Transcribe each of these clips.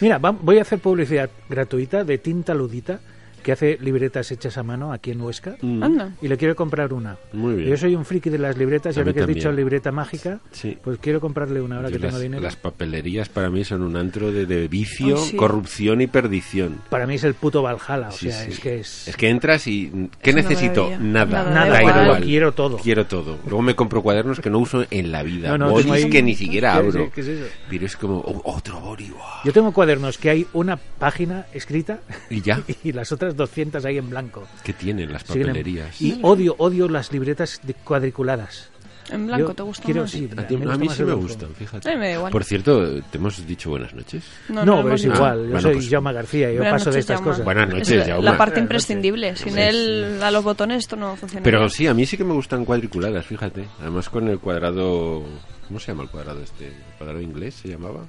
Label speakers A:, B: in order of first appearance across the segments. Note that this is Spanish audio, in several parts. A: Mira, va- voy a hacer publicidad gratuita de Tinta Ludita, que hace libretas hechas a mano aquí en Huesca.
B: Anda.
A: Y le quiero comprar una.
C: Muy bien.
A: Yo soy un friki de las libretas
C: A
A: y ahora
C: mí
A: que has
C: también.
A: dicho libreta mágica,
C: Sí.
A: pues quiero comprarle una ahora
C: Yo
A: que tengo
C: las,
A: dinero.
C: las papelerías para mí son un antro de, de vicio,
B: Ay, sí.
C: corrupción y perdición.
A: Para mí es el puto Valhalla, o
C: Sí,
A: sea,
C: sí.
A: es que es...
C: que entras y ¿qué
B: Es una
C: necesito?
B: maravilla.
C: Nada,
B: Nada,
A: da
C: da
A: igual.
C: igual.
A: Quiero todo.
C: Quiero todo. Luego me compro cuadernos que no uso en la vida,
A: No, no,
C: bolis
A: tengo ahí-
C: que ni siquiera
A: ¿Qué es-
C: abro.
A: qué es eso?
C: Pero es como oh, otro boli, guau.
A: Yo tengo cuadernos que hay una página escrita
C: Y ya,
A: y las otras 200 ahí en blanco.
C: ¿qué tienen las
A: Siguen en-
C: papelerías?
A: Y odio, odio las libretas de- cuadriculadas.
B: En blanco,
A: Yo
B: ¿te gusta
A: quiero-
B: más?
A: sí.
C: a, ti-
A: me
C: a
A: gusta
C: mí
A: más
C: sí
A: el
C: me
A: rojo.
C: gustan,
B: A
C: fíjate.
B: mí me da igual.
C: Por cierto, te hemos dicho buenas noches.
A: No,
B: lo
A: pero
B: hemos
A: es
B: dicho.
A: igual, yo
C: bueno,
A: soy
C: pues-
A: Jaume García, yo
B: Buenas
A: paso de
B: noches,
A: estas
B: Jaume.
A: cosas.
C: Buenas noches,
B: Es la,
C: Jaume.
B: la parte
A: Buenas Pues
B: imprescindible. Sin él, a los botones, esto no funciona.
C: Pero sí, a mí sí que me gustan cuadriculadas, fíjate. Además con el cuadrado... ¿Cómo se llama el cuadrado este? ¿El cuadrado inglés se llamaba?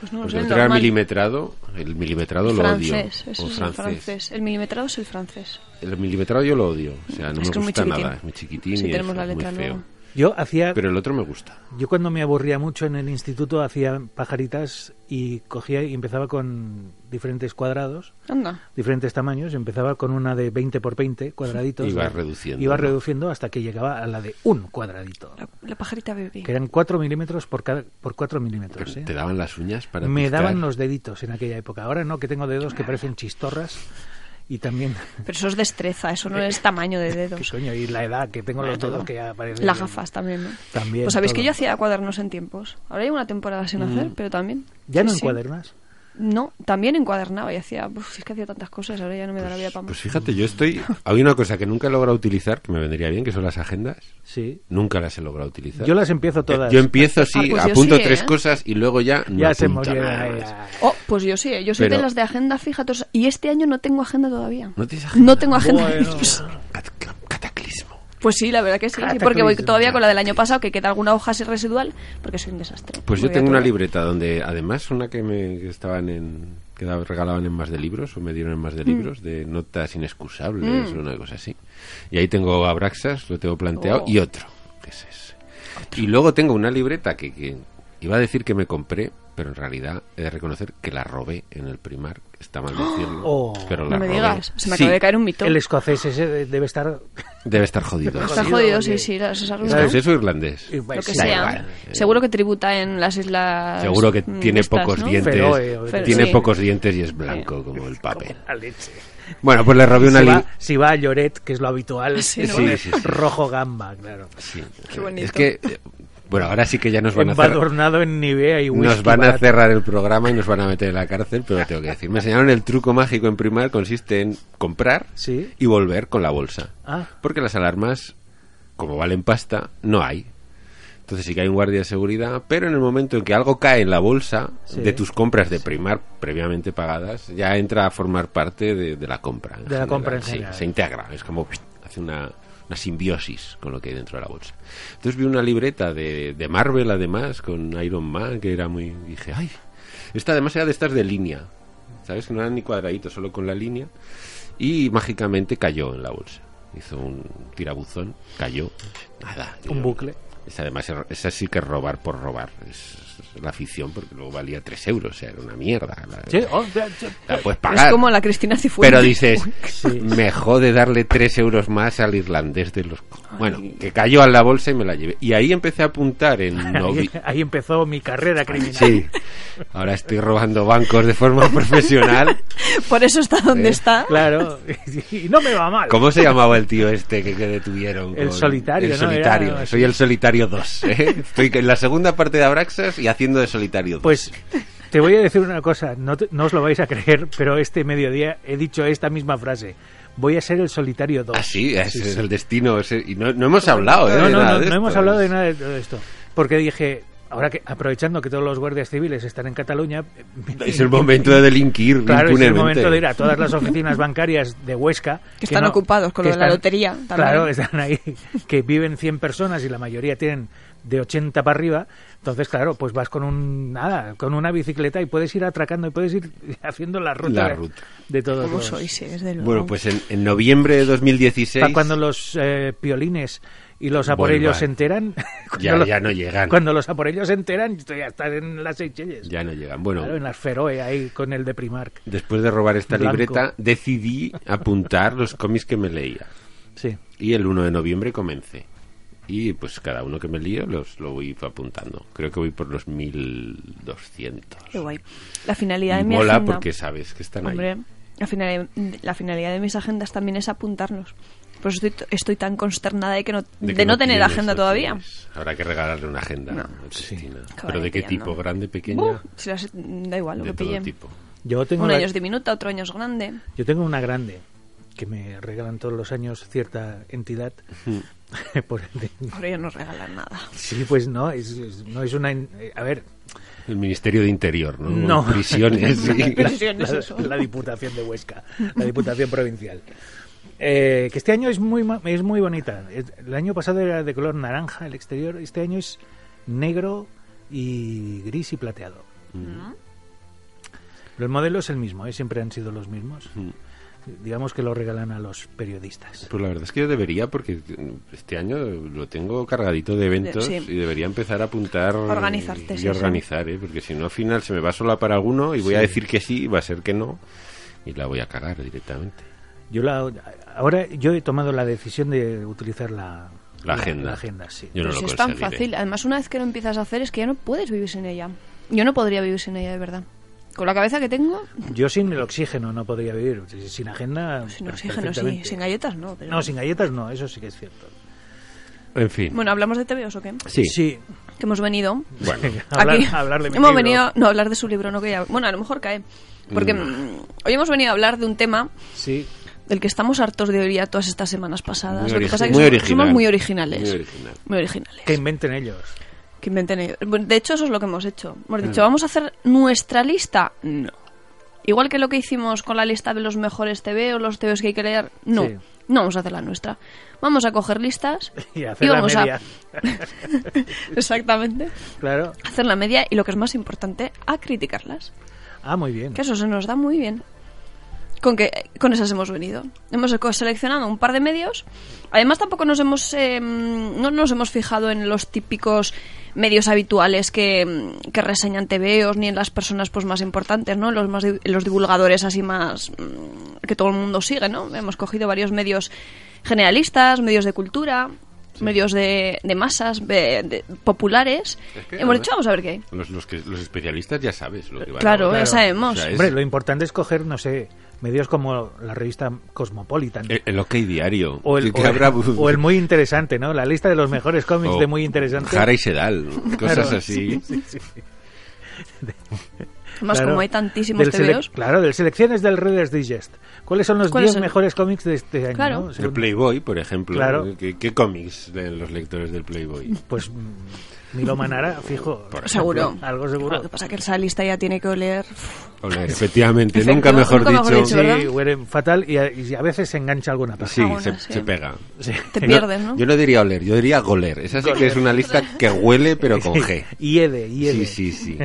B: Pues no lo
C: Porque
B: sé,
C: el otro era
B: normal.
C: milimetrado. El milimetrado lo odio.
B: francés, eso
C: o
B: es el francés. El milimetrado es el francés.
C: El milimetrado yo lo odio. O sea, no
B: Es
C: me
B: que es muy
C: gusta
B: chiquitín.
C: nada. Es muy chiquitín
B: Sí,
C: y
B: tenemos
C: es
B: la
C: muy
B: letra
C: feo.
B: luego.
A: Yo hacía,
C: Pero el otro me gusta.
A: yo cuando me aburría mucho en el instituto hacía pajaritas y cogía y empezaba con diferentes cuadrados,
B: Anda.
A: diferentes tamaños, empezaba con una de 20 por 20 cuadraditos.
C: Iba
A: ¿no?
C: reduciendo,
A: Iba
C: ¿no?
A: reduciendo hasta que llegaba a la de un cuadradito.
B: La, la pajarita bebé.
A: que eran 4 milímetros por, cada, por 4 milímetros. ¿eh?
C: ¿Te daban las uñas para
A: Me
C: picar?
A: daban los deditos en aquella época. Ahora no, que tengo dedos que parecen chistorras Y también,
B: Pero eso es destreza, eso no es tamaño de
A: qué
B: dedos.
A: coño, y la edad, que tengo los
B: Bueno,
A: dedos
B: todo.
A: que ya parecen...
B: Las gafas también, ¿no?
A: También,
B: Pues sabéis
A: todo. Mm.
B: que yo hacía cuadernos en tiempos. Ahora llevo una temporada sin hacer, pero también.
A: ¿Ya no
B: Sí, sí.
A: encuadernas?
B: No, también encuadernaba y hacía. Uf, es que hacía tantas cosas, ahora ya no me da la vida para más.
C: Pues fíjate, yo estoy... Hay una cosa que nunca he logrado utilizar, que me vendría bien, que son las agendas.
A: Sí.
C: Nunca las he logrado utilizar.
A: Yo las empiezo
C: Yo-
A: todas.
C: Yo empiezo, sí,
B: Ah, pues yo
C: apunto
B: sí, ¿eh?
C: tres cosas y luego ya... no
A: ya se
C: apunto
A: murió.
C: nada más.
B: Oh, pues yo sí, ¿eh? yo soy
C: Pero-
B: de las de agenda fija. todos- Y este año no tengo agenda todavía.
C: ¿No tienes agenda?
B: tengo agenda.
A: Bueno.
C: Cat- Cataclismo.
B: Pues sí, la verdad que sí, sí, porque voy
A: Cataclismo.
B: todavía con la del año pasado, que queda alguna hoja así residual, porque soy un desastre.
C: Pues
B: Voy
C: yo
B: a
C: tengo una
B: todo.
C: libreta donde, además, una que me que estaban en que daba- regalaban en más de libros o me dieron en más
B: Mm.
C: de libros de notas inexcusables o una cosa así. Y ahí tengo Abraxas, lo tengo planteado
B: Oh.
C: y otro, que es ese. Y luego tengo una libreta que, que iba a decir que me compré, pero en realidad he de reconocer que la robé en el primar. Está mal decirlo,
A: Oh.
C: pero la
B: No me
C: robé.
B: digas, se me
C: Sí,
B: acaba de caer un mito.
A: El escocés ese de- debe estar...
C: Debe estar jodido.
B: Está
C: sí.
B: jodido,
A: oye.
B: sí, sí, las esas arrugas.
C: ¿Sabes eso irlandés?
A: Lo
B: Lo que
C: da
B: sea.
C: igual, eh.
B: Seguro que tributa en las islas.
C: Seguro que
B: mm,
C: tiene
B: estas,
C: pocos
B: ¿no? eh,
C: dientes.
A: Feroe, o-
C: tiene
B: Sí.
C: pocos dientes y es blanco como el papel.
A: La leche.
C: Bueno, pues le robé una
A: si,
C: lib-
A: va, si va a Lloret, que es lo habitual,
B: Sí,
A: es
B: ¿no?
A: poner
C: Sí, sí, sí.
A: rojo gamba, claro.
C: Sí.
B: Qué bonito.
C: Es que, eh, bueno, ahora sí que ya nos van a cerrar.
A: Embadurnado Em, en Nivea y whisky
C: Nos van a
A: barato.
C: cerrar el programa y nos van a meter en la cárcel, pero tengo que decir, me enseñaron el truco mágico en primar, consiste en comprar
A: Sí.
C: y volver con la bolsa.
A: Ah.
C: Porque las alarmas, como valen pasta, no hay. Entonces sí que hay un guardia de seguridad, pero en el momento en que algo cae en la bolsa
A: Sí.
C: de tus compras de primar previamente pagadas, ya entra a formar parte de, de la compra. en
A: De la compra en
C: Sí,
A: general.
C: se integra, es como pst, hace una, una simbiosis con lo que hay dentro de la bolsa. Entonces vi una libreta de, de Marvel además, con Iron Man, que era muy... dije, ay, esta además era de estas de línea, ¿sabes? Que no eran ni cuadraditos, solo con la línea. Y mágicamente cayó en la bolsa. Hizo un tirabuzón, cayó, nada.
A: Un bucle.
C: Esa además, es- esa sí que es robar por robar. Es es la afición, porque luego valía 3 euros, o sea, era una mierda. La,
A: Sí, oh, ya, ya.
C: la puedes
B: Es
C: pagar.
B: como la Cristina Cifuentes.
C: Pero dices,
A: Sí.
C: me jode darle 3 euros más al irlandés de los... co-". Bueno, que cayó a la bolsa y me la llevé. Y ahí empecé a apuntar en...
A: Ahí,
C: novi-
A: ahí empezó mi carrera criminal.
C: Sí, ahora estoy robando bancos de forma profesional.
B: Por eso está donde
C: Eh,
B: está.
A: Claro, y no me va mal.
C: ¿Cómo se llamaba el tío este que, que detuvieron?
A: El solitario,
C: El
A: ¿no? Era
C: solitario.
A: algo así.
C: Soy el solitario 2. ¿eh? Estoy en la segunda parte de Abraxas y haciendo de solitario 2.
A: Pues te voy a decir una cosa, no, te- no os lo vais a creer, pero este mediodía he dicho esta misma frase. Voy a ser el solitario 2.
C: Ah, sí, ese es el destino. ese- Y no, no hemos hablado, ¿eh?
A: No,
C: de
A: no,
C: nada
A: no,
C: de
A: no
C: esto.
A: hemos hablado de nada de todo esto. Porque dije, ahora que aprovechando que todos los guardias civiles están en Cataluña,
C: Es el momento de delinquir
A: claro, es el
C: impunemente.
A: momento de ir a todas las oficinas bancarias de Huesca.
B: Que están ocupados con lo de la lotería también.
A: Claro, están ahí, que viven 100 personas y la mayoría tienen de 80 para arriba. Entonces, claro, pues vas con un nada, con una bicicleta y puedes ir atracando y puedes ir haciendo la ruta,
C: La ruta.
A: de todos
B: ¿Cómo
A: los-
B: sois, eh? Desde luego.
C: Bueno, pues en, en noviembre de 2016...
A: Para cuando los eh, piolines y los aporellos
C: Volvan.
A: se enteran. cuando
C: Ya-
A: los-
C: ya no llegan.
A: Cuando los aporellos se enteran, esto ya están en las Seychelles.
C: Ya no llegan. Bueno,
A: Claro, en las Feroe, ahí con el de Primark.
C: después de robar esta
A: Blanco.
C: libreta, decidí apuntar los cómics que me leía.
A: Sí.
C: Y el 1 de noviembre comencé. Y pues cada uno que me lío los lo voy apuntando. Creo que voy por los 1200.
B: Qué guay. La finalidad
C: Y
B: de mi
C: mola
B: agenda.
C: porque sabes que están
B: Hombre,
C: ahí.
B: la finalidad, la finalidad de mis agendas también es apuntarnos. Por eso estoy, estoy tan consternada de, que no, de,
C: De que
B: no, tener
C: tienes,
B: agenda
C: no
B: todavía.
C: tienes. Habrá que regalarle una agenda a Cristina. Pero
B: Acabaré
C: de qué
B: pillando.
C: tipo, grande, pequeña,
B: Buh, si las- da igual, lo
C: de
B: que
C: todo
B: pillen.
C: tipo.
A: Yo tengo,
B: Un
A: la-
B: año es diminuta, otro año es grande.
A: yo tengo una grande que me regalan todos los años cierta entidad. Por-
B: Ahora ya no regalan nada.
A: sí, pues no, es, es- no es una. en- eh, A ver,
C: El Ministerio de Interior, ¿no?
A: No.
C: Prisiones. sí.
A: la,
B: Prisiones,
A: la-
B: eso.
A: la Diputación de Huesca, la Diputación Provincial. Eh, que este año es muy, ma- es muy bonita. Es- El año pasado era de color naranja el exterior, este año es negro y gris y plateado.
B: Mm.
A: Los modelos el mismo, ¿eh? siempre han sido los mismos.
C: Mm.
A: Digamos que lo regalan a los periodistas.
C: Pues la verdad es que yo debería, porque este año lo tengo cargadito de eventos
B: Sí.
C: y debería empezar a apuntar
B: Organizarte,
C: y
B: sí,
C: organizar, ¿eh? porque si no al final se me va sola para alguno y voy a decir que sí, va a ser que no, y la voy a cagar directamente.
A: Yo la, ahora yo he tomado la decisión de utilizar la,
C: La agenda.
A: la agenda, sí.
C: Yo no
B: Pues
C: lo
B: es tan
C: conseguiré.
B: fácil. Además, una vez que lo empiezas a hacer es que ya no puedes vivir sin ella. Yo no podría vivir sin ella, de verdad. Con la cabeza que tengo,
A: Yo sin el oxígeno no podría vivir. Si- Sin agenda.
B: sin
A: per-
B: oxígeno, sí.
A: perfectamente.
B: Sin galletas, no. pero-
A: No, sin galletas no, eso sí que es cierto.
C: En fin.
B: Bueno, ¿hablamos de TVOs o qué?
C: sí.
A: sí.
B: Que hemos venido.
C: Bueno,
A: hablar,
B: aquí.
A: hablar de mi
B: hemos
A: libro.
B: venido no a hablar de su libro no que ya bueno a lo mejor cae porque
C: Mm.
B: mm, hoy hemos venido a hablar de un tema
A: Sí.
B: del que estamos hartos de oír ya todas estas semanas pasadas
C: Muy
B: lo que
C: origi-
B: pasa es que
C: muy
B: somos,
C: original.
B: somos muy originales
C: Muy original.
B: Muy originales
A: Que inventen ellos.
B: que inventen ellos. Bueno, de hecho eso es lo que hemos hecho hemos
A: Mm.
B: dicho vamos a hacer nuestra lista no igual que lo que hicimos con la lista de los mejores TV o los TVs que hay que leer no
A: Sí.
B: no vamos a hacer la nuestra vamos a coger listas
A: Y hacer la
B: vamos a-
A: media.
B: exactamente
A: Claro.
B: hacer la media y lo que es más importante a criticarlas
A: Ah, muy bien.
B: Que eso se nos da muy bien. Con, que, con esas hemos venido. Hemos co- seleccionado un par de medios. Además, tampoco nos hemos, eh, mm, no nos hemos fijado en los típicos medios habituales que, mm, que reseñan TVOs ni en las personas pues más importantes, ¿no? Los, más, di- los divulgadores así más mm, que todo el mundo sigue, ¿no? Hemos cogido varios medios generalistas, medios de cultura, medios de, de masas, de- de- populares.
C: Es que,
B: hemos
C: además,
B: dicho, vamos a ver qué hay.
C: Los, los, que, los especialistas ya sabes lo que van a
B: Claro,
C: hablar.
B: ya
A: claro.
B: sabemos.
C: O sea,
A: Hombre,
C: es-
A: lo importante es coger, no sé, medios como la revista Cosmopolitan.
C: El, el OK Diario.
A: o, el,
C: que
A: o el-
C: Eh, habrá- Oh,
A: o el muy interesante, ¿no? La lista de los mejores cómics
C: o
A: de muy interesante.
C: Jara y Sedal. Cosas
A: Claro,
C: así.
B: Además,
A: Claro,
B: como hay tantísimos
A: del sele-
B: TVOs.
A: Claro, del selecciones del Reader's Digest. ¿Cuáles son los
B: ¿Cuáles
A: 10
B: son?
A: mejores cómics de este año?
B: Claro.
A: ¿no?
C: El
A: Según-
C: Playboy, por ejemplo.
A: Claro.
C: ¿Qué, qué cómics leen los lectores del Playboy?
A: Pues mm, Milo Manara, fijo.
C: Por
B: Seguro.
A: ejemplo, Algo
B: Lo
A: seguro.
B: que pasa es que esa lista ya tiene que oler.
C: O leer, efectivamente,
B: Efectivo,
C: nunca mejor
B: nunca mejor
C: dicho.
B: dicho,
A: Sí,
B: ¿verdad?
A: huelen fatal y a, y a veces se engancha alguna página.
C: Sí,
B: Ah, bueno,
C: se,
B: sí.
C: se pega.
B: Te pierdes, ¿no?
C: Yo no diría oler, yo diría goler. Esa sí que es una lista que huele, pero con G.
A: Y Ede, y
C: Sí, sí, sí.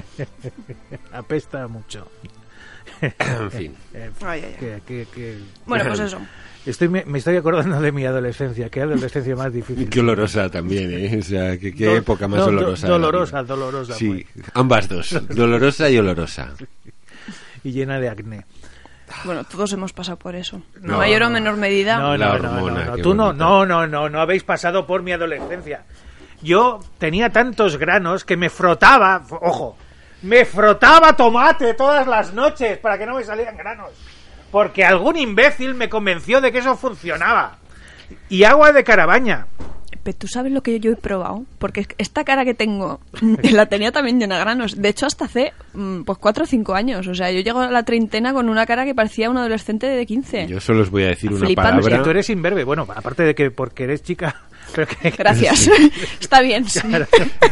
A: Apesta mucho.
C: En fin.
A: Que- que- que-
B: Bueno, pues eso.
A: Estoy, me, me estoy acordando de mi adolescencia. Qué adolescencia más difícil.
C: Qué olorosa también, ¿eh? O sea, qué, qué
A: Do-
C: época más
A: do- do-
C: dolorosa.
A: dolorosa,
C: de la vida.
A: dolorosa
C: Sí, ambas dos. Dolorosa y olorosa.
A: Y llena de acné.
B: Bueno, todos hemos pasado por eso. En
C: No,
B: mayor o
C: no.
B: menor medida.
A: No,
C: La
A: no, no,
C: hormona,
A: no, no.
C: qué
A: Tú no,
C: bonita.
A: no, no, no, no habéis pasado por mi adolescencia. Yo tenía tantos granos que me frotaba, f- ojo, me frotaba tomate todas las noches para que no me salieran granos. Porque algún imbécil me convenció de que eso funcionaba. Y agua de carabaña.
B: Pero tú sabes lo que yo he probado. Porque es que esta cara que tengo mm, la tenía también llena de granos. De hecho, hasta hace mm, pues cuatro o cinco años. O sea, yo llego a la treintena con una cara que parecía un adolescente de 15.
C: Yo solo os voy a decir una
B: Flipando.
A: Es
B: Habrá-
A: que
C: palabra.
A: tú eres imberbe. Bueno, aparte de que porque eres chica. Pero que,
B: Gracias. Está bien. sí.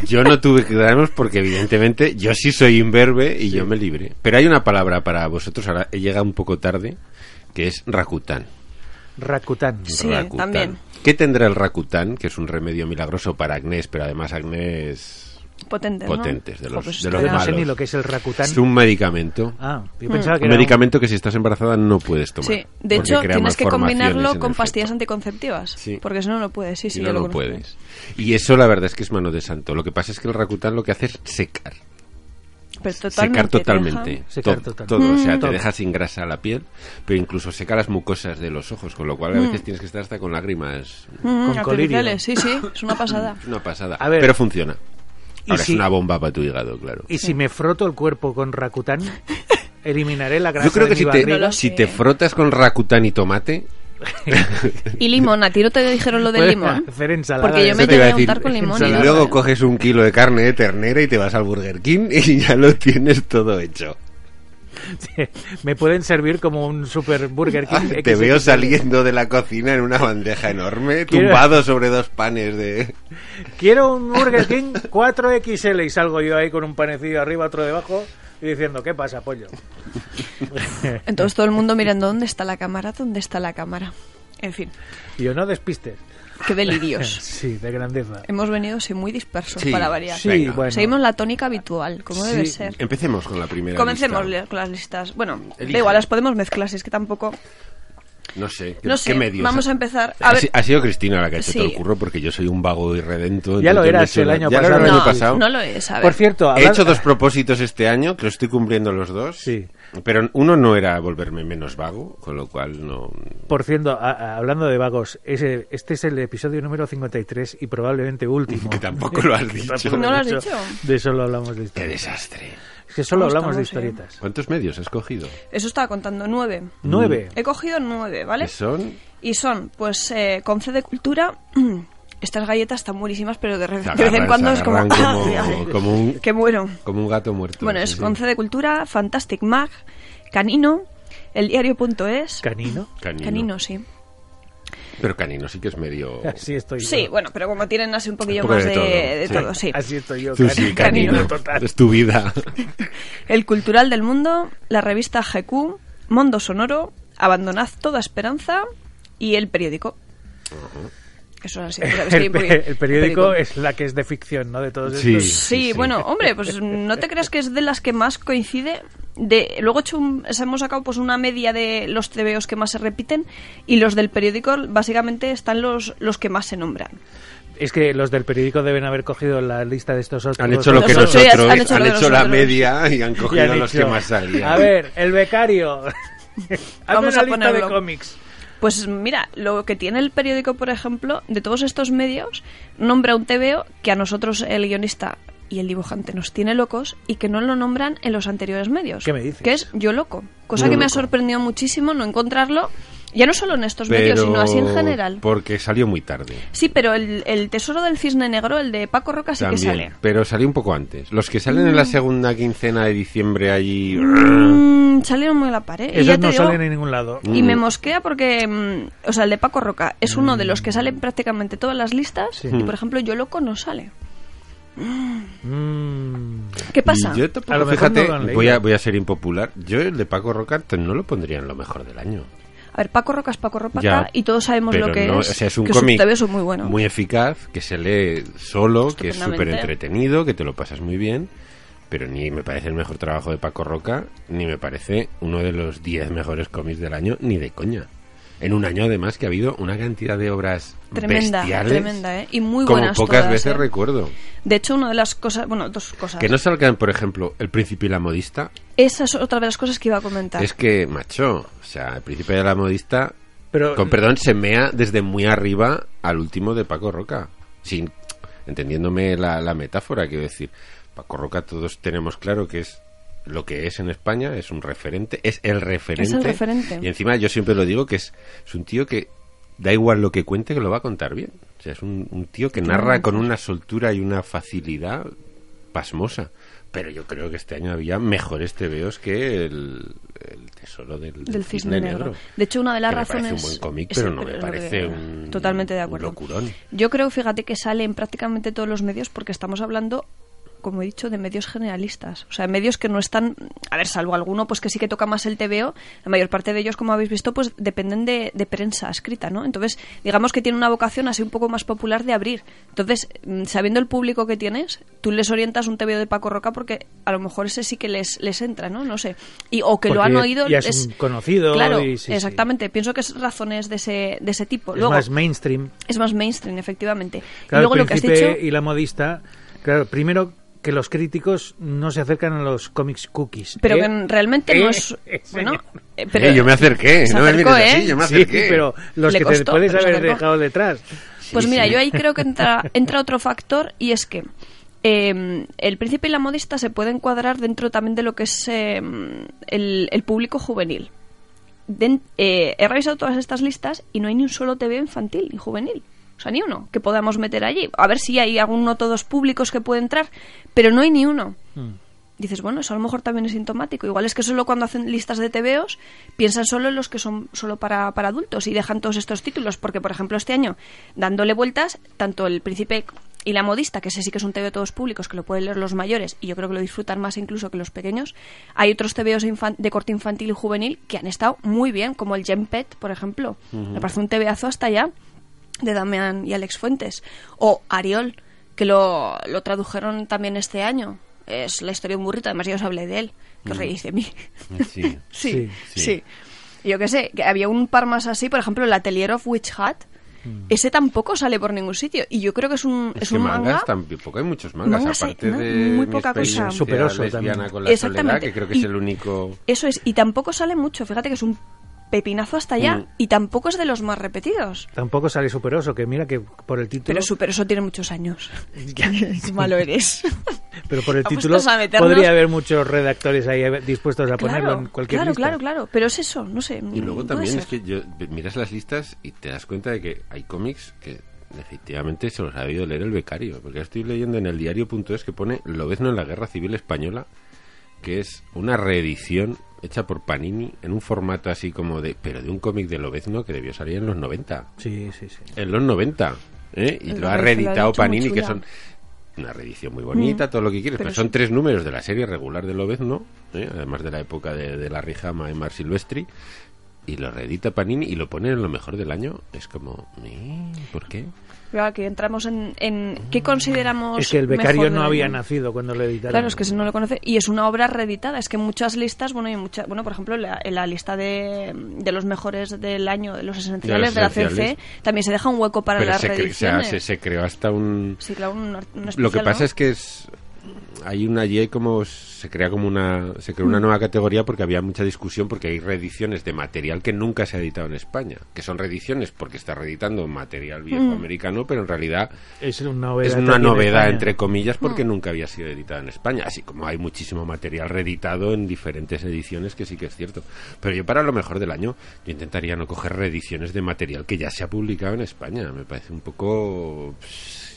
C: Yo no tuve granos porque, evidentemente, yo sí soy imberbe y yo me libre. Pero hay una palabra para vosotros, ahora llega un poco tarde, que es Rakután.
A: Rakután.
B: Sí,
C: Rakután.
B: también.
C: ¿Qué tendrá el Rakután? Que es un remedio milagroso para acné, pero además acné es,
B: Potentes. ¿no?
C: Potentes, de los-
B: Jo, pues
C: de
B: esto
C: los
A: Yo
B: era-
A: no sé
C: malos.
A: ni lo que es el Rakután.
C: es un medicamento.
A: Ah, yo pensaba que
C: Un
A: era un-
C: medicamento que si estás embarazada no puedes tomar.
B: Sí,
C: porque
B: de hecho
C: crea
B: tienes que
C: malformaciones
B: combinarlo
C: en
B: con
C: el
B: pastillas
C: feto.
B: anticonceptivas.
C: Sí.
B: Porque si no, no puedes. Sí, sí,
C: Si
B: yo
C: no,
B: lo
C: no
B: conozco.
C: puedes. Y eso la verdad es que es mano de santo. Lo que pasa es que el Rakután lo que hace es secar.
B: Pero
C: secar
B: te deja- Mm.
C: totalmente.
A: Secar
C: to-
A: totalmente.
C: Todo, o sea,
A: Todo.
C: te deja sin grasa la piel, pero incluso seca las mucosas de los ojos, con lo cual a veces tienes que estar hasta con lágrimas.
B: Mm,
A: Con colirio.
B: artificiales, Sí, sí, es una pasada.
C: Es una pasada.
A: A ver.
C: pero funciona.
A: Y
C: Ahora
A: si-
C: es una bomba para tu hígado, claro.
A: Y si me froto el cuerpo con Rakután, eliminaré la grasa
C: Yo creo
A: de
C: que
A: mi
C: si
A: barriga.
B: No
C: te,
B: lo
C: si
B: sé.
C: te frotas con Rakután y tomate,
B: Y limón, a ti no te dijeron lo del
A: Puedes
B: limón.
A: hacer ensalada
B: Porque
A: de
B: yo me
C: eso te iba
B: llegué
C: a
B: a
C: decir.
B: untar con limón.
A: Ensalada.
B: y
C: y
B: luego-
C: luego coges un kilo de carne de ternera y te vas al Burger King y ya lo tienes todo hecho.
A: me pueden servir como un super burger
C: Ah,
A: King.
C: Te
A: XXL.
C: veo saliendo de la cocina en una bandeja enorme,
A: Quiero-
C: tumbado sobre dos panes de...
A: Quiero un burger King 4XL y salgo yo ahí con un panecillo arriba, otro debajo y diciendo, ¿qué pasa, pollo?
B: Entonces todo el mundo mirando dónde está la cámara, dónde está la cámara. En fin,
A: Y yo no despistes.
B: qué delirios.
A: Sí, de grandeza.
B: Hemos venido sí, muy dispersos
C: Sí,
B: para variar.
A: Sí,
C: Venga.
A: bueno.
B: Seguimos la tónica habitual, como
A: Sí.
B: debe ser.
C: Empecemos con la primera
B: Comencemos
C: lista.
B: con las listas. Bueno,
C: Elige.
B: da igual, las podemos mezclar, si es que tampoco...
C: No sé, ¿qué,
B: No sé,
C: qué medios?
B: vamos a empezar... A
C: ha,
B: ver,
C: si- ha sido Cristina la que ha hecho
B: Sí.
C: todo el curro porque yo soy un vago irredento.
A: Ya lo
C: entonces
A: eras
C: me he hecho
A: el
C: la-
A: año
C: ya lo era el
A: pasado.
C: año
B: no,
C: pasado.
B: no lo es, a ver.
A: Por cierto,
C: He
A: habla-
C: hecho dos propósitos este año, que los estoy cumpliendo los dos.
A: Sí.
C: Pero uno no era volverme menos vago, con lo cual no...
A: Por cierto, a- a- hablando de vagos, ese- este es el episodio número 53 y probablemente último.
C: Que tampoco lo has dicho.
B: No lo has dicho.
A: De eso lo hablamos de esto.
C: ¡Qué desastre!
A: Es que solo
B: ¿Cómo
A: hablamos de
B: estamos, eh?
A: historietas.
C: ¿Cuántos medios has cogido?
B: Eso estaba contando, nueve.
A: Nueve.
C: Mm.
B: He cogido nueve, ¿vale?
C: Que son
B: Y son, pues, eh, con C de cultura. Estas galletas están buenísimas, pero de, re- de vez en
C: agarran-
B: cuando
C: se
B: es como.
C: agarran
B: ¡Ah!
C: como, como un,
B: ¡Qué bueno!
C: como un gato muerto.
B: Bueno,
C: sí,
B: es
C: sí.
B: con C de cultura, Fantastic Mag, Canino, eldiario.es.
A: Canino.
C: Canino.
B: Canino, sí.
C: Pero canino sí que es medio...
A: Así estoy yo.
B: Sí, bueno, pero como tienen así un poquillo
C: Un poco
B: más
C: de
B: de,
C: todo,
B: de
C: sí.
B: todo, sí.
A: Así estoy yo.
C: Tú
A: cani-
C: sí, canino.
A: total.
C: Es tu vida.
B: El Cultural del Mundo, la revista GQ, Mondo Sonoro, Abandonad toda esperanza y el periódico. Eso es así. pero es que
A: El,
B: voy-
A: pe- el periódico es la que es de ficción, ¿no? De todos
C: Sí.
A: estos.
B: Sí,
C: sí.
B: bueno, hombre, pues no te creas que es de las que más coincide. De, luego he hecho un- hemos sacado pues una media de los TVOs que más se repiten y los del periódico básicamente están los, los que más se nombran.
A: Es que los del periódico deben haber cogido la lista de estos otros.
C: Han hecho lo que
B: Nosotros-
C: nosotros,
B: sí, han hecho lo
C: han
B: de
C: hecho la
B: nosotros.
C: media y han
A: Y
C: cogido
A: han
C: los que
A: dicho,
C: más salían.
A: A ver, el becario. Hazme
B: Vamos
A: una
B: a
A: lista de
B: ponerlo.
A: cómics.
B: Pues mira, lo que tiene el periódico, por ejemplo, de todos estos medios, nombra un TVO que a nosotros el guionista y el dibujante nos tiene locos y que no lo nombran en los anteriores medios.
A: ¿Qué me dices?
B: Que es Yo Loco. Cosa
C: Yo
B: que me ha
C: Loco.
B: sorprendido muchísimo no encontrarlo, ya no solo en estos medios, sino así en general.
C: Porque salió muy tarde.
B: Sí, pero el, el Tesoro del Cisne Negro, el de Paco Roca, sí que
C: también,
B: sale.
C: pero salió un poco antes. Los que salen en la segunda quincena de diciembre ¡ah! allí...
B: Mm, salieron muy a la pared. y ya
A: Ellos
B: te
A: no
B: digo-
A: salen en ningún lado.
B: Y me mosquea porque, mm, o sea, el de Paco Roca es uno de los que sale en prácticamente todas las listas
A: Sí.
B: y, por ejemplo, Yo Loco no sale.
A: Mm,
B: ¿Qué pasa?
C: Y Yo tampoco,
A: A lo mejor
C: fíjate,
A: no lo han leído.
C: voy, a, voy a ser impopular. Yo el de Paco Rocart no lo pondría en lo mejor del año.
B: A ver, Paco Roca es Paco Roca
C: Ya,
B: y todos sabemos
C: pero
B: lo que
C: no,
B: es.
C: o sea, es un
B: que sus
C: cómic
B: TVOs son muy buenos.
C: muy eficaz, que se lee solo, que es súper
B: Estupendamente.
C: entretenido, que te lo pasas muy bien. Pero ni me parece el mejor trabajo de Paco Roca, ni me parece uno de los 10 mejores cómics del año, ni de coña. En un año, además, que ha habido una cantidad de obras
B: Tremenda,
C: bestiales,
B: tremenda, ¿eh? Y muy
C: como
B: buenas
C: pocas
B: todas,
C: veces
B: ¿eh?
C: recuerdo.
B: De hecho, una de las cosas, bueno, dos cosas.
C: Que no salgan, por ejemplo, El Príncipe y la Modista,
B: Esa es otra de las cosas que iba a comentar.
C: Es que, macho, o sea, el príncipe de la modista,
A: Pero-
C: con perdón, se mea desde muy arriba al último de Paco Roca. Sin, entendiéndome la, la metáfora, quiero decir, Paco Roca todos tenemos claro que es lo que es en España, es un referente, es el referente.
B: Es el referente.
C: Y encima yo siempre lo digo que es, es un tío que da igual lo que cuente que lo va a contar bien. O sea, es un, un tío que narra con una soltura y una facilidad pasmosa. Pero yo creo que este año había mejores TVOs que el, el tesoro del, del
B: Del
C: cisne, negro.
B: De hecho, una de las
C: que Me
B: razones.
C: parece un buen cómic,
B: Sí,
C: pero no me
B: es lo que-
C: parece un.
B: Totalmente de acuerdo.
C: Un locurón.
B: Yo creo, fíjate, que sale en prácticamente todos los medios porque estamos hablando, como he dicho, de medios generalistas. O sea, medios que no están, a ver, salvo alguno, pues que sí que toca más el TVO. La mayor parte de ellos, como habéis visto, pues dependen de, de prensa escrita, ¿no? Entonces, digamos que tiene una vocación así un poco más popular de abrir. Entonces, mm, sabiendo el público que tienes, tú les orientas un TVO de Paco Roca porque a lo mejor ese sí que les, les entra, ¿no? No sé. Y, o que lo
A: Porque
B: han
A: ya-
B: oído.
A: ya es un conocido
B: Claro,
A: y sí, sí.
B: exactamente. Pienso que es razones de ese, de ese tipo.
A: es
B: Luego,
A: más mainstream.
B: es más mainstream, efectivamente.
A: Claro,
B: y luego
A: el
B: lo que has
A: príncipe
B: dicho.
A: y la modista. Claro, primero que los críticos no se acercan a los cómics cookies.
B: Pero
A: ¿eh?
B: que en- realmente
A: Eh,
B: no es.
A: eh,
B: Bueno,
A: señor.
B: eh, pero,
C: Eh, yo me acerqué,
B: se
C: no me mires
B: acercó,
C: así,
B: ¿eh?
C: yo me
A: Sí,
C: acerqué.
A: pero los
B: Le
A: que
B: costó,
A: te puedes
B: pero se
A: haber
B: acercó.
A: dejado detrás.
B: Pues
C: Sí,
B: mira,
C: sí.
B: yo ahí creo que entra, entra otro factor y es que eh, el príncipe y la modista se puede encuadrar dentro también de lo que es eh, el, el público juvenil. Den- eh, he revisado todas estas listas y no hay ni un solo TV infantil ni juvenil. O sea, ni uno que podamos meter allí. A ver si hay algún o todos públicos que puede entrar, pero no hay ni uno. Dices, bueno, eso a lo mejor también es sintomático. Igual es que solo cuando hacen listas de TVOs piensan solo en los que son solo para, para adultos y dejan todos estos títulos. Porque, por ejemplo, este año, dándole vueltas, tanto El Príncipe y La Modista, que ese sí que es un TVO de todos públicos, que lo pueden leer los mayores y yo creo que lo disfrutan más incluso que los pequeños, hay otros TVOs infan- de corte infantil y juvenil que han estado muy bien, como el Gem Pet, por ejemplo. Me parece un TVazo hasta allá de Damián y Alex Fuentes. O Ariol, que lo, lo tradujeron también este año. Es la historia de un burrito, además yo os hablé de él, que os reís de mí.
C: Sí.
B: sí,
C: Mm. Sí,
B: sí,
C: sí.
B: Yo qué sé, que había un par más así, por ejemplo, el Atelier of Witch Hat. Ese tampoco sale por ningún sitio. Y yo creo que es un, es
C: Mm. que
B: un
C: mangas
B: manga.
C: tampoco hay muchos mangas,
B: Mangas hay-
C: aparte
B: no,
C: de mi
B: muy poca cosa.
C: experiencia
A: Superoso
C: lesbiana
A: también.
C: con la soledad,
B: Exactamente.
C: que creo que es
B: Y-
C: el único...
B: Eso es, y tampoco sale mucho. Fíjate que es un pepinazo hasta allá
C: Mm.
B: y tampoco es de los más repetidos.
A: Tampoco sale superoso, que mira que por el título,
B: Pero Super Oso tiene muchos años. Es malo eres.
A: pero por el título
B: Apuestas a meternos-
A: podría haber muchos redactores ahí eh, dispuestos a ponerlo en cualquier
B: claro,
A: lista.
B: claro, claro. Pero es eso, no sé.
C: Y luego
B: Mm, puede
C: también
B: ser.
C: es que yo- miras las listas y te das cuenta de que hay cómics que efectivamente se los ha debido leer el becario. Porque estoy leyendo en el diario.es que pone Lobezno en la Guerra Civil Española, que es una reedición hecha por Panini en un formato así como de... Pero de un cómic de Lobezno que debió salir en los 90.
A: Sí, sí, sí.
C: En los 90. ¿eh? Y
B: El
C: lo ha
B: Lobezno lo han
C: reeditado
B: hecho muy
C: Panini, que
B: chula. Mm,
C: son una reedición muy bonita, todo lo que quieres.
B: pero
C: Pero,
B: sí.
C: son tres números de la serie regular de Lobezno, ¿eh? además de la época de, de la Rijama y Mar Silvestri. Y lo reedita Panini y lo pone en lo mejor del año. Es como, "Eh, ¿por qué?
B: Claro, que entramos en, en qué consideramos.
A: Ah, Es que el
B: mejor
A: becario
B: del
A: no había
B: año.
A: nacido cuando lo editaron.
B: Claro, es que si no lo conoce. Y es una obra reeditada. Es que muchas listas, bueno, y mucha, bueno por ejemplo, la, en la lista de, de los mejores del año, de los esenciales de, la CC,
C: esenciales.
B: también se deja un hueco para
C: Pero
B: las
C: se, cre- o sea,
B: reediciones.
C: se- se creó hasta un...
B: Sí, claro, un, ar- un
C: Lo que
B: especial,
C: pasa
B: ¿no?
C: es que es hay una y hay como se crea como una se creó una
B: Mm.
C: nueva categoría porque había mucha discusión porque hay reediciones de material que nunca se ha editado en España, que son reediciones porque está reeditando material viejo
B: Mm.
C: americano, pero en realidad
A: Es una novedad.
C: es una
A: aquí en
C: novedad
A: España.
C: entre comillas
B: Mm.
C: porque nunca había sido editada en España, así como hay muchísimo material reeditado en diferentes ediciones que sí que es cierto. Pero yo para lo mejor del año yo intentaría no coger reediciones de material que ya se ha publicado en España, me parece un poco pss,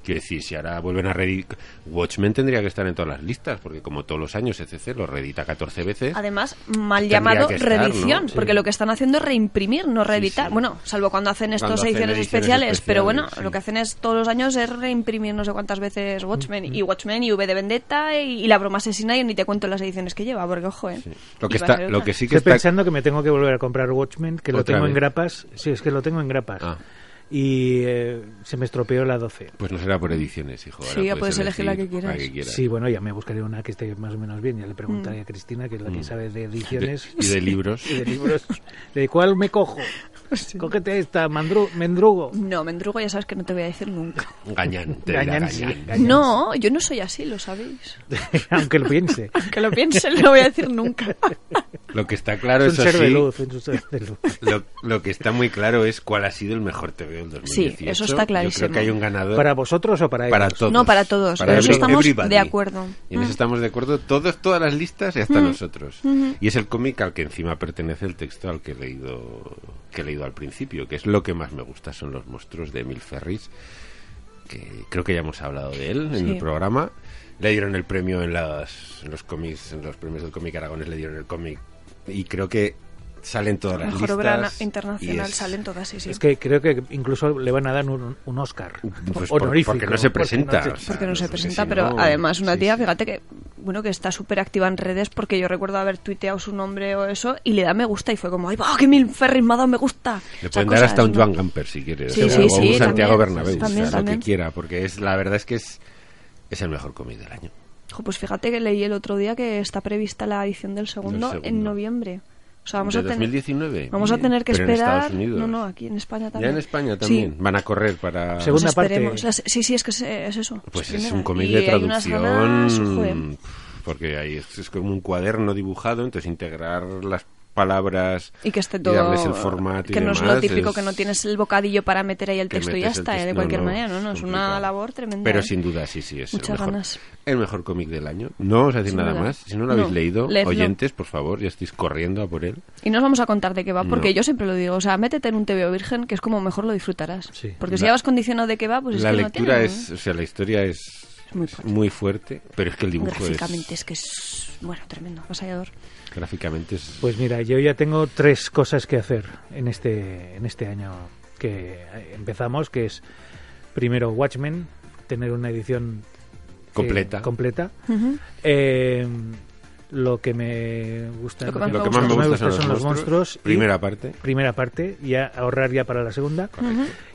C: Quiero decir, si ahora vuelven a reeditar... Watchmen tendría que estar en todas las listas, porque como todos los años ECC lo reedita 14 veces.
B: Además, mal
C: ¿Eh? Tendría
B: llamado
C: que estar,
B: reedición,
C: ¿no? Sí.
B: porque lo que están haciendo es reimprimir, no reeditar.
C: sí.
B: Bueno, salvo cuando hacen estas
C: Cuando hacen
B: ediciones,
C: ediciones
B: especiales, pero bueno,
C: especiales, sí.
B: lo que hacen es todos los años es reimprimir no sé cuántas veces Watchmen,
C: Mm,
B: y Watchmen, y V de Vendetta, y, y La Broma Asesina, y ni te cuento las ediciones que lleva, porque ojo, ¿eh?
C: Lo que,
B: Iba a
C: está,
B: ser
C: lo
B: otra.
C: que sí que
A: Estoy
C: está...
A: pensando que me tengo que volver a comprar Watchmen, que lo
C: Otra
A: tengo en
C: vez.
A: grapas. Sí, es que lo tengo en grapas.
C: Ah.
A: Y eh, se me estropeó la 12.
C: Pues no será por ediciones, hijo. ahora
B: Sí, ya puedes elegir la que quieras.
A: Sí, bueno, ya me buscaré una que esté más o menos bien. Ya le
B: Mm.
A: preguntaré a Cristina, que es la que sabe de ediciones
C: y Mm. de libros.
A: y de libros. ¿De cuál me cojo? Cógete esta, mandru- mendrugo.
B: No, Mendrugo ya sabes que no te voy a decir nunca.
C: Gañán, te dirá
A: Gañán, sí,
C: Gañán.
A: Gañán,
B: No, yo no soy así, lo sabéis.
A: Aunque lo piense.
B: Que lo piensen, no lo voy a decir nunca.
C: Lo que está claro
A: es un
C: eso
A: ser de
C: sí,
A: luz. es un ser de luz.
C: Lo, lo que está muy claro es cuál ha sido el mejor TV del 2018.
B: Sí, eso está
C: Yo creo
B: clarísimo.
C: que hay un ganador
A: ¿Para vosotros o para ellos?
C: para todos.
B: No, para todos. En eso
C: every-
B: estamos
C: everybody.
B: de acuerdo.
C: Y en eso
B: Mm.
C: estamos de acuerdo todos, todas las listas y hasta nosotros. Y es el cómic al que encima pertenece el texto al que he leído que he leído al principio, que es lo que más me gusta son los monstruos de Emil Ferris, que creo que ya hemos hablado de él en
B: Sí.
C: el programa. Le dieron el premio en, las, en los cómics, en los premios del cómic Aragones le dieron el cómic y creo que salen todas las
B: Mejor
C: listas.
B: obra na-
C: y
B: internacional,
C: es-
B: salen todas, sí, sí.
A: Es que creo que incluso le van a dar un, un Oscar.
C: pues por-
A: honorífico.
C: porque no se presenta.
A: se-
C: o sea,
B: Porque no se
C: porque
B: presenta,
C: si
B: pero
C: no-
B: además una
C: sí,
B: tía,
C: sí.
B: fíjate que bueno que está súper activa en redes porque yo recuerdo haber tuiteado su nombre o eso y le da me gusta y fue como, ¡ay, va, que mil Ferris me ha dado me gusta!
C: Le
B: O sea,
C: pueden dar hasta
B: cosas,
C: un
B: ¿no?
C: Joan Gamper si quieres,
B: Sí,
C: o sea,
B: sí,
C: o
B: sí,
C: un
B: también,
C: Santiago Bernabéu,
B: también,
C: o sea, lo
B: también.
C: que quiera, porque es la verdad es que es, es el mejor cómic del año.
B: Jo, pues fíjate que leí el otro día que está prevista la edición del segundo,
C: segundo.
B: en noviembre. O sea, vamos
C: ¿De
B: a tener...
C: 2019?
B: Vamos a
C: Bien.
B: tener que
C: Pero en
B: esperar...
C: Estados Unidos.
B: No, no, aquí en España
C: Ya
B: también.
C: en España
B: Sí.
C: también van a correr para
A: Según- Segunda
B: Pues esperemos.
A: parte.
B: O sea, sí, sí, es que es, es eso.
C: pues
B: primera.
C: es un cómic
B: Y
C: de
B: hay unas
C: traducción
B: ganas, joder.
C: eh. porque ahí es, es como un cuaderno dibujado, entonces integrar las palabras
B: Y que esté
C: y
B: todo.
C: darles el formato y
B: que no es lo
C: demás,
B: típico
C: es-
B: que no tienes el bocadillo para meter ahí el
C: que
B: texto y ya
C: metes el
B: está, ¿eh?
C: texto.
B: de
C: No,
B: cualquier
C: no,
B: manera, ¿no? no es una
C: complicado.
B: labor tremenda.
C: Pero
B: ¿eh?
C: sin duda, sí, sí, es
B: Muchas
C: el mejor,
B: ganas.
C: el mejor cómic del año. No vamos a decir
B: Sin
C: nada
B: duda.
C: más. Si no lo habéis
B: No,
C: leído,
B: leedlo.
C: oyentes, por favor, ya estáis corriendo a por él.
B: Y no os vamos a contar de qué va, porque
C: No.
B: yo siempre lo digo, o sea, métete en un TVO virgen, que es como mejor lo disfrutarás.
A: Sí.
B: Porque si
C: La-
B: ya vas condicionado de qué va, pues
C: la
B: es que
C: lectura
B: no tiene,
C: es, o sea, la historia es
B: Es muy
C: es
B: fuerte.
C: muy fuerte, pero es que el
B: ¿no?
C: dibujo
B: Gráficamente
C: es
B: es que es, bueno, tremendo, avasallador.
C: gráficamente es
A: Pues mira, yo ya tengo tres cosas que hacer en este, en este año que empezamos, que es primero Watchmen, tener una edición eh,
C: completa.
A: completa.
B: Ujú.
A: Eh, lo que me gusta,
B: Lo que más
C: Lo que más me gusta son los monstruos.
A: y
C: Primera parte.
A: primera parte y a- ahorrar ya para la segunda.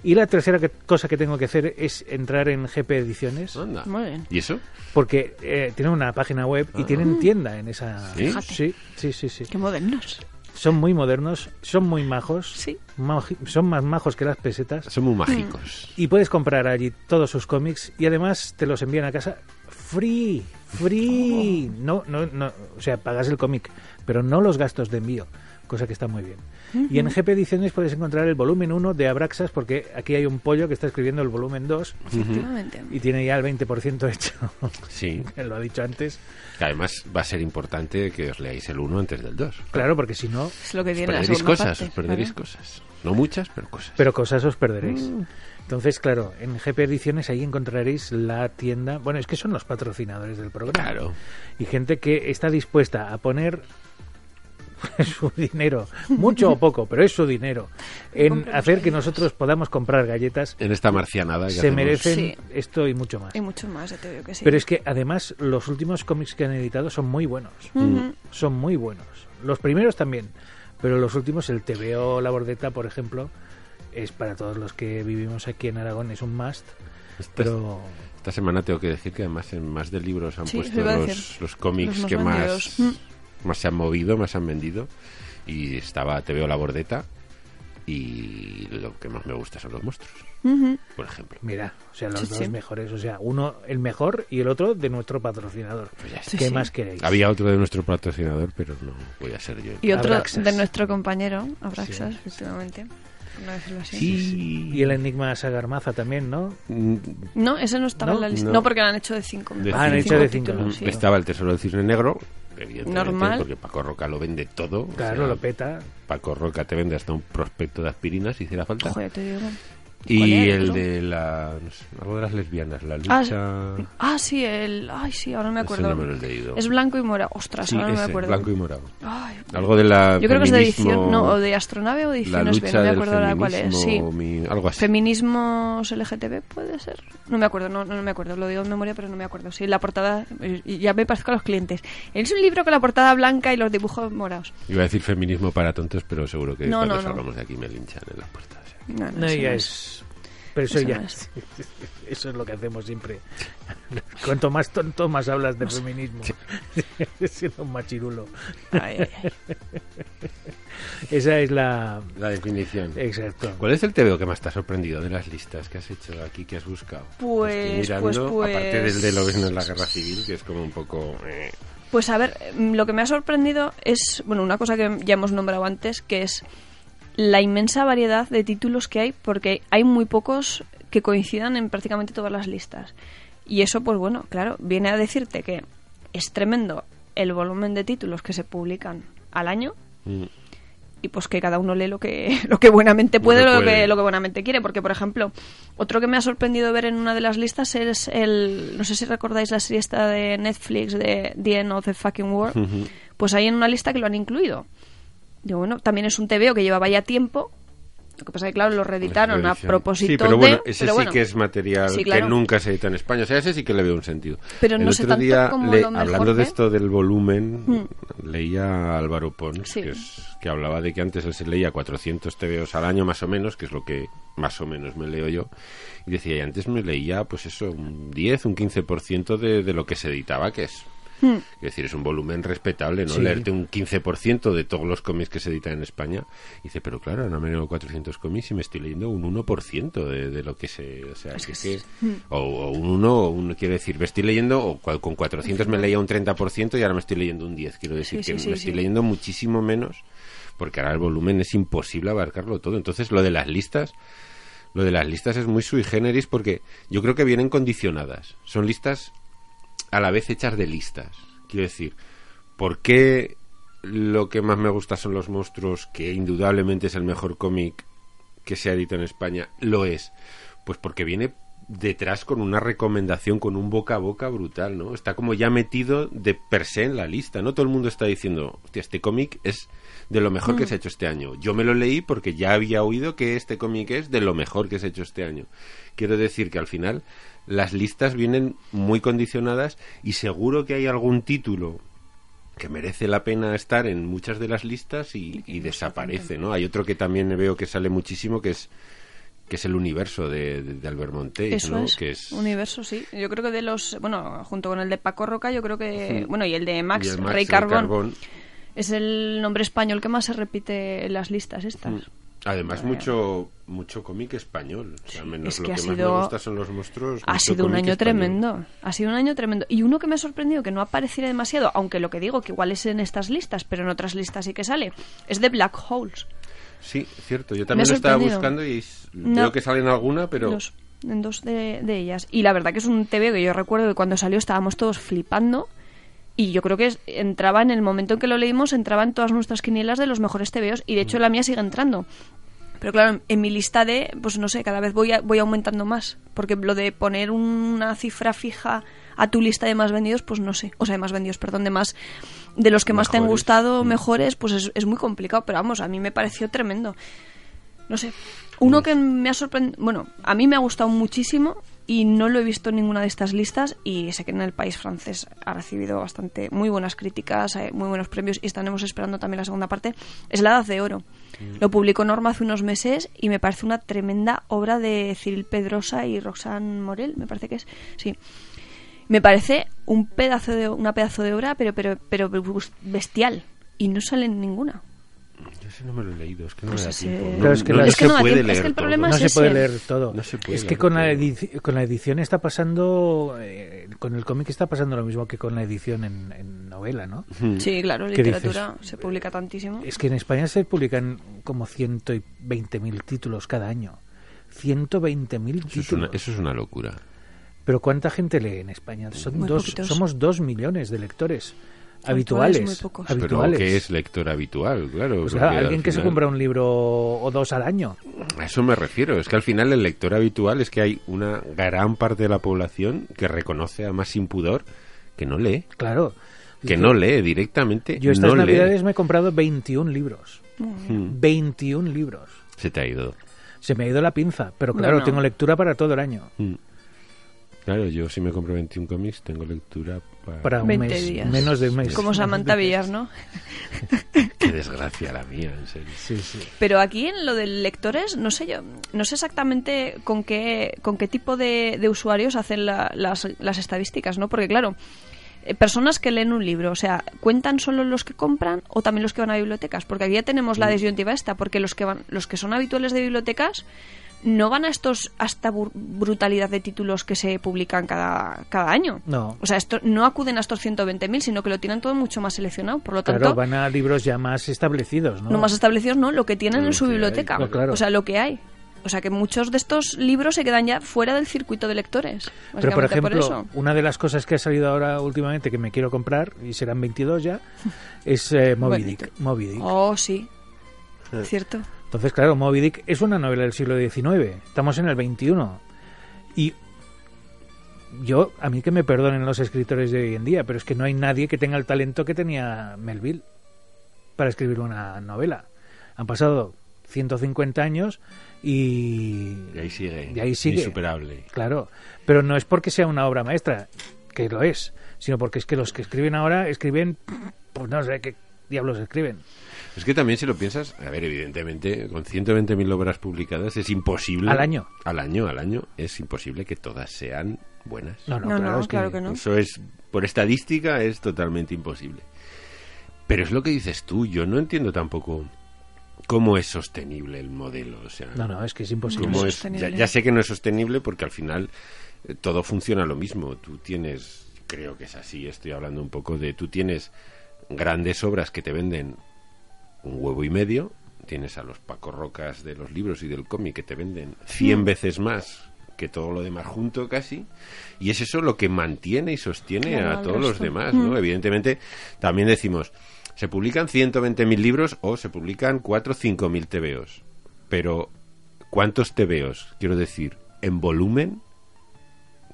A: Y la tercera que- cosa que tengo que hacer es entrar en GP Ediciones.
C: Anda.
B: Muy bien.
C: ¿Y eso?
A: Porque eh, tienen una página web y tienen tienda en esa.
C: Ah. Mm. ¿Sí?
A: sí, sí, sí, sí.
B: Qué modernos.
A: Son muy modernos, son muy majos,
B: Sí.
A: maji- son más majos que las pesetas.
B: Mm.
C: Son muy mágicos.
A: Y puedes comprar allí todos sus cómics y además te los envían a casa free, free. No, no, no, o sea, pagas el cómic, pero no los gastos de envío. cosa que está muy bien. Y en GP Ediciones puedes encontrar el volumen 1 de Abraxas, porque aquí hay un pollo que está escribiendo el volumen 2
B: Efectivamente.
A: y tiene ya el 20% hecho.
C: Sí.
A: Lo ha dicho antes.
C: Que además va a ser importante que os leáis el 1 antes del 2.
A: Claro, porque si no,
B: Es lo que
C: Os
B: tiene la
C: perderéis
B: segunda
C: cosas,
B: parte,
C: os perderéis
B: claro.
C: cosas. No muchas, pero cosas.
A: pero cosas os perderéis. Entonces, claro, en GP Ediciones ahí encontraréis la tienda. Bueno, es que son los patrocinadores del programa.
C: Claro.
A: Y gente que está dispuesta a poner su dinero, mucho o poco, pero es su dinero, en
B: Compremos
A: hacer que nosotros podamos comprar galletas.
C: En esta marcianada que
A: Se
C: hacemos-
A: merecen
B: Sí.
A: esto y mucho más.
B: Y mucho más, ya te veo que sí.
A: Pero es que además los últimos cómics que han editado son muy buenos. Son muy buenos. Los primeros también. Pero los últimos, el TVO La Bordeta, por ejemplo, es para todos los que vivimos aquí en Aragón, es un must.
C: Esta-
A: Pero
C: Esta semana tengo que decir que además en más de libros han
B: Sí,
C: puesto
B: eso iba a
C: los,
B: decir.
C: los cómics
B: Los más
C: que más,
B: vendidos. Mm.
C: más se han movido, más se han vendido. Y estaba Te veo la bordeta y lo que más me gusta son los monstruos,
B: Ujú.
C: por ejemplo.
A: mira, o sea, los
B: Sí,
A: dos
B: sí.
A: mejores. O sea, uno el mejor y el otro de nuestro patrocinador.
C: Pues ya está.
B: Sí,
A: ¿Qué
B: sí.
A: más queréis?
C: Había otro de nuestro patrocinador, pero no voy a ser yo.
B: Y otro
A: Abraxas.
B: de nuestro compañero, Abraxas, efectivamente. Por no decirlo así.
A: Y el Enigma Sagarmaza también, ¿no?
C: Mm,
B: No, ese no estaba
A: No,
B: en la lista.
C: no.
B: No, porque lo han hecho de cinco.
C: De
A: Ah, han hecho de cinco,
B: títulos,
A: sí.
C: Estaba el Tesoro del Cisne Negro, evidentemente,
B: Normal.
C: porque Paco Roca lo vende todo. o
A: Claro,
C: sea,
A: lo peta.
C: Paco Roca te vende hasta un prospecto de aspirinas si hiciera falta.
B: Ojo, ya te digo. ¿Cuál
C: Y
B: era
C: el
B: otro?
C: de la, no sé, algo de las lesbianas, la
B: Ah,
C: lucha.
B: Ah, sí, el. Ay, sí, ahora no me
C: Ese
B: acuerdo.
C: no me lo he leído.
B: Es blanco y morado. Ostras,
C: Sí,
B: ahora no me
C: ese,
B: acuerdo.
C: blanco y morado.
B: Ay,
C: Algo de la.
B: yo creo que es de
C: feminismo-
B: edición. No, o de astronave o de
C: La
B: ediciones B.
C: lucha
B: No me
C: del
B: acuerdo ahora cuál es. Sí.
C: feminismo, mi- algo así.
B: Feminismos LGTB puede ser. No me acuerdo, no, no, no me acuerdo. Lo digo en memoria, pero no me acuerdo. Sí, la portada. y Ya me parezco a los clientes. Es un libro con la portada blanca y los dibujos morados.
C: Iba a decir feminismo para tontos, pero seguro que
B: No,
C: cuando
B: no, no.
C: salgamos de aquí me linchan en las puertas. o sea.
B: No, no,
A: No,
B: eso
A: ya
B: no es.
A: es. Pero eso,
B: eso
A: ya.
B: no
A: es- Eso es lo que hacemos siempre. Cuanto más tonto, más hablas de feminismo. Es un machirulo.
B: Ay, ay, ay.
A: Esa es la.
C: La definición.
A: Exacto.
C: Eh, ¿Cuál es el TVO que más te ha sorprendido de las listas que has hecho aquí, que has buscado?
B: Pues,
C: Estoy mirando,
B: pues, pues.
C: Aparte del de lo que no es la guerra civil, que es como un poco. eh,
B: Pues a ver, em, lo que me ha sorprendido es, bueno, una cosa que ya hemos nombrado antes, que es la inmensa variedad de títulos que hay, porque hay muy pocos que coincidan en prácticamente todas las listas. Y eso, pues bueno, claro, viene a decirte que es tremendo el volumen de títulos que se publican al año
C: mm,
B: y pues que cada uno lee lo que lo que buenamente puede,
C: Lo
B: lo
C: que
B: que,
C: puede.
B: lo que buenamente quiere, porque por ejemplo, otro que me ha sorprendido ver en una de las listas es el no sé si recordáis la serie esta de Netflix de The End of the Fucking World,
C: Ujú.
B: pues hay en una lista que lo han incluido. Digo, bueno, también es un TVO que llevaba ya tiempo. Lo que pasa es que claro, lo reeditaron a
C: edición.
B: propósito
C: Sí, pero bueno,
B: de
C: ese
B: pero
C: sí
B: bueno,
C: que es material
B: Sí, claro.
C: que nunca se edita en España. O sea, ese sí que le veo un sentido.
B: Pero
C: El
B: no sé
C: otro
B: tanto
C: día,
B: como
C: le-
B: lo mejor
C: hablando de
B: de-
C: esto del volumen, leía a Álvaro Pons,
B: Sí.
C: que, es- que hablaba de que antes él se leía 400 TVOs al año, más o menos, que es lo que más o menos me leo yo. Y decía, y antes me leía, pues eso, un 10, un 15% de, de lo que se editaba, que es. Es decir, es un volumen respetable, ¿no?
A: Sí.
C: Leerte un 15% de todos los cómics que se editan en España. Y dice, pero claro, no me leo 400 cómics y me estoy leyendo un 1% de, de lo que se... O sea, que es que- o, o un 1, o un... Quiero decir, me estoy leyendo... O cua- con 400 me leía un 30% y ahora me estoy leyendo un 10. Quiero decir
B: Sí,
C: que
B: sí, sí,
C: me estoy
B: sí.
C: leyendo muchísimo menos porque ahora el volumen es imposible abarcarlo todo. Entonces, lo de las listas... Lo de las listas es muy sui generis porque yo creo que vienen condicionadas. Son listas a la vez hechas de listas. Quiero decir, ¿por qué lo que más me gusta son los monstruos, que indudablemente es el mejor cómic que se ha editado en España? Lo es. Pues porque viene detrás con una recomendación, con un boca a boca brutal, ¿no? Está como ya metido de per se en la lista, ¿no? Todo el mundo está diciendo, hostia, este cómic es de lo mejor que se ha hecho este año. Yo me lo leí porque ya había oído que este cómic es de lo mejor que se ha hecho este año. Quiero decir que al final las listas vienen muy condicionadas y seguro que hay algún título que merece la pena estar en muchas de las listas y, y desaparece, ¿no? Hay otro que también veo que sale muchísimo que es que es el universo de, de, de Albert Montes,
B: Eso
C: ¿no?
B: es.
C: Que es
B: Universo, sí. Yo creo que de los. Bueno, junto con el de Paco Roca, yo creo que. Bueno, y el de Max,
C: y el
B: Rey
C: de
B: Carbón. Es el nombre español que más se repite en las listas estas.
C: Además, mucho, mucho cómic español. O sea,
B: Sí,
C: menos
B: es
C: lo
B: que
C: que,
B: ha
C: más
B: sido-
C: me gusta son los monstruos.
B: Ha
C: Pues mucho
B: sido un
C: cómic
B: año
C: español.
B: tremendo, ha sido un año tremendo. Y uno que me ha sorprendido, que no apareciera demasiado, aunque lo que digo, que igual es en estas listas, pero en otras listas sí que sale, es de Black Holes.
C: Sí, cierto. Yo
B: Me ha
C: también lo estaba
B: sorprendido.
C: buscando y s-
B: No.
C: veo que salen alguna, pero
B: Dos, en dos de, de ellas. Y la verdad que es un TV que yo recuerdo que cuando salió estábamos todos flipando. Y yo creo que es- entraba en el momento en que lo leímos, entraban todas nuestras quinielas de los mejores TVOs. Y de
C: Mm.
B: hecho la mía sigue entrando. Pero claro, en mi lista de, pues no sé, cada vez voy, a- voy aumentando más. Porque lo de poner una cifra fija a tu lista de más vendidos, pues no sé. O sea, de más vendidos, perdón, de más. De los que más te han
C: Mejores.
B: gustado,
C: Mm.
B: mejores, pues es, es muy complicado. Pero vamos, a mí me pareció tremendo. No sé. Uno que me ha sorprendido. Bueno, a mí me ha gustado muchísimo y no lo he visto en ninguna de estas listas. Y sé que en el país francés ha recibido bastante muy buenas críticas, eh, muy buenos premios y estaremos esperando también la segunda parte. Es La Edad de Oro. Lo publicó Norma hace unos meses y me parece una tremenda obra de Ciril Pedrosa y Roxanne Morel, me parece que es. Sí. Me parece un pedazo de, una pedazo de obra, pero, pero, pero bestial. Y no sale en ninguna.
C: yo ese no me lo he leído, es que no
B: Pues
C: me da
B: ese-
C: tiempo.
B: Claro,
C: No,
A: es que
C: no
A: la-
C: se
A: es que
B: no da
C: puede
B: tiempo, es que
C: leer
B: el
C: todo.
B: problema
A: No
B: es
A: se
B: ese.
A: puede leer todo.
C: No se puede
A: es que
C: leer
A: con la,
C: todo.
A: edici- con la edición está pasando, eh, con el cómic está pasando lo mismo que con la edición en, en novela, ¿no?
B: Sí, claro,
A: ¿Qué
B: literatura se publica tantísimo.
A: Es que en España se publican como 120.000 títulos cada año.
C: Eso
A: 120.000
C: es, una,
A: títulos.
C: eso es una locura.
A: Pero ¿cuánta gente lee en España? Son
B: Muy
A: dos,
B: poquitos.
A: somos dos millones de lectores
B: Habituales,
A: habituales.
B: muy pocos. Pero
A: habituales.
C: Pero que es lector habitual, claro.
A: O sea,
C: porque al
A: alguien que se
C: final-
A: compra un libro o dos al año.
C: A eso me refiero. Es que al final el lector habitual es que hay una gran parte de la población que reconoce a más impudor que no lee.
A: Claro.
C: Que no lee directamente.
A: Yo estas
C: no lee.
A: navidades me he comprado 21 libros.
C: Mm.
A: 21 libros.
C: Se te ha ido.
A: Se me ha ido la pinza, pero claro,
B: Bueno.
A: tengo lectura para todo el año.
C: Mm. Claro, yo si me compro 21 cómics tengo lectura para...
A: Para un
B: 20
A: mes,
B: días.
A: menos de un mes.
B: Como Samantha Villar, ¿no?
C: Qué desgracia la mía, en serio.
A: Sí, sí.
B: Pero aquí en lo de lectores, no sé yo, no sé exactamente con qué, con qué tipo de, de usuarios hacen la- las, las estadísticas, ¿no? Porque claro, eh, personas que leen un libro, o sea, ¿cuentan solo los que compran o también los que van a bibliotecas? Porque aquí ya tenemos
A: Mm.
B: la disyuntiva esta, porque los que, van, los que son habituales de bibliotecas no van a estos hasta bur- brutalidad de títulos que se publican cada, cada año.
A: No.
B: O sea, esto, no acuden a estos 120.000, sino que lo tienen todo mucho más seleccionado. Por lo
A: Claro,
B: tanto,
A: van a libros ya más establecidos, ¿no?
B: no más establecidos, ¿no? Lo que tienen
C: Lo
B: en su
C: que
B: biblioteca.
C: hay,
A: claro. Claro.
B: O sea, lo que hay. O sea, que muchos de estos libros se quedan ya fuera del circuito de lectores.
A: Pero por ejemplo,
B: básicamente eso.
A: una de las cosas que ha salido ahora últimamente que me quiero comprar, y serán 22 ya, es eh, Moby
B: Bonito.
A: Dick. Moby Dick.
B: Oh, sí.
C: eh,
B: Cierto.
A: Entonces, claro, Moby Dick es una novela del siglo XIX. Estamos en el XXI. Y yo, a mí que me perdonen los escritores de hoy en día, pero es que no hay nadie que tenga el talento que tenía Melville para escribir una novela. Han pasado 150 años y...
C: Y ahí sigue.
A: Y ahí sigue.
C: Insuperable.
A: Claro, pero no es porque sea una obra maestra, que lo es, sino porque es que los que escriben ahora escriben, pues no sé qué diablos escriben.
C: Es que también si lo piensas, a ver, evidentemente, con 120.000 obras publicadas es imposible...
A: Al año.
C: Al año, al año, es imposible que todas sean buenas.
A: No, no,
B: No,
A: claro,
B: no,
A: es que-
B: claro que no.
C: Eso es, por estadística, es totalmente imposible. Pero es lo que dices tú, yo no entiendo tampoco cómo es sostenible el modelo. O sea,
A: No, no, es que es imposible.
C: cómo
B: No es
C: es- ya,
B: sostenible.
C: ya sé que no es sostenible porque al final eh, todo funciona lo mismo. Tú tienes, creo que es así, estoy hablando un poco de, tú tienes grandes obras que te venden un huevo y medio, tienes a los Paco Rocas de los libros y del cómic que te venden
A: Mm.
C: 100 veces más que todo lo demás junto casi, y es eso lo que mantiene y sostiene
B: Claro,
C: a
B: al
C: todos los
B: resto.
C: demás,
A: Mm.
C: ¿no? Evidentemente, también decimos, se publican 120.000 libros o se publican 4 o 5.000 TVOs, pero ¿cuántos TVOs? Quiero decir, en volumen,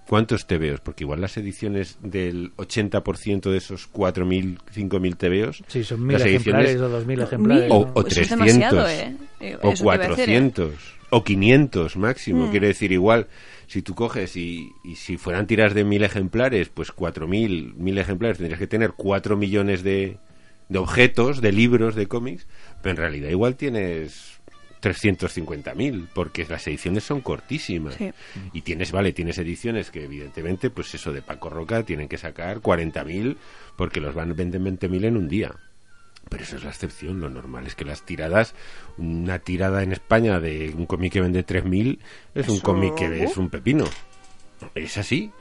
C: ¿Cuántos TVOs? Porque igual las ediciones del 80% de esos 4.000, 5.000 TVOs...
A: Sí, son mil
C: las
A: ejemplares
C: ediciones-
A: o dos mil ejemplares.
C: O,
A: ¿no?
C: o
B: Eso es
C: 300.
B: demasiado, ¿eh? Eh, Hmm.
C: O
B: eso te iba a decir, ¿eh?
C: 400. O 500 máximo. Quiere decir, igual, si tú coges y, y si fueran tiras de 1.000 ejemplares, pues 4.000, 1.000 ejemplares, tendrías que tener 4 millones de, de objetos, de libros, de cómics. Pero en realidad igual tienes... 350.000, porque las ediciones son cortísimas.
B: Sí.
C: Y tienes, vale, tienes ediciones que evidentemente, pues eso de Paco Roca tienen que sacar 40.000 porque los van venden 20.000 en un día. Pero eso es la excepción, lo normal es que las tiradas, una tirada en España de un cómic que vende 3.000 es un
B: Eso-
C: cómic que es un pepino. Es así,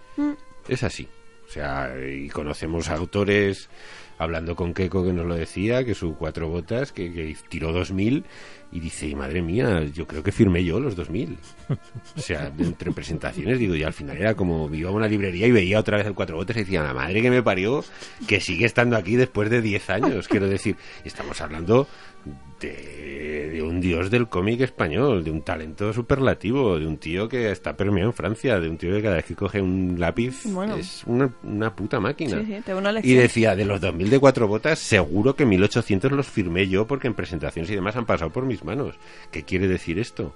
C: es así. O sea, y conocemos autores, hablando con Keiko que nos lo decía, que su cuatro botas, que, que tiró 2.000 y dice, madre mía, yo creo que firmé yo los 2.000. O sea, entre presentaciones, digo, y al final era como iba a una librería y veía otra vez el cuatro botes y decía, la madre que me parió, que sigue estando aquí después de 10 años. Quiero decir, estamos hablando de, de un dios del cómic español, de un talento superlativo, de un tío que está permeado en Francia, de un tío que cada vez que coge un lápiz
B: Bueno.
C: es una, una puta máquina.
B: Sí, sí, te da una
C: y
B: lección.
C: decía, de los 2000 de cuatro botas, seguro que 1800 los firmé yo porque en presentaciones y demás han pasado por mis manos. ¿Qué quiere decir esto?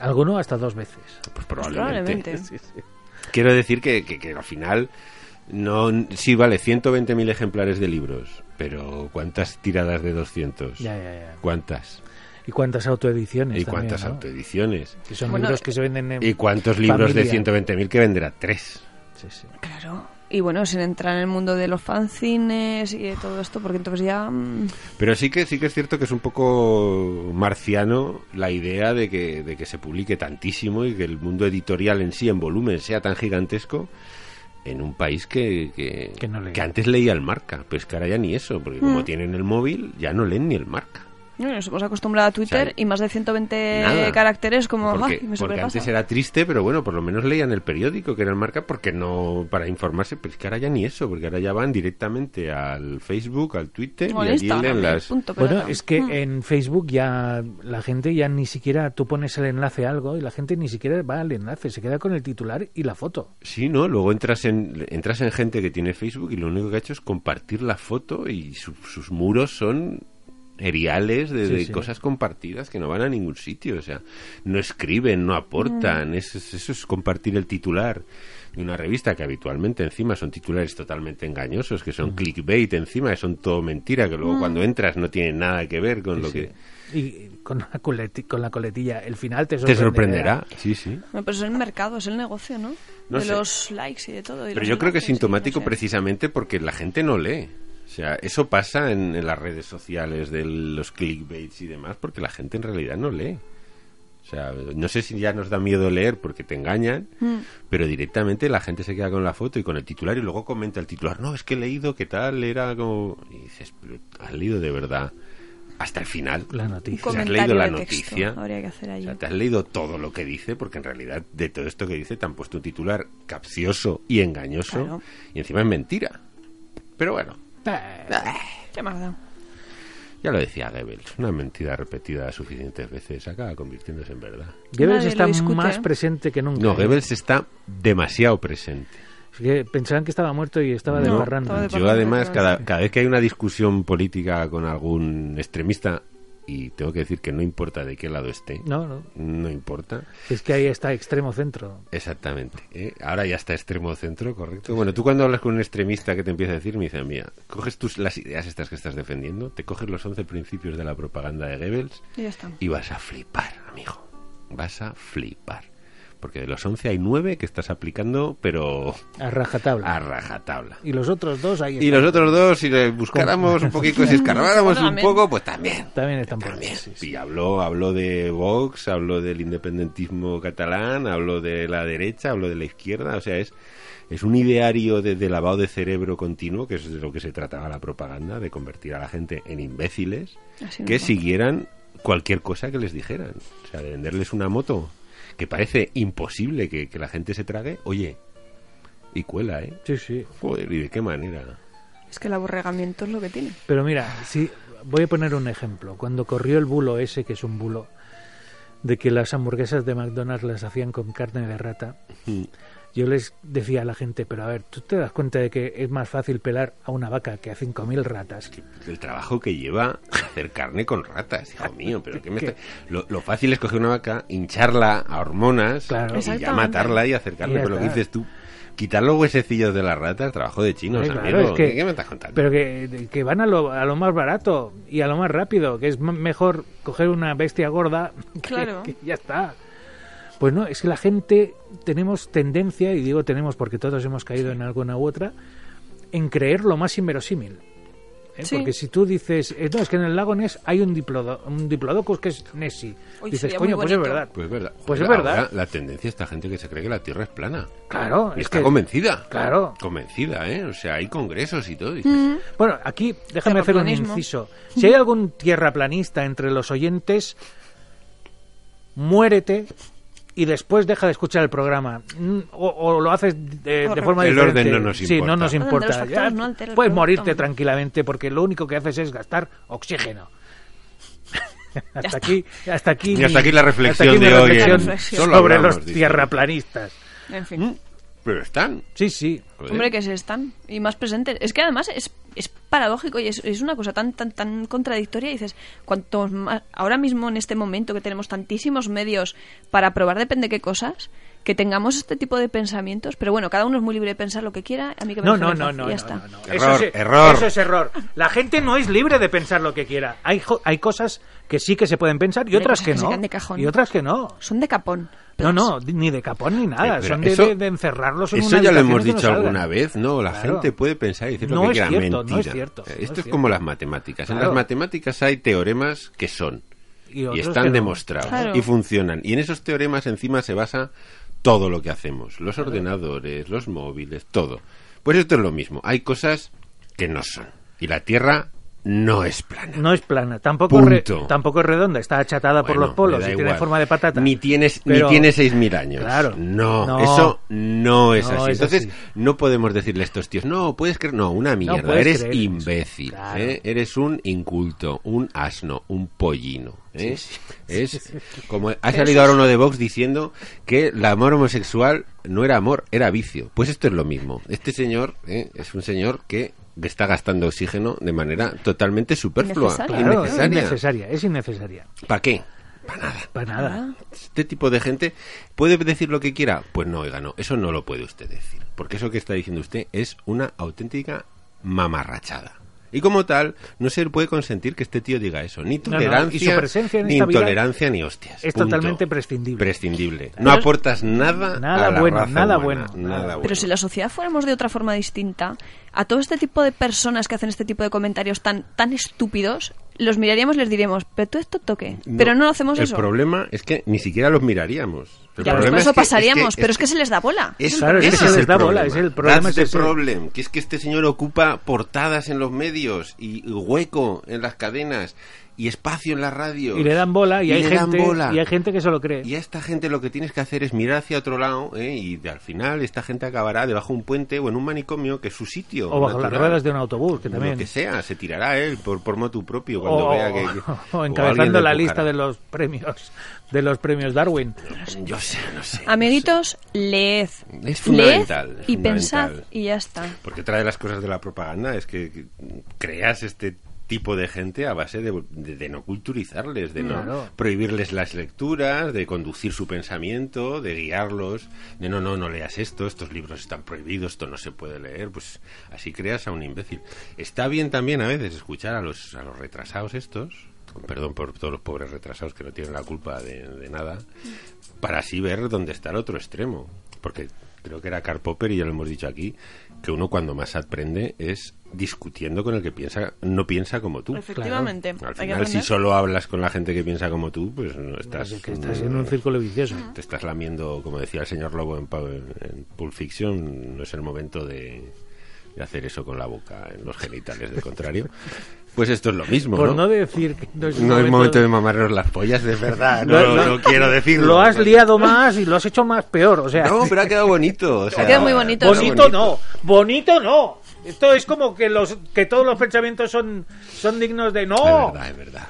A: Alguno hasta dos veces.
C: Pues
B: probablemente.
A: Sí, sí.
C: Quiero decir que, que- que al final no sí vale 120.000 ejemplares de libros, pero ¿cuántas tiradas de 200?
A: Ya, ya, ya.
C: ¿Cuántas?
A: ¿Y cuántas autoediciones?
C: ¿Y
A: también,
C: cuántas
A: ¿no?
C: autoediciones?
A: Que son
B: Bueno,
A: libros que se venden en...
C: ¿Y cuántos libros
A: Familia.
C: de 120.000 que venderá? Tres.
A: Sí, sí.
B: Claro. Y bueno, sin entrar en el mundo de los fanzines y de todo esto, porque entonces ya... mm,
C: Pero sí que sí que es cierto que es un poco marciano la idea de que, de que se publique tantísimo y que el mundo editorial en sí, en volumen, sea tan gigantesco en un país que, que,
A: Que no lee.
C: que antes leía el marca, pero es que ahora ya ni eso, porque
B: Hmm.
C: como tienen el móvil ya no leen ni el marca.
B: bueno, Nos hemos acostumbrado a Twitter
C: O sea,
B: y más de 120
C: Nada.
B: caracteres como...
C: porque,
B: "Ah, me
C: porque
B: sobrepasa".
C: antes era triste, pero bueno, por lo menos leían el periódico que era el marca porque no para informarse, pero es que ahora ya ni eso, porque ahora ya van directamente al Facebook, al Twitter
B: O
C: y
B: el
C: allí
B: Instagram,
C: leen las
B: punto
A: Bueno,
B: pelota.
A: es que
B: Mm.
A: en Facebook ya la gente ya ni siquiera tú pones el enlace a algo y la gente ni siquiera va al enlace, se queda con el titular y la foto.
C: Sí, no, luego entras en entras en gente que tiene Facebook y lo único que ha hecho es compartir la foto y su- sus muros son eriales de,
A: Sí,
C: de
A: sí.
C: cosas compartidas que no van a ningún sitio, o sea, no escriben, no aportan, eso, es- eso es compartir el titular de una revista que habitualmente encima son titulares totalmente engañosos, que son
A: Mm.
C: clickbait encima, que son todo mentira, que luego cuando entras no tienen nada que ver con lo
A: Sí.
C: que
A: Y con la, coleti- con la coletilla, el final te
C: te
A: sorprenderá.
C: sorprenderá. Sí, sí.
B: Bueno, pero es el mercado, es el negocio, ¿no?
C: No
B: de
C: sé.
B: los likes y de todo. y
C: Pero
B: los
C: yo creo que es
B: enlaces y no
C: sintomático
B: sé.
C: precisamente porque la gente no lee. O sea, eso pasa en, en las redes sociales de los clickbaits y demás porque la gente en realidad no lee. O sea, no sé si ya nos da miedo leer porque te engañan,
B: Mm.
C: pero directamente la gente se queda con la foto y con el titular y luego comenta el titular, no, es que he leído, ¿qué tal? Era como... Y dices, "Pero, ¿has leído de verdad hasta el final?
A: La
B: Un
A: noticia.
C: Com-
B: comentario
C: leído la
B: de texto
C: noticia.
B: Habría que hacer
C: O
B: allí.
C: sea, te has leído todo lo que dice, porque en realidad de todo esto que dice te han puesto un titular capcioso y engañoso,
B: Claro.
C: y encima es mentira. Pero bueno,
B: ¿Qué más da?
C: ya lo decía Goebbels, una mentira repetida suficientes veces acaba convirtiéndose en verdad.
A: Goebbels
B: Nadie
A: está
B: lo discute,
A: más
B: ¿eh?
A: presente que nunca.
C: No, Goebbels está demasiado presente.
A: Es que pensaban que estaba muerto y estaba de
B: No,
A: parranda.
B: estaba de
C: Yo además,
B: Departamento
C: cada,
B: de
C: cada vez que hay una discusión política con algún extremista, y tengo que decir que no importa de qué lado esté,
A: No, no.
C: no importa,
A: Es que ahí está extremo centro.
C: Exactamente. ¿eh? Ahora ya está extremo centro, correcto. Bueno, tú cuando hablas con un extremista que te empieza a decir, me dice, mira, coges tus, las ideas estas que estás defendiendo, te coges los 11 principios de la propaganda de Goebbels
B: Y ya está.
C: y vas a flipar, amigo. Vas a flipar. Porque de los 11 hay 9 que estás aplicando, pero
A: A rajatabla.
C: a rajatabla.
A: Y los otros dos ahí
C: Ah. Y
A: están.
C: los otros dos, si le buscáramos un poquito, si escarbáramos un
B: También.
C: poco, pues también.
A: También están por ahí,
C: También.
A: sí, sí.
C: Y habló, habló de Vox, habló del independentismo catalán, habló de la derecha, habló de la izquierda. O sea, es, es un ideario de, de lavado de cerebro continuo, que es de lo que se trataba la propaganda, de convertir a la gente en imbéciles
B: Así
C: que
B: nos va.
C: siguieran cualquier cosa que les dijeran. O sea, de venderles una moto que parece imposible que, que la gente se trague, oye, y cuela, ¿eh?
A: Sí, sí.
C: Joder, ¿y de qué manera?
B: Es que el aborregamiento es lo que tiene.
A: Pero mira, sí, voy a poner un ejemplo. Cuando corrió el bulo ese, que es un bulo, de que las hamburguesas de McDonald's las hacían con carne de rata, yo les decía a la gente, pero a ver, ¿tú te das cuenta de que es más fácil pelar a una vaca que a 5.000 ratas?
C: Pues el trabajo que lleva hacer carne con ratas, hijo mío, pero ¿qué me está- lo, lo fácil es coger una vaca, hincharla a hormonas
A: Claro.
C: y ya
B: Exactamente.
C: matarla y hacer carne,
A: Y ya
C: pero lo que
A: está.
C: dices tú, quitar los huesecillos de la rata, trabajo de chinos,
A: Eh,
C: amigo.
A: claro, es que-
C: ¿Qué, qué me estás contando?
A: Pero que, que van a lo, a lo más barato y a lo más rápido, que es m- mejor coger una bestia gorda que-
B: Claro.
A: que ya está. Pues no, es que la gente tenemos tendencia, y digo tenemos porque todos hemos caído en alguna u otra, en creer lo más inverosímil. ¿eh?
B: Sí.
A: Porque si tú dices, eh, no, es que en el lago Ness hay un, diplodo, un diplodocus que es Nessie.
B: Uy,
A: dices,
B: sería
A: coño,
B: muy
A: pues es
B: bonito.
A: verdad.
C: Pues verdad.
A: Pues es
C: Joder,
A: verdad.
C: ahora la tendencia esta gente que se cree que la Tierra es plana.
A: Claro,
C: Y
A: es
C: está
A: que-
C: convencida.
A: Claro.
C: Convencida, ¿eh? O sea, hay congresos y
B: Mm.
C: todo. y dices,
A: Bueno, aquí déjame hacer un
B: Terraplanismo.
A: inciso. Si hay algún tierraplanista entre los oyentes, muérete y después deja de escuchar el programa. Mm, O, o lo haces de, de
B: Correcto.
A: forma
C: El
A: diferente.
C: orden no nos
A: Sí, no
C: importa.
A: nos
C: Orden
B: de
A: importa.
B: los factores,
A: Ya
B: no altera el
A: puedes
B: producto.
A: morirte tranquilamente porque lo único que haces es gastar oxígeno. hasta,
B: está.
A: aquí, hasta aquí.
C: Y
A: mi-
C: hasta aquí la reflexión
A: hasta aquí mi
C: de hoy en
A: reflexión
C: Solo
A: sobre
C: Hablamos,
A: los
C: dice.
A: tierraplanistas.
B: En fin.
C: "Mm, Pero están.
A: Sí, sí.
C: Joder.
B: Hombre, que se están. Y más presentes. Es que además es, es paradójico y es, es una cosa tan, tan, tan contradictoria. Y dices, cuantos más. Ahora mismo, en este momento, que tenemos tantísimos medios para probar depende qué cosas, que tengamos este tipo de pensamientos. Pero bueno, cada uno es muy libre de pensar lo que quiera. A mí que me
A: No,
B: dejen
A: no,
B: en
A: no,
B: paz,
A: no,
B: y ya
A: no,
B: está.
A: no, no.
C: Error,
A: eso es,
C: error.
A: Eso es error. La gente no es libre de pensar lo que quiera. Hay, jo- hay cosas que sí que se pueden pensar y
B: Hay
A: otras
B: cosas
A: que
B: que se
A: no.
B: quedan de cajón.
A: Y otras que no.
B: Son de capón.
A: No, no, ni de capón ni nada.
C: Eh, pero
A: Son de,
C: eso-
A: de- de encerrarlos en
C: Eso
A: una
C: ya lo
A: habitación
C: hemos
A: que no
C: dicho
A: salgan.
C: alguna vez, ¿no? La
A: Claro.
C: gente puede pensar y decir lo
A: No es
C: que quiera.
A: cierto, no
C: Mentira.
A: es cierto,
C: Eh,
A: no es
C: Esto es,
A: cierto.
C: como las matemáticas. En
A: Claro.
C: las matemáticas hay teoremas que son y,
A: otros
C: están
A: que no.
C: demostrados
B: Claro.
C: y funcionan. Y en esos teoremas encima se basa todo lo que hacemos. Los ordenadores, los móviles, todo. Pues esto es lo mismo. Hay cosas que no son. Y la Tierra no es plana.
A: No es plana, tampoco, es re-
C: Punto.
A: tampoco es redonda, está achatada por
C: Bueno,
A: los polos
C: me
A: y
C: da
A: tiene
C: igual.
A: forma de patata.
C: Ni tienes,
A: Pero-
C: ni tiene 6.000 años.
A: Claro.
C: No,
A: No.
C: eso no es
A: No
C: así.
A: es
C: Entonces,
A: así.
C: no podemos decirle a estos tíos, no, puedes creer, no, una mierda,
A: puedes
C: eres
A: creer en eso.
C: imbécil,
A: Claro.
C: ¿eh? eres un inculto, un asno, un pollino. ¿eh? Es como ha salido ahora uno de Vox diciendo que el amor homosexual no era amor, era vicio. Pues esto es lo mismo. Este señor ¿eh? es un señor que está gastando oxígeno de manera totalmente superflua,
B: Innecesaria.
A: Claro,
C: innecesaria.
A: es innecesaria, es innecesaria.
C: ¿Para qué?
A: Para
B: Ah.
A: nada.
C: este tipo de gente puede decir lo que quiera. Pues no, oiga, no, eso no lo puede usted decir. Porque eso que está diciendo usted es una auténtica mamarrachada. Y como tal, no se le puede consentir que este tío diga eso. Ni
A: no, y su
C: tolerancia,
A: presencia en
C: ni
A: esta vida
C: intolerancia, ni hostias.
A: es
C: Punto.
A: totalmente prescindible.
C: Prescindible. No aportas nada,
A: Nada
C: a la
A: bueno,
C: raza
A: nada
C: humana,
A: bueno,
C: nada
A: nada.
C: bueno.
B: Pero si la sociedad fuéramos de otra forma distinta, a todo este tipo de personas que hacen este tipo de comentarios tan, tan estúpidos, los miraríamos y les diríamos, pero tú esto toque. pero no hacemos
C: el
B: eso.
C: problema es que ni siquiera los miraríamos. El
B: Ya, pues
C: problema es
B: por eso
C: que- es que-
B: pasaríamos,
C: es
B: pero es
C: que-
B: que se les da bola.
C: Es,
A: Claro, es que
C: ese
A: se
C: es
A: les
C: el
A: da bola,
C: problema.
A: es el problema
C: That's
A: es
C: the
A: ese.
C: problem, que es que este señor ocupa portadas en los medios y hueco en las cadenas y espacio en la radio.
A: Y le dan bola y, hay
C: le dan
A: gente
C: bola.
A: y hay gente que se lo cree.
C: Y a esta gente lo que tienes que hacer es mirar hacia otro lado ¿eh? y de- al final esta gente acabará debajo de un puente o en un manicomio que es su sitio.
A: o bajo las
C: natural.
A: ruedas de un autobús, que también.
C: Lo que sea, se tirará él por, por motu propio cuando
A: o,
C: vea que... que-
A: o
C: o alguien
A: encabezando
C: le
A: la
C: empujará.
A: lista de los premios de los premios Darwin.
C: Yo sé, no sé.
B: Amiguitos, leed.
C: Es fundamental,
B: Leed
C: es
B: y
C: fundamental.
B: pensad y ya está.
C: Porque otra de las cosas de la propaganda es que que creas este tipo de gente a base de, de- de no culturizarles, de no
A: Claro.
C: prohibirles las lecturas, de conducir su pensamiento, de guiarlos, de no, no, no leas esto, estos libros están prohibidos, esto no se puede leer, pues así creas a un imbécil. Está bien también a veces escuchar a los, a los retrasados estos, con perdón por todos los pobres retrasados que no tienen la culpa de, de nada, para así ver dónde está el otro extremo. Porque creo que era Karl Popper, y ya lo hemos dicho aquí, que uno cuando más aprende es discutiendo con el que piensa, no piensa como tú.
B: Efectivamente.
C: Al
B: hay que
C: final, si
B: aprender.
C: solo hablas con la gente que piensa como tú, pues no estás,
A: Así que estás en un círculo vicioso.
C: te estás lamiendo, como decía el señor Lobo en, Pau- en Pulp Fiction, no es el momento de, de hacer eso con la boca en los genitales, del contrario. Pues esto es lo mismo,
A: Por
C: ¿no?
A: no decir que no es
C: No es momento de mamarnos las pollas, de verdad. No,
A: Lo- lo-
C: no quiero decirlo.
A: Lo has liado más y lo has hecho más peor, o sea,
C: No, pero ha quedado bonito. o sea,
B: quedado muy bonito.
A: bonito no, bonito no. Esto es como que los que todos los pensamientos son son dignos de no.
C: Es verdad, es verdad.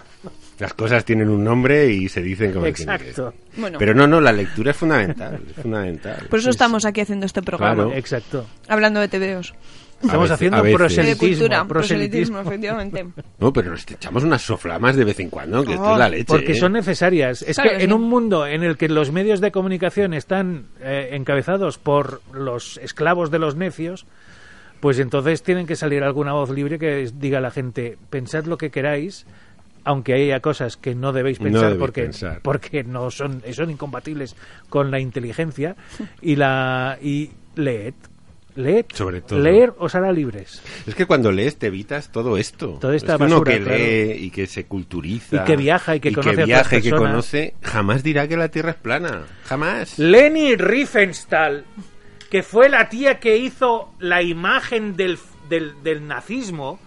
C: Las cosas tienen un nombre y se dicen como tienen que
A: Exacto.
C: ser.
B: Bueno.
C: Pero no, no, la lectura es fundamental. Es fundamental.
B: Por eso estamos aquí haciendo este programa,
C: Claro.
A: Exacto.
B: hablando de TVOs.
A: Estamos
C: veces-
A: haciendo
C: a veces.
B: De
A: proselitismo,
B: cultura,
A: proselitismo.
B: proselitismo, efectivamente.
C: No, pero nos echamos unas soflamas de vez en cuando, que esto es la leche.
A: Ah, Porque
C: ¿eh?
A: son necesarias. Es
B: Claro
A: que
B: que
A: en
B: sí.
A: un mundo en el que los medios de comunicación están eh, encabezados por los esclavos de los necios, pues entonces tienen que salir alguna voz libre que es- diga a la gente, pensad lo que queráis, aunque haya cosas que no debéis
C: No
A: pensar
C: debéis
A: porque,
C: pensar.
A: porque no son, son incompatibles con la inteligencia y la y leed. Leer,
C: Sobre todo.
A: leer os hará libres.
C: Es que cuando lees te evitas todo esto.
A: Toda esta
C: es que uno
A: basura,
C: que
A: claro.
C: lee y que se culturiza.
A: Y que viaja y que conoce a otras
C: viaja y que
A: personas.
C: conoce, jamás dirá que la Tierra es plana. Jamás.
A: Leni Riefenstahl, que fue la tía que hizo la imagen del, del- del nazismo,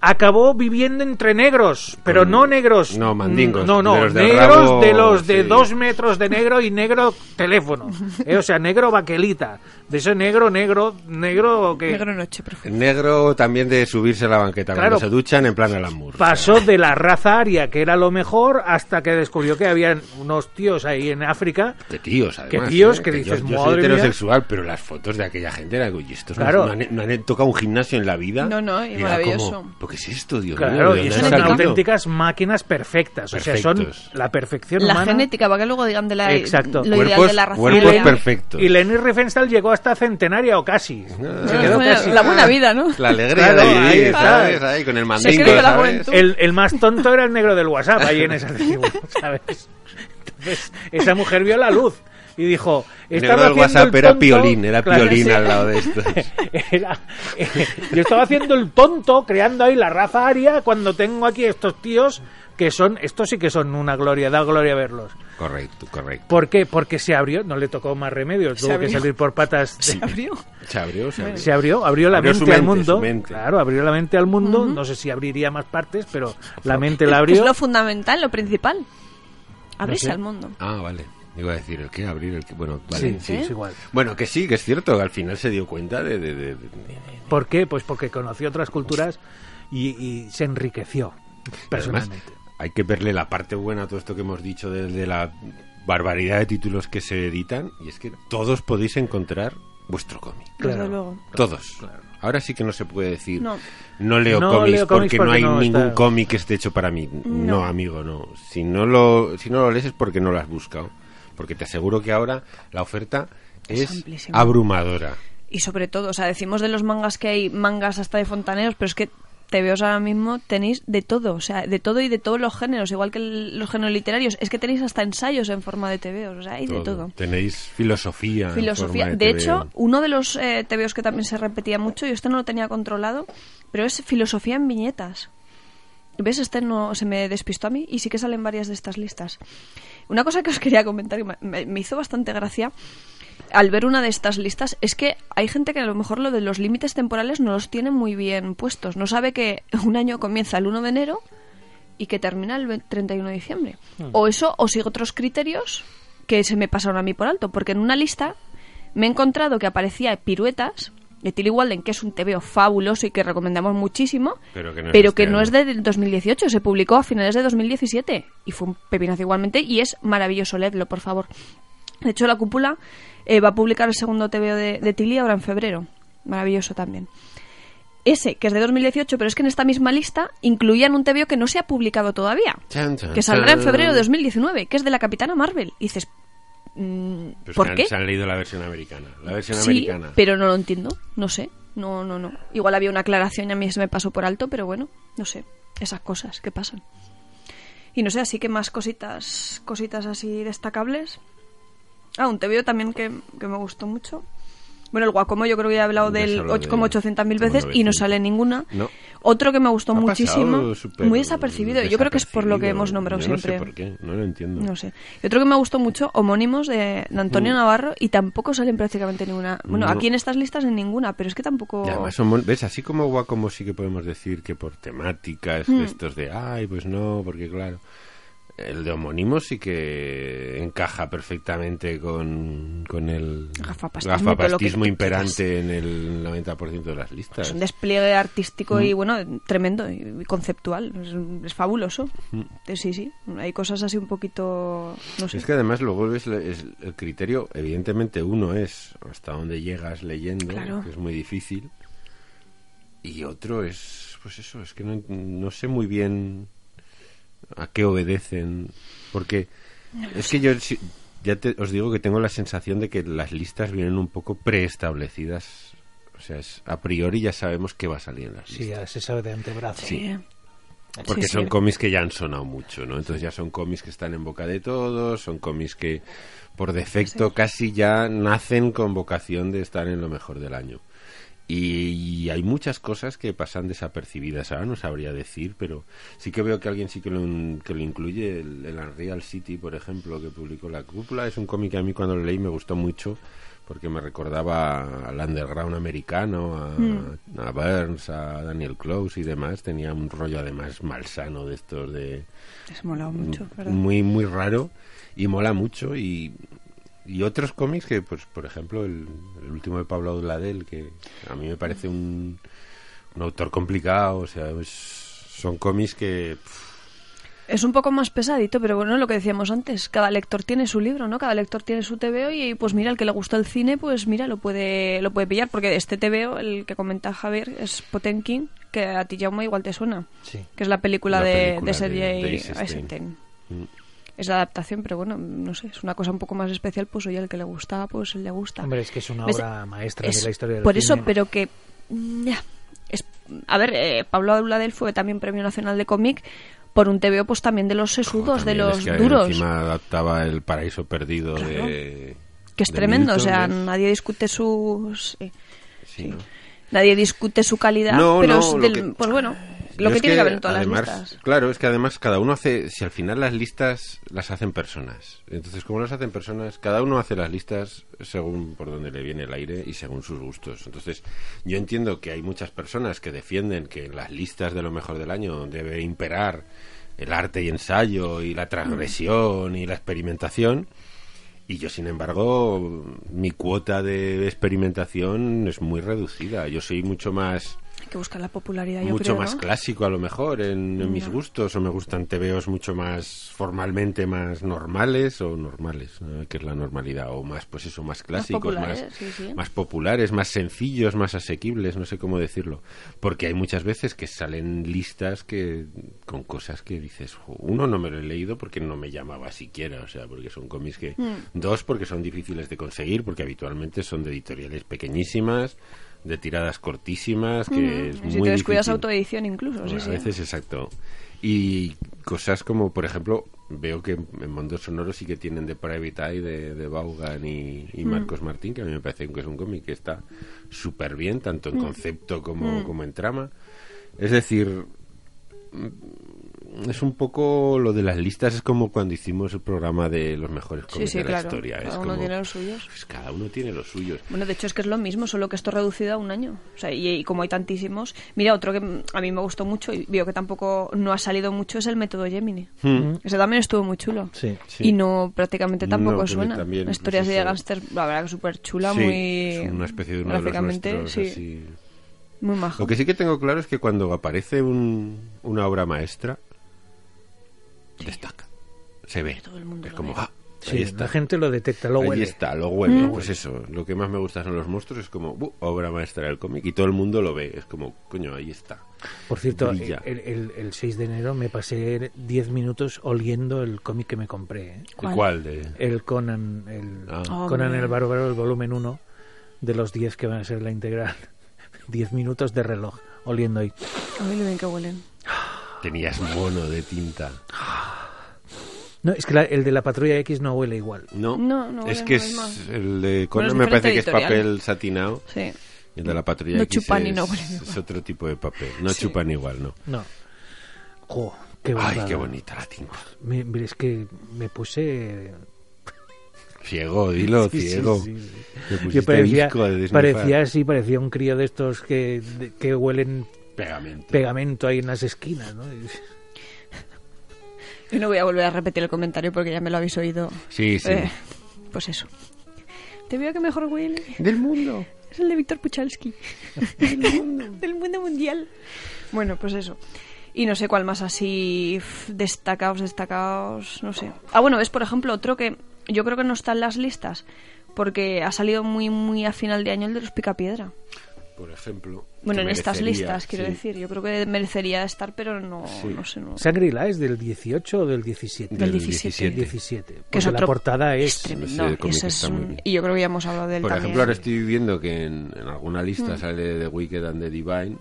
A: acabó viviendo entre negros, pero
C: Con-
A: no negros.
C: Mm. no, mandingos,
A: No, no,
C: de los de
A: negros
C: rabo,
A: de los de
C: sí.
A: dos metros de negro y negro teléfono. Eh, o sea, negro baquelita. De ese negro, negro, negro que
B: Negro noche, profe.
C: Negro también de subirse a la banqueta
A: Claro.
C: cuando se duchan en plan Alamur.
A: pasó de la raza aria, que era lo mejor, hasta que descubrió que habían unos tíos ahí en África
C: Que tíos, además. ¿eh?
A: Que tíos, que
C: yo-
A: dices,
C: yo,
A: madre
C: soy
A: mía.
C: heterosexual, pero las fotos de aquella gente eran, y estos no-
A: Claro.
C: no, han, no han tocado un gimnasio en la vida.
B: No, no, y
C: era
B: maravilloso.
C: como, ¿Pero qué es esto, Dios mío?
A: Claro,
C: ¿De dónde
A: y
B: eso
C: ha
B: es
A: son
B: una
C: salido?
A: auténticas máquinas perfectas. O sea,
C: Perfectos.
A: son la perfección
B: La
A: humana.
B: genética, para que luego digan de la,
A: Exacto.
B: lo ideal
C: Cuerpos-
B: de la raza.
C: cuerpos
B: aria.
C: perfectos.
A: Y Lenny Riefenstahl llegó hasta centenaria o casi. Se quedó
B: Bueno,
A: casi.
B: la buena vida, ¿no?
C: Ah, La alegría de
A: Claro, ahí
C: vivir,
A: está.
C: ¿sabes? Ahí con el mandingo,
B: cree la
C: ¿sabes?
B: juventud.
A: El, el más tonto era el negro del WhatsApp ahí en esa tribu, ¿sabes? Entonces, esa mujer vio la luz y dijo...
C: El
A: "Estaba
C: negro del
A: haciendo
C: WhatsApp
A: el
C: era
A: tonto".
C: piolín, era
A: Claro,
C: piolín
A: sí.
C: al lado de estos.
A: Era- eh, yo estaba haciendo el tonto, creando ahí la raza aria, cuando tengo aquí estos tíos que son, estos sí que son una gloria, da gloria verlos.
C: correcto, correcto.
A: ¿Por qué? Porque se abrió, no le tocó más remedio,
B: Se
A: tuvo que
B: abrió.
A: salir por patas.
B: Se abrió.
C: Se abrió, se abrió.
A: Se abrió, abrió la
C: Abrió
A: mente,
C: su
A: al
C: mente,
A: mundo.
C: su mente.
A: Claro, abrió la mente al mundo. No sé si abriría más partes, pero la mente la
B: Que es
A: abrió.
B: lo fundamental, lo principal. Abrirse
A: sé.
B: al mundo.
C: Ah, vale. Iba a decir el qué, abrir el qué. Bueno,
A: Sí,
C: vale. ¿eh?
A: sí,
B: ¿Eh?
A: es igual.
C: Bueno, que sí, que es cierto. que Al final se dio cuenta de... de- de- de-
A: ¿Por qué? Pues porque conoció otras culturas y, y se enriqueció
C: Además,
A: personalmente.
C: hay que verle la parte buena a todo esto que hemos dicho desde la barbaridad de títulos que se editan. Y es que todos podéis encontrar vuestro cómic.
A: Claro.
B: Desde luego.
C: Todos. Ahora sí que no se puede decir
B: No.
C: no, leo
A: No
C: cómics
A: leo cómics
C: porque, no
A: porque
C: hay
A: no
C: ningún
A: está-
C: cómic que esté hecho para mí. No, amigo, no. Si no lo si no lo lees es porque no lo has buscado, porque te aseguro que ahora la oferta
B: Es
C: es,
B: amplísima.
C: abrumadora.
B: Y sobre todo, o sea, decimos de los mangas que hay mangas hasta de fontaneros, pero es que te veo ahora mismo, tenéis de todo, o sea, de todo y de todos los géneros, igual que el- los géneros literarios. Es que tenéis hasta ensayos en forma de TVOs, o sea, hay de todo.
C: Tenéis filosofía, en
B: Filosofía.
C: forma
B: De,
C: de TVO.
B: hecho, uno de los eh, TVOs que también se repetía mucho, y este no lo tenía controlado, pero es filosofía en viñetas. ¿Ves? Este no se me despistó a mí y sí que salen varias de estas listas. Una cosa que os quería comentar, que me- me, me hizo bastante gracia al ver una de estas listas, es que hay gente que a lo mejor lo de los límites temporales no los tiene muy bien puestos. No sabe que un año comienza el 1 de enero y que termina el ve- 31 de diciembre.
C: Hmm.
B: O eso, o sigo otros criterios que se me pasaron a mí por alto, porque en una lista me he encontrado que aparecía Piruetas de Tilly Walden, que es un TVO fabuloso y que recomendamos muchísimo,
C: Pero que no es de
B: que
C: este
B: no
C: año.
B: es de 2018, se publicó a finales de 2017 y fue un pepinazo igualmente y es maravilloso, leedlo, por favor. De hecho, La Cúpula eh, va a publicar el segundo TVO de, de Tilly ahora en febrero. Maravilloso también ese, que es de 2018, pero es que en esta misma lista incluían un TVO que no se ha publicado todavía,
C: Chan, chan,
B: que saldrá en
C: chan.
B: febrero de 2019, que es de la Capitana Marvel. Y dices, mm,
C: Pero es que
B: ¿por
C: han-
B: qué?
C: Se han leído la versión americana, la versión
B: Sí,
C: americana.
B: pero no lo entiendo, no sé, no, no, no. Igual había una aclaración y a mí se me pasó por alto, pero bueno, no sé, esas cosas que pasan. Y no sé, así que más cositas, cositas así destacables. Ah, un TVO también que, que me gustó mucho. Bueno, el Guacomo yo creo que ya he hablado
C: Ya se
B: del
C: habló de-
B: 8, como 800.000 veces y no
C: 900.
B: sale ninguna.
C: No.
B: Otro que me gustó
C: Ha
B: muchísimo,
C: pasado súper
B: muy desapercibido. Yo creo que es por lo que hemos nombrado
C: Yo no Sé
B: siempre.
C: por qué, no lo entiendo.
B: No sé. Y otro que me gustó mucho, homónimos de, de Antonio Navarro, y tampoco salen prácticamente ninguna. Bueno,
C: No.
B: aquí en estas listas en ninguna, pero es que tampoco.
C: Y además son mon- ¿ves? Así como Wacom sí que podemos decir que por temáticas,
B: Hmm.
C: de estos de, ay, pues no, porque claro, el de homónimo sí que encaja perfectamente con, con el
B: Gafapastismo,
C: gafapastismo
B: pero lo que tú Pues
C: imperante en el 90% de las listas.
B: es un despliegue artístico y bueno, tremendo y conceptual. Es, es fabuloso. Eh, Sí, sí. Hay cosas así un poquito. No sé.
C: Es que además luego ves la- es el criterio, evidentemente uno es hasta dónde llegas leyendo,
B: Claro.
C: que es muy difícil, y otro es, pues eso, es que no, no sé muy bien a qué obedecen, porque es que yo si- ya te- os digo que tengo la sensación de que las listas vienen un poco preestablecidas, o sea, es, a priori ya sabemos qué va a salir en las
A: Sí,
C: listas.
A: ya se sabe de antebrazo.
B: Sí. eh,
C: Porque
B: Sí, sí.
C: son cómics que ya han sonado mucho, ¿no? Entonces ya son cómics que están en boca de todos, son cómics que por defecto casi ya nacen con vocación de estar en lo mejor del año. Y, y hay muchas cosas que pasan desapercibidas. Ahora no sabría decir, pero sí que veo que alguien sí que lo, in- que lo incluye. El, el Unreal City, por ejemplo, que publicó La Cúpula, es un cómic que a mí cuando lo leí me gustó mucho porque me recordaba al underground americano, a, a Burns, a Daniel Close y demás. Tenía un rollo además malsano de estos de
B: Es molado mucho, ¿verdad?
C: muy muy raro y mola mucho y y otros cómics que pues por ejemplo el, el último de Pablo Auladel que a mí me parece un, un autor complicado o sea es- son cómics que pff,
B: Es un poco más pesadito, pero bueno, lo que decíamos antes, cada lector tiene su libro, ¿no? Cada lector tiene su TVO y pues mira, el que le gusta el cine, pues mira, lo puede lo puede pillar porque este TVO, el que comenta Javier, es Potemkin, que a ti Jaume igual te suena.
C: Sí.
B: Que es la película
C: La
B: de,
C: película
B: de Sergei
C: de Eisenstein.
B: Eisenstein.
C: Mm.
B: Es la adaptación, pero bueno, no sé, es una cosa un poco más especial, pues oye, el que le gusta, pues le gusta.
A: Hombre, es que es una
B: ¿Ves?
A: obra maestra
B: Es-
A: de la historia del
B: Por eso,
A: cine.
B: pero que. mm, ya, es- a ver, eh, Pablo Auladel fue también premio nacional de cómic por un TVO, pues también de los sesudos, de
C: Ah, también
B: los
C: es que
B: duros.
C: encima adaptaba el paraíso perdido de
B: Que es
C: de
B: tremendo, o
C: Milton, ¿eh?
B: sea,
C: ¿ves?
B: nadie discute su. sí,
C: Sí,
B: sí.
C: ¿no?
B: Nadie discute su calidad,
C: No,
B: pero
C: no,
B: es
C: lo
B: del-
C: que-
B: pues bueno, lo
C: Yo
B: que
C: es
B: tiene que haber en todas
C: además,
B: las listas.
C: Claro, es que además cada uno hace, si al final las listas las hacen personas. Entonces, como las hacen personas, cada uno hace las listas según por donde le viene el aire y según sus gustos. Entonces, yo entiendo que hay muchas personas que defienden que en las listas de lo mejor del año debe imperar el arte y ensayo y la transgresión y la experimentación. Y yo, sin embargo, mi cuota de experimentación es muy reducida. Yo soy mucho más
B: Hay que buscar la popularidad, yo
C: mucho
B: creo,
C: más
B: ¿no?
C: clásico a lo mejor en, en mis
B: Ya.
C: gustos o me gustan tebeos mucho más formalmente más normales o normales ¿no? que es la normalidad o más pues eso más clásicos más
B: populares, sí, sí.
C: más populares más sencillos más asequibles no sé cómo decirlo porque hay muchas veces que salen listas que con cosas que dices "Jo, uno no me lo he leído porque no me llamaba siquiera o sea porque son cómics que
B: Hmm.
C: dos porque son difíciles de conseguir porque habitualmente son de editoriales pequeñísimas de tiradas cortísimas que es muy
B: Mm. si te descuidas
C: difícil.
B: autoedición incluso, sí,
C: Bueno,
B: sí.
C: A veces, exacto. Y cosas como, por ejemplo, veo que en Mundo Sonoro sí que tienen The Private Eye de, de Vaughan y, y Marcos Martín, que a mí me parece que es un cómic que está súper bien, tanto en concepto como, como en trama. Es decir, mm, es un poco lo de las listas, es como cuando hicimos el programa de los mejores
B: Sí,
C: cómics
B: sí,
C: de la
B: claro.
C: historia.
B: Cada
C: es
B: uno
C: como,
B: tiene los suyos.
C: pues cada uno tiene los suyos.
B: Bueno, de hecho es que es lo mismo, solo que esto reducido a un año. O sea, y, y como hay tantísimos. Mira, otro que mm, a mí me gustó mucho y veo que tampoco no ha salido mucho es el método Gemini. Ese también estuvo muy chulo.
A: Sí.
C: Hmm. Sí.
B: Y no, prácticamente tampoco
C: No, porque
B: suena.
C: también,
B: Historias
C: pues
B: de
C: eso-
B: gángster, la verdad que súper chula,
C: Sí,
B: muy.
C: es una especie de uno de los
B: gráficamente,
C: nuestros,
B: sí,
C: así.
B: Muy majo.
C: Lo que sí que tengo claro es que cuando aparece un- una obra maestra, destaca. Se ve.
B: Todo el mundo
C: es
B: lo
C: como,
B: ve.
C: ¡ah!
A: Sí,
C: ahí está.
A: la gente lo detecta, lo
C: ahí
A: huele.
C: está, lo huele. Pues eso, lo que más me gusta son los monstruos, es como, "Bu, obra maestra del cómic, y todo el mundo lo ve. Es como, coño, ahí está.
A: Por cierto, el,
C: Brilla.
A: el- el 6 de enero me pasé 10 minutos oliendo el cómic que me compré. ¿eh?
B: ¿Cuál?
C: ¿Cuál? de...?
A: El Conan, el
C: Ah.
A: Conan
B: Hombre.
A: el Bárbaro, el volumen 1, de los 10 que van a ser la integral. 10 minutos de reloj oliendo ahí.
B: Ay, lo bien que huelen.
C: Tenías mono de tinta.
A: No, es que la- el de la patrulla X no huele igual.
C: No,
B: No, no
C: es
B: huele,
C: que
B: no huele
C: es, el de
B: Bueno,
C: Conan
B: es
C: me parece que es
B: diferente editorial.
C: papel satinado.
B: Sí.
C: El de la patrulla
B: No
C: X
B: chupan y
C: es,
B: no huelen igual.
C: es otro tipo de papel. No chupan igual, no.
A: No. Jo, qué
C: Ay,
A: bárbaro.
C: qué bonita la tinta.
A: Me- me- es que me puse...
C: Ciego, dilo,
A: Sí, sí,
C: ciego.
A: sí, sí.
C: Me pusiste
A: Yo parecía,
C: Pues este disco de desnifar.
A: parecía así, parecía un crío de estos que, de- que huelen
C: pegamento.
A: pegamento ahí en las esquinas, ¿no? Y-
B: Yo no voy a volver a repetir el comentario porque ya me lo habéis oído.
C: Sí, sí.
B: Eh, pues eso. Te veo que mejor huele.
C: Del mundo.
B: Es el de Víctor Puchalski. Del mundo. mundial. Bueno, pues eso. Y no sé cuál más así f- destacaos, destacaos, no sé. Ah, bueno, es por ejemplo otro que yo creo que no está en las listas porque ha salido muy muy a final de año el de los Picapiedra.
C: Por ejemplo.
B: Bueno,
C: que
B: en estas
C: merecería,
B: listas, quiero
C: sí.
B: decir. Yo creo que merecería estar, pero no,
C: Sí.
B: no sé. No.
A: ¿Sangre y la es del 18 o del 17?
B: Del
C: Del
B: 17.
C: 17.
A: 17.
B: Que
A: Porque la portada es...
B: tremendo.
C: ese cómic
B: Ese es
C: está muy
B: un-
C: bien.
B: Y yo creo que ya hemos hablado de él
C: Por
B: también. Mm.
C: ejemplo, ahora estoy viendo que en, en alguna lista sale The Wicked and the Divine.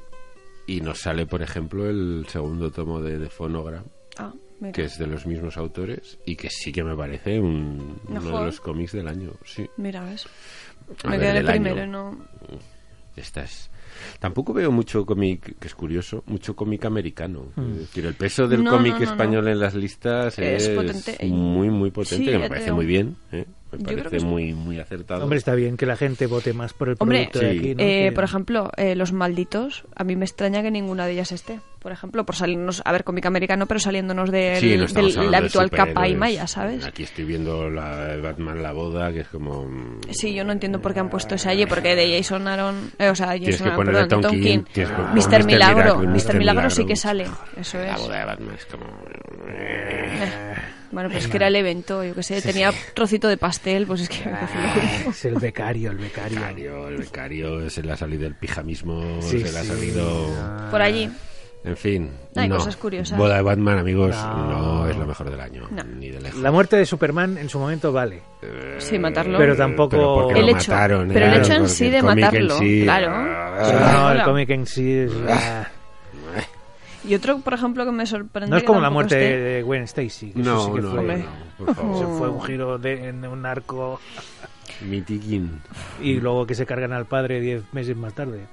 C: Y nos sale, por ejemplo, el segundo tomo de, de Phonogram,
B: Ah, mira.
C: que es de los mismos autores y que sí que me parece un, uno
B: Mejor.
C: de los cómics del año. Sí.
B: Mira, ves.
C: A
B: Me
C: ver,
B: quedé en el
C: del año.
B: primero, ¿no?
C: Estas. Tampoco veo mucho cómic, que es curioso, mucho cómic americano. Es decir, el peso del
B: Hmm. No,
C: cómic
B: no, no,
C: español en las listas es,
B: Es potente.
C: muy, muy potente,
B: Sí,
C: que
B: ya
C: me
B: te
C: parece
B: digo.
C: muy bien. ¿eh? Me
B: Yo creo
C: parece
B: que es-
C: muy, muy acertado.
A: Hombre, está bien que la gente vote más por el
B: Hombre,
A: producto
C: Sí.
A: de aquí, ¿no?
B: eh,
A: Que-
B: por ejemplo, eh, Los Malditos, a mí me extraña que ninguna de ellas esté. Por ejemplo, por salirnos, a ver, cómic americano, pero saliéndonos del,
C: Sí, no
B: del-
C: estamos hablando
B: la
C: de
B: habitual capa y
C: superhéroes.
B: malla, ¿sabes?
C: Aquí estoy viendo la el Batman La Boda, que es como... mm,
B: Sí, yo no entiendo por qué han puesto ese allí, porque de Jason Aaron, eh, o sea,
C: Tienes
B: Jason
C: que
B: Aaron,
C: ponerle
B: perdón, de
C: Tom
B: Tom
C: King,
B: King,
C: tienes que- Mr.
B: Mr. Milagro,
C: Milagro,
B: Mr. Milagro sí
C: Milagro.
B: que sale, eso
C: La
B: es.
C: Boda de Batman es como... eh,
B: Bueno, pues es que era el evento, yo qué sé, tenía trocito de pastel, pues es que me parece loco.
A: Ah, Es el becario, el becario.
C: Becario, el becario, se le ha salido el pijamismo,
A: Sí,
C: se le ha
A: sí. Ah.
C: salido...
B: Por allí,
C: En fin,
B: Hay
C: no.
B: cosas curiosas.
C: Boda de Batman, amigos,
A: No.
C: no, es lo mejor del año,
B: No.
C: ni de lejos.
A: La muerte de Superman en su momento vale.
B: sí, matarlo.
A: Pero tampoco-
C: Pero porque
A: El
C: lo
B: hecho-
C: mataron,
B: pero el
C: ¿eh?
A: hecho en
C: Porque
B: sí
C: el
B: de
C: cómic en
B: matarlo,
C: sí,
B: claro.
C: ah,
A: Pero no, el
B: Hola.
A: cómic en sí es... ah,
B: Y otro, por ejemplo, que me sorprende...
A: no es
B: que
A: como la
B: tampoco
A: muerte
B: esté-
A: de Gwen Stacy. que eso sí
C: No,
A: que
C: no,
A: fue,
C: no, por favor.
A: eso
B: Oh.
A: fue un giro de, en un arco
C: Mitiquín,
A: y luego que se cargan al padre diez meses más tarde.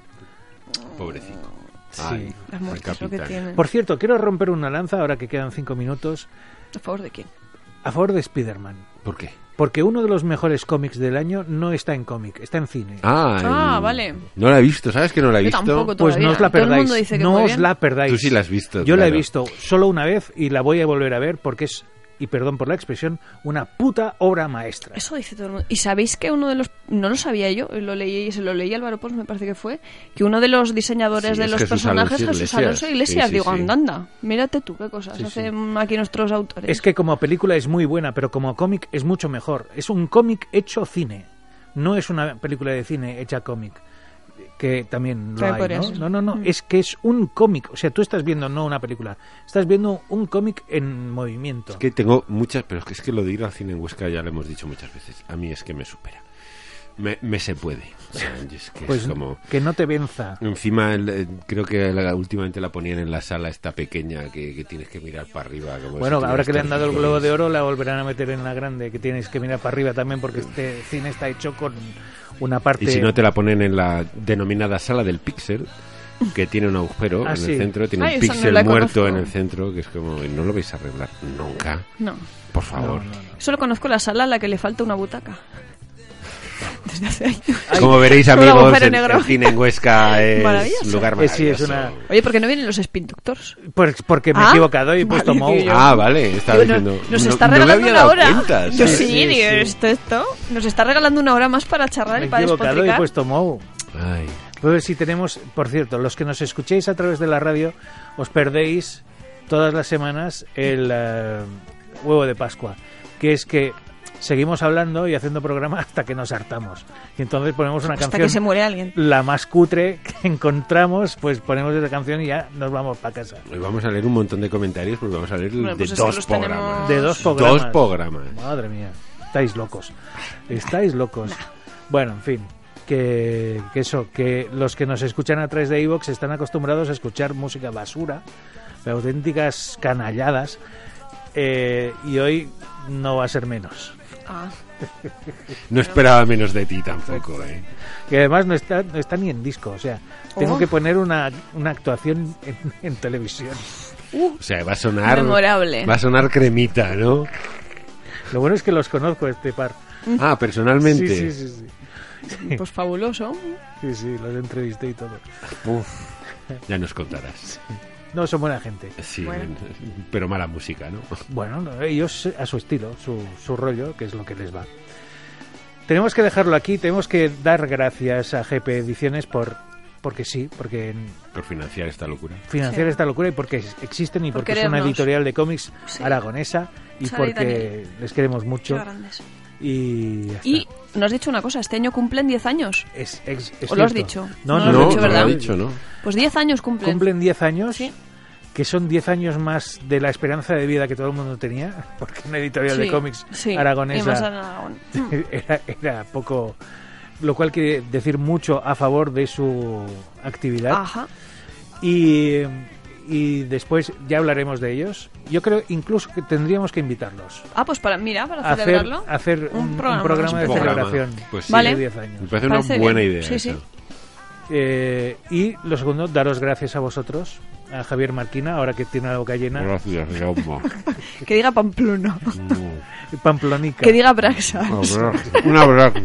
B: Oh.
C: pobrecito.
A: Sí.
C: Ay,
B: Las muertes,
C: el
B: lo que
C: capitán.
B: tienen.
A: Por cierto, quiero romper una lanza ahora que quedan cinco minutos
B: ¿A favor de quién?
A: a favor de Spider-Man.
C: ¿Por qué?
A: Porque uno de los mejores cómics del año no está en cómic, está en cine.
C: Ah,
B: Ah,
C: el-
B: vale.
C: No la he visto, ¿sabes que no la he
B: Yo
C: visto?
B: tampoco,
A: pues no
B: todavía.
A: os la
B: Todo el
A: perdáis.
B: mundo dice que
A: no
B: muy
A: os
B: bien.
A: la perdáis.
C: Tú sí la has visto,
A: Yo la he
C: claro.
A: visto solo una vez y la voy a volver a ver porque es, y perdón por la expresión, una puta obra maestra.
B: Eso dice todo el mundo. Y sabéis que uno de los. No lo sabía yo, lo leí, se lo leí a Álvaro Pons, me parece que fue. Que uno de los diseñadores
C: Sí,
B: de
C: es
B: los
C: Jesús
B: personajes,
C: Alonso
B: Jesús
C: Iglesias.
B: Alonso Iglesias.
C: Sí, sí,
B: Digo,
C: sí.
B: anda, anda, mírate tú qué cosas
C: Sí,
B: hacen aquí nuestros autores.
A: Es que como película es muy buena, pero como cómic es mucho mejor. Es un cómic hecho cine. No es una película de cine hecha cómic. Que también Mm. lo
B: También
A: hay,
B: podría
A: ¿no?
B: ser.
A: No, no, no. Es que es un cómic. O sea, tú estás viendo no una película. Estás viendo un cómic en movimiento.
C: Es que tengo muchas, pero es que, es que lo de ir al cine en Huesca ya lo hemos dicho muchas veces. A mí es que me supera. Me, me se puede. O sea, yo es que
A: pues
C: es como...
A: que no te venza.
C: Encima, el- eh, creo que la- últimamente la ponían en la sala esta pequeña que, que tienes que mirar para arriba. como
A: Bueno,
C: si
A: ahora que le han dado el globo de
C: tuvieras
A: oro, la volverán a meter en la grande, que tienes que mirar para arriba también, porque este cine está hecho con una parte.
C: torcidos. Y si no, te la ponen en la denominada sala del pixel, que tiene un agujero
A: Ah,
C: en
A: sí.
C: el centro, tiene
B: Ay,
C: un
B: esa no
C: pixel
B: la
C: muerto
B: conozco.
C: en el centro, que es como, no lo vais a arreglar nunca,
B: No.
C: por favor.
B: Solo conozco la sala a la que le falta una butaca. Desde hace años.
C: Como veréis,
B: Un
C: amigos,
B: agujero
C: el,
B: negro.
C: el cine en Huesca es
B: Maravilloso.
C: un lugar
A: Eh,
C: maravilloso.
A: sí, es una-
B: Oye, ¿por qué no vienen los Spin Doctors?
A: Pues porque me he
B: Ah,
A: equivocado y he
B: vale,
A: puesto Mou.
B: tío.
C: Ah, vale, estaba
B: Digo, no-
C: diciendo.
B: nos
C: no-
B: está
C: no me
B: regalando
C: había
B: una
C: dado
B: hora.
C: cuenta,
B: Yo
C: sí.
B: sí,
A: sí,
B: digo,
A: sí.
B: esto, esto. Nos está regalando una hora más para charlar
A: Me he
B: y para
A: equivocado y pues, he puesto
B: despotricar.
A: Mou.
C: Ay.
A: Pues si tenemos, por cierto, los que nos escuchéis a través de la radio, os perdéis todas las semanas el eh, huevo de Pascua, que es que seguimos hablando y haciendo programa hasta que nos hartamos. Y entonces ponemos una
B: Hasta
A: canción
B: que se muere alguien.
A: la más cutre que encontramos, pues ponemos esa canción y ya nos vamos para casa.
C: Hoy vamos a leer un montón de comentarios porque vamos a leer
B: Bueno, pues
C: de
B: es que
C: dos
B: los tenemos-
C: programas.
A: De dos programas.
C: Dos programas.
A: Madre mía, estáis locos. Estáis locos. Bueno, en fin, que, que eso, que los que nos escuchan a través de iVoox están acostumbrados a escuchar música basura, auténticas canalladas, eh, y hoy no va a ser menos.
B: Ah.
C: No esperaba menos de ti tampoco, ¿eh?
A: Que además no está, no está ni en disco, o sea, tengo
B: Oh.
A: que poner una, una actuación en, en televisión.
C: O sea, va a sonar...
B: Memorable.
C: Va a sonar cremita, ¿no?
A: Lo bueno es que los conozco este par.
C: Ah, personalmente.
A: Sí, sí, sí, sí.
B: Pues fabuloso.
A: Sí, sí, los entrevisté y todo.
C: Uf, ya nos contarás.
A: No, son buena gente.
C: Sí,
B: Bueno.
C: pero mala música, ¿no?
A: Bueno, no, ellos a su estilo, su, su rollo, que es lo que les va. Tenemos que dejarlo aquí, tenemos que dar gracias a GP Ediciones por porque sí, porque
C: Por financiar esta locura.
A: financiar
B: Sí.
A: esta locura y porque existen y
B: Por
A: porque es una
B: querernos.
A: editorial de cómics
B: Sí.
A: aragonesa y
B: Sara y
A: porque les queremos mucho
B: grandes.
A: y ya
B: Y
A: está.
B: nos has dicho una cosa, este año cumplen 10 años.
A: es, es- es
B: ¿O lo has
A: cierto.
B: dicho?
A: No,
B: No
A: no,
B: lo has
A: no,
B: dicho,
C: no
B: ¿verdad?
C: lo he dicho, ¿no?
B: Pues 10 años cumplen.
A: Cumplen 10 años.
B: Sí.
A: que son 10 años más de la esperanza de vida que todo el mundo tenía, porque una editorial de
B: Sí,
A: cómics
B: sí, y más en
A: aragonesa
B: Aragón.
A: era, era poco,
B: Ah.
A: lo cual quiere decir mucho a favor de su actividad.
B: Ajá.
A: Y, y después ya hablaremos de ellos. Yo creo incluso que tendríamos que invitarlos.
B: Ah, pues para, mira, para
A: hacer,
B: celebrarlo.
A: hacer un, un programa, de
B: especial.
C: programa.
A: celebración
C: Pues
B: sí. Vale.
A: de 10 años.
C: Me parece,
B: Parece
C: una buena
B: bien.
C: idea.
B: Sí,
C: esa.
B: sí.
A: Eh, y lo segundo, daros gracias a vosotros, a Javier Marquina, ahora que tiene la boca llena,
C: Gracias, Jaume.
B: Que diga Pampluno.
A: y Pamplonica.
B: Que diga Braxas.
C: Un abrazo. Un abrazo.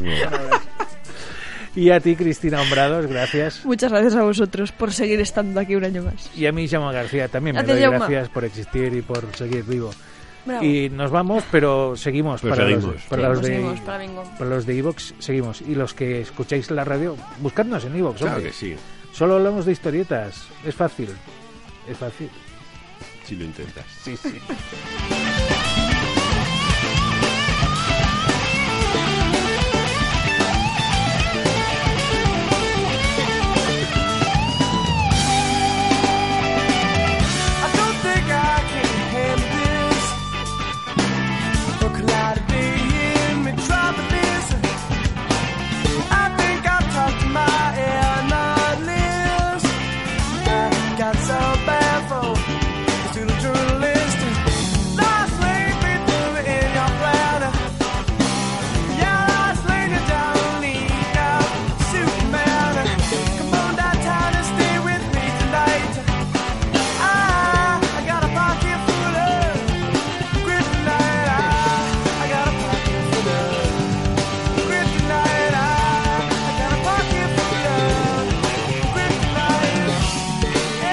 A: Y a ti, Cristina Hombrados, gracias.
B: Muchas gracias a vosotros por seguir estando aquí un año más.
A: Y a mí, Llama García, también me
B: Gracias,
A: doy
B: Jaume.
A: gracias por existir y por seguir vivo.
B: Bravo.
A: Y nos vamos, pero seguimos
C: Pero
A: para, Los,
C: seguimos,
A: para
C: claro.
A: los de...
B: Seguimos, para bingo.
A: para los de Evox, seguimos. Y los que escucháis la radio, buscadnos en Evox.
C: Claro que sí,
A: Solo hablamos de historietas. Es fácil. Es fácil.
C: si lo intentas. Sí, sí.
D: I don't think I can handle this. A cloud day in metropolis. I think I'll talk to my analyst. I got so bad for this little journalist. Lost lately through in your bladder. Yeah, lost lately, darling. Now, Superman. Come on downtown and stay with me tonight. I got a pocket full of kryptonite. I got a pocket full of kryptonite. I got a pocket full of kryptonite.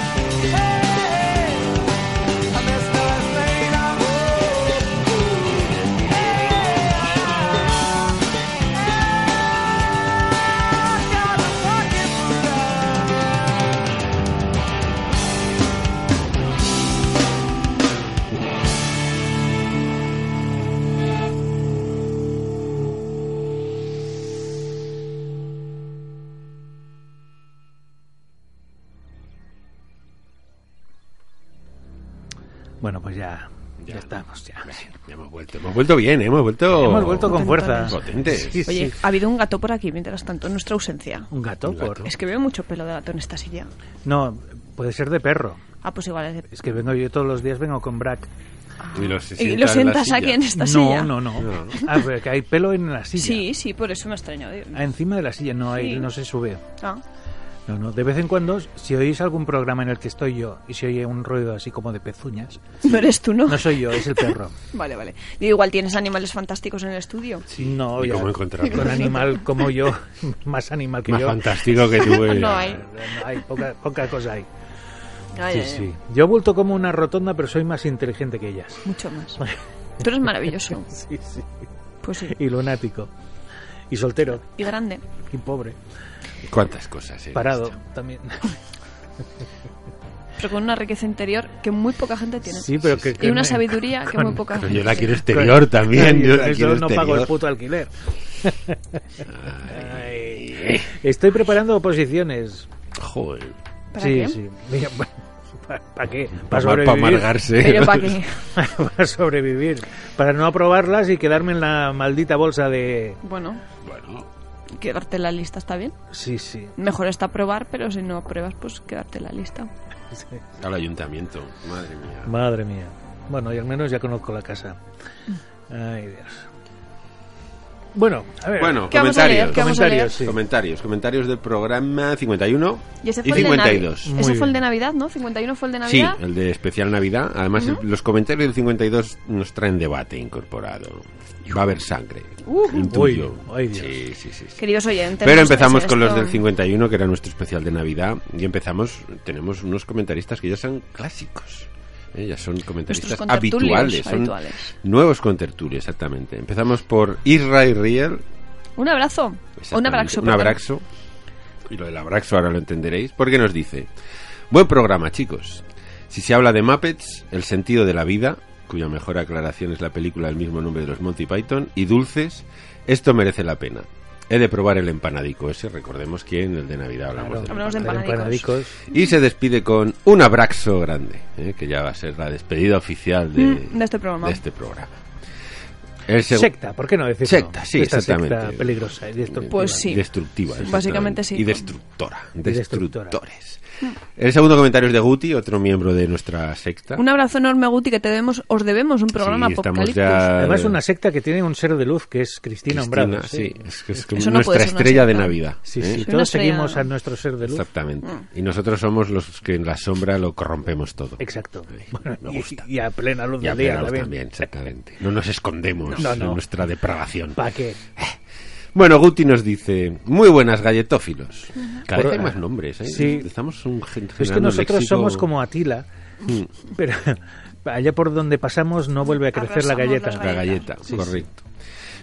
D: Hey, hey, hey, hey. I messed up late. I got a pocket full of.
A: Bueno, pues ya. Ya,
C: Ya.
A: estamos. Ya.
C: Ya hemos vuelto, hemos vuelto bien, ¿eh? hemos vuelto.
A: Hemos vuelto con fuerza.
C: Potentes.
A: Sí, sí.
B: Oye, ha habido un gato por aquí mientras tanto, en nuestra ausencia.
A: Un gato,
C: Un gato.
A: por-
B: Es que veo mucho pelo de gato en esta silla.
A: No, puede ser de perro.
B: Ah, pues igual es de...
A: Es que vengo yo todos los días, vengo con Brack.
C: Y lo, se
B: Y
C: sienta
B: lo
C: en la
B: sientas
C: silla.
B: aquí en esta
A: no,
B: silla.
A: no, no,
C: No.
A: Ah, pero que hay pelo en la silla.
B: Sí, sí, por eso me ha extrañado. digo.
A: Ah, Encima de la silla, no, hay,
B: Sí.
A: no se sube.
B: Ah,
A: No, no. De vez en cuando, si oís algún programa en el que estoy yo y se oye un ruido así como de pezuñas,
B: no eres tú, ¿no?
A: no soy yo, es el perro.
B: Vale, vale. Yo igual tienes animales fantásticos en el estudio.
A: No,
C: ¿Y
A: ya,
C: cómo encontrarlo?
A: Con animal como yo, más animal que
C: Más
A: yo.
C: fantástico que tú. eh.
B: No hay.
A: No, hay poca, poca cosa ahí.
B: Ay,
A: Sí,
B: ay, ay.
A: sí. Yo vuelto como una rotonda, pero soy más inteligente que ellas.
B: Mucho más. Tú eres maravilloso.
A: Sí, sí.
B: Pues sí.
A: Y lunático. Y soltero.
B: Y grande.
A: Y pobre.
C: Cuántas cosas. eres,
A: Parado
C: tío.
A: también.
B: Pero con una riqueza interior que muy poca gente tiene.
A: Sí, pero que, que
B: y una
A: no-
B: sabiduría que
A: con-
B: muy poca
C: Pero
B: gente
C: yo la quiero
B: tiene.
C: exterior también.
A: Ay,
C: Yo
A: por
C: la
A: eso
C: quiero
A: no pago el
C: exterior.
A: puto alquiler. Ay. Estoy preparando oposiciones.
C: Joder.
B: ¿Para
A: sí,
B: qué?
A: sí. ¿Para qué?
C: Para, amar-
A: Para
C: para
A: sobrevivir.
C: amargarse.
B: Pero para qué.
A: para sobrevivir, para no aprobarlas y quedarme en la maldita bolsa de...
B: Bueno,
C: Bueno,
B: quedarte en la lista está bien.
A: Sí, sí.
B: Mejor está probar, pero si no apruebas, pues quedarte en la lista.
C: al ayuntamiento. Madre mía.
A: Madre mía. Bueno, y al menos ya conozco la casa. Ay, Dios. Bueno, a ver.
C: Bueno,
B: ¿Qué vamos a leer?
C: comentarios.
B: ¿Qué vamos a leer?
A: Comentarios, sí.
C: Comentarios, comentarios del programa 51
B: Y ese fue el de Navi-
C: 52.
A: Muy
B: Ese fue el
A: bien.
B: de Navidad, ¿no? 51 fue el de
C: Sí,
B: Navidad.
C: el de especial Navidad. Además, el- los comentarios del 52 nos traen debate incorporado. Va a haber sangre. Intuyo.
A: Uy, ay, Dios.
C: sí, sí, sí, sí.
B: Queridos oyentes.
C: Pero
B: no sé
C: empezamos
B: si
C: con los
B: esto-
C: del 51, que era nuestro especial de Navidad. Y empezamos, tenemos unos comentaristas que ya son clásicos. ¿eh? Ya son comentaristas
B: Nuestros contertulios
C: habituales, son
B: habituales.
C: nuevos contertulios, exactamente. Empezamos por Israel Riel,
B: Un abrazo. Un
C: Exactamente.
B: abrazo.
C: Un abrazo. Y lo del abrazo ahora lo entenderéis. Porque nos dice: Buen programa, chicos. Si se habla de Muppets, El sentido de la vida, cuya mejor aclaración es la película del mismo nombre de los Monty Python, y dulces, esto merece la pena. He de probar el empanadico ese. Recordemos que en el de Navidad hablamos
A: Claro.
C: del
B: Hablamos de
C: empanadico.
B: empanadicos.
C: Y se despide con un abrazo grande, ¿eh? que ya va a ser la despedida oficial de,
B: Mm, de este programa.
C: de este programa. El seg-
A: secta, ¿por qué no decirlo?
C: Secta, sí,
A: Esta secta
C: exactamente.
A: peligrosa y destructiva.
B: Pues sí.
C: Destructiva. exactamente.
B: Básicamente sí.
C: Y destructora.
A: destructora.
C: Destructores. Mm. El segundo comentario es de Guti, otro miembro de nuestra secta.
B: Un abrazo enorme, Guti, que te debemos, os debemos un programa
C: Sí, estamos
B: apocalíptico.
C: ya-
A: Además, una secta que tiene un ser de luz que es Cristina, Hombrado.
C: sí, es que es
B: Eso no
C: nuestra
B: puede ser una
C: estrella de
B: secta.
C: Navidad.
A: Sí,
C: ¿eh?
A: sí,
B: una
A: todos
B: estrella
A: seguimos
B: dorada.
A: a nuestro ser de luz.
C: Exactamente.
B: Mm.
C: Y nosotros somos los que en la sombra lo corrompemos todo.
A: Exacto.
C: me gusta.
A: Y, y a plena luz
C: Y
A: del día
C: apegados
A: también.
C: también, exactamente. No nos escondemos
A: No, no.
C: de nuestra depravación.
A: ¿Para qué?
C: Bueno, Guti nos dice, muy buenas galletófilos. Cada
A: Por-
C: vez hay más nombres, ¿eh?
A: Sí.
C: Estamos un gen-
A: Es que
C: generando
A: nosotros
C: léxico-
A: somos como Atila,
C: Mm.
A: pero allá por donde pasamos no vuelve a crecer la
B: Arrasamos
A: galleta.
B: las
C: La galleta, correcto.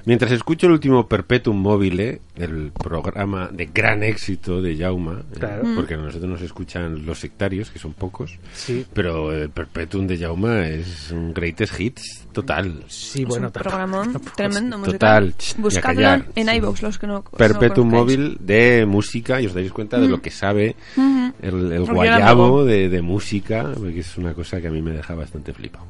C: Mientras escucho el último Perpetuum Mobile, el programa de gran éxito de Jauma, ¿eh?
A: Claro. Mm.
C: porque a nosotros nos escuchan los sectarios, que son pocos,
A: Sí.
C: pero el Perpetuum de Jauma es un greatest hits total.
A: Sí,
B: Es
A: bueno,
B: un
A: tampoco-
B: programón
A: tampoco-
B: tremendo
C: Total,
B: musical.
C: ch, y a
B: Buscadlo
C: callar,
B: en
C: sí.
B: iVoox, los que no
C: Perpetuum
B: no lo conozcáis.
C: móvil de música y os daréis cuenta de lo que sabe el, el
B: Porque
C: guayabo
B: era
C: de, de música, que es una cosa que a mí me deja bastante flipado.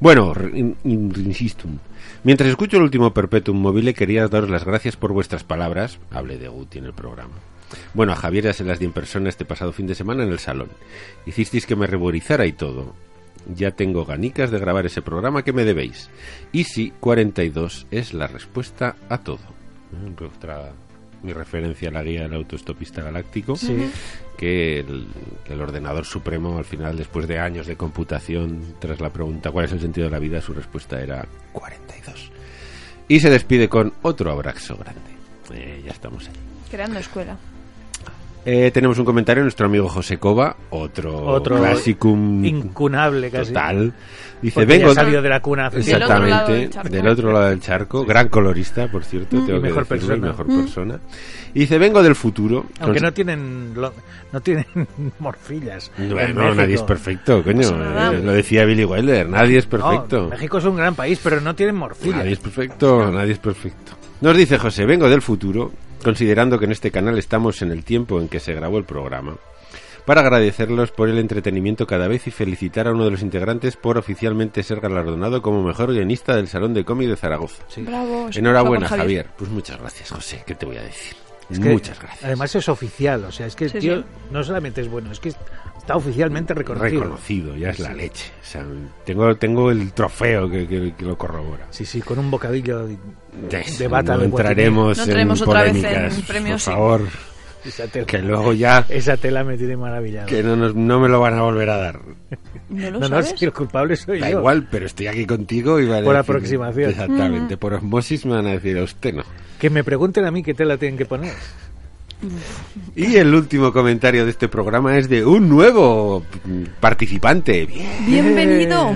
C: Bueno, re- in- in- insistum. Mientras escucho el último Perpetuum móvil, quería daros las gracias por vuestras palabras. Hablé de Guti en el programa. Bueno, a Javier ya se las di en persona este pasado fin de semana en el salón. Hicisteis que me ruborizara y todo. Ya tengo ganicas de grabar ese programa que me debéis. Y sí, 42 es la respuesta a todo. ¿Eh? Otra- mi referencia a la guía del autoestopista galáctico, que el, que el ordenador supremo al final, después de años de computación, tras la pregunta ¿cuál es el sentido de la vida? Su respuesta era 42. Y se despide con otro abrazo grande. Eh, ya estamos ahí.
B: Creando escuela.
C: Eh, tenemos un comentario de nuestro amigo José Cova, otro,
A: Otro
C: clasicum
A: incunable casi.
C: total. Dice,
A: Porque ya
C: vengo...
A: salió de la cuna. hace
B: Del otro lado
C: Exactamente,
B: del charco.
C: del otro lado del charco. Gran colorista, por cierto, tengo
A: Mm. Y
C: que decirlo,
A: mejor
C: y
A: persona. Mm.
C: mejor persona. Y dice, vengo del futuro.
A: Aunque
C: Cons-
A: no tienen, lo- no tienen morcillas. en
C: Bueno, nadie es
A: México.
C: perfecto, coño.
B: pasa nada.
C: Eh, Lo decía Billy Wilder, nadie es
A: No,
C: perfecto.
A: México es un gran país, pero no tienen
C: Nadie
A: morcillas.
C: es perfecto, nadie es perfecto. Nos dice José, vengo del futuro, considerando que en este canal estamos en el tiempo en que se grabó el programa, para agradecerlos por el entretenimiento cada vez y felicitar a uno de los integrantes por oficialmente ser galardonado como mejor guionista del Salón de Cómic de Zaragoza.
B: Bravo.
C: Enhorabuena,
B: bravo,
C: Javier. Pues muchas gracias, José. ¿Qué te voy a decir?
A: Es que
C: muchas gracias.
A: Además es oficial, o sea, es que el
B: Sí,
A: tío
B: sí.
A: no solamente es bueno, es que está oficialmente reconocido.
C: reconocido, ya es la leche. O sea, tengo, tengo el trofeo que, que- que lo corrobora.
A: Sí, sí, con un bocadillo de, de bata
C: no
A: de
C: entraremos
B: pues, No
C: en
B: entremos otra vez en
C: polémicas,
B: premios, sí.
C: por favor.
A: guatini. Esa tela,
C: Que luego ya
A: esa tela me tiene maravillado.
C: que no, nos- no me lo van a volver a dar.
B: ¿No
A: No,
B: lo
A: no,
B: sabes?
A: si el culpable soy
C: Da
A: yo.
C: igual, pero estoy aquí contigo y van a
A: Por
C: decir-
A: aproximación.
C: Exactamente, por osmosis me van a decir a usted no.
A: Que me pregunten a mí qué tela tienen que poner.
C: Y el último comentario de este programa es de un nuevo mm, participante, bien,
B: Bienvenido.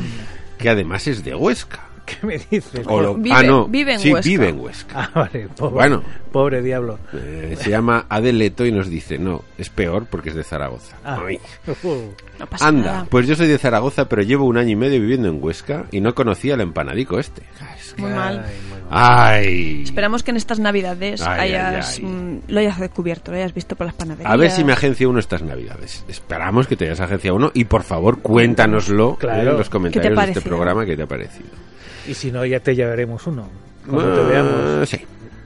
C: que además es de Huesca.
A: ¿Qué me dices?
C: O lo-
B: Vive-
C: ah, no.
B: vive en
C: sí,
B: Huesca.
C: vive en Huesca.
A: Ah, vale, pobre,
C: Bueno.
A: pobre diablo.
C: Eh, se llama Adeleto y nos dice, no, es peor porque es de Zaragoza.
A: Ah.
C: Ay.
A: Uh,
B: No pasa
C: Anda,
B: nada.
C: pues yo soy de Zaragoza, pero llevo un año y medio viviendo en Huesca y no conocía el empanadico este. Ay, es que-
B: Muy mal.
A: ay, bueno.
C: Ay.
B: Esperamos que en estas navidades
C: Ay, ay,
B: hayas,
C: ay.
B: mm, lo hayas descubierto, lo hayas visto por las panaderías.
C: A ver si me agencia uno estas navidades. Esperamos que te hayas agencia uno y por favor cuéntanoslo
A: Claro.
C: en los comentarios
B: ¿Qué te
C: de
B: ha
C: este
B: parecido?
C: programa que te ha parecido.
A: Y si no, ya te llevaremos uno. Cuando te
C: Ah,
A: veamos.
C: Sí.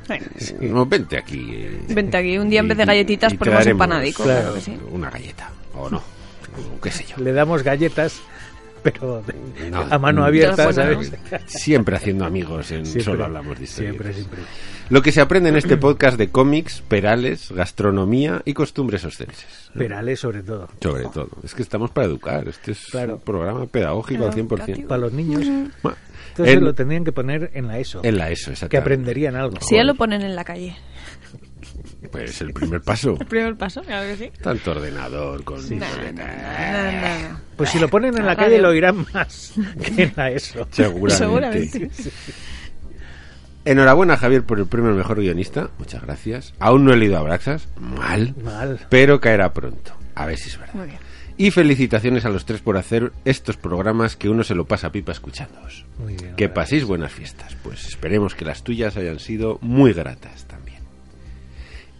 B: Venga.
C: No, Vente aquí. eh,
B: Vente aquí, un día en
C: y-
B: vez de
C: y-
B: galletitas
C: y te
B: ponemos un
C: daremos
B: panadico, claro. que sí.
C: Una galleta, o no. O qué sé yo.
A: Le damos galletas, pero de-
C: No,
A: a mano
C: mm,
A: abierta,
B: Bueno,
A: ¿sabes?
C: Siempre haciendo amigos, en
A: Siempre,
C: solo hablamos de historias.
A: Siempre, siempre.
C: Lo que se aprende en este podcast de cómics, perales, gastronomía y costumbres ostenses.
A: Perales, sobre todo.
C: Sobre todo. Es que estamos para educar. Este es
A: Claro.
C: un programa pedagógico al 100%.
A: Para los niños.
C: Bueno,
A: Entonces
C: En,
A: lo tendrían que poner en la ESO.
C: en la ESO,
A: que
C: exactamente.
A: aprenderían algo.
B: Si ya lo ponen en la calle.
C: Pues el primer paso.
B: Primer paso, claro que sí.
C: Tanto ordenador con...
B: No, no, no.
A: Pues si lo ponen en la
B: La
A: calle
B: radio.
A: lo oirán más que en la ESO.
C: Eh, Seguramente.
B: Seguramente.
C: Enhorabuena, Javier, por el premio al mejor guionista. Muchas gracias. Aún no he leído Abraxas. Mal.
A: Mal.
C: Pero caerá pronto. A ver si es verdad.
B: Muy bien.
C: Y felicitaciones a los tres por hacer estos programas que uno se lo pasa pipa escuchándoos.
A: Muy bien.
C: Que paséis buenas fiestas. Pues esperemos que las tuyas hayan sido muy gratas también.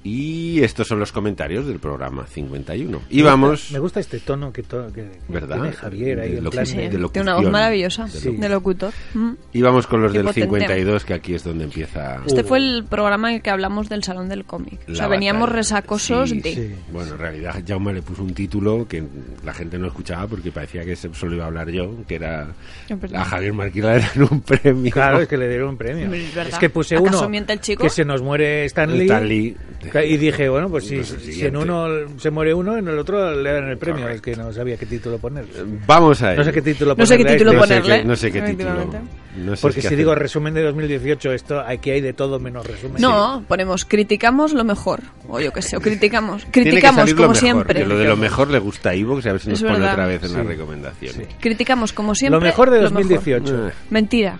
C: Y estos son los comentarios del programa 51. Y vamos.
A: Me gusta este tono que, to- que- que
C: ¿Verdad?
A: tiene Javier ahí
C: De
A: en
C: lo-
A: plan
B: Sí,
A: de-
C: de locución.
B: tiene una voz maravillosa
C: De
A: locución.
B: de locutor. Mm.
C: Y vamos con los
B: Qué
C: del
B: potente.
C: 52, que aquí es donde empieza.
B: Este
A: Uh.
B: fue el programa en el que hablamos del Salón del Cómic.
C: la
B: o sea, veníamos
C: batalla.
B: resacosos
C: Sí,
B: de...
A: sí.
C: Bueno, en realidad Jaume le puso un título que la gente no escuchaba porque parecía que se- solo iba a hablar yo, que era
B: Es verdad.
C: a Javier Marquila era un premio.
A: Claro, es que le dieron un premio.
B: Es verdad.
A: que puse
B: ¿Acaso
A: uno
B: miente el chico?
A: que se nos muere Stan Lee.
C: Stan Lee.
A: Y dije, bueno, pues si,
C: Pues el
A: si en
C: siguiente.
A: uno se muere uno, en el otro le dan el premio.
C: Correcto.
A: Es que no sabía qué título poner.
C: Vamos a ello.
A: No sé qué título
B: No sé qué
A: ponerle a
C: No
A: este.
B: título
C: sé
B: ponerle,
C: qué- No sé qué título.
B: efectivamente.
C: No sé
A: Porque
C: qué
A: si digo
C: hacer.
A: resumen de 2018, esto aquí hay de todo menos resumen.
B: No, ponemos criticamos lo mejor. O yo qué sé, o criticamos.
C: Tiene que
B: Criticamos
C: salir lo
B: como
C: mejor,
B: siempre.
C: que lo de lo mejor le gusta a Ivox y a ver si nos
B: Es
C: pone
B: verdad.
C: otra vez en
A: Sí.
C: las recomendaciones.
B: Criticamos como siempre.
A: Lo mejor de
B: lo mejor.
A: 2018.
C: Eh.
B: Mentira.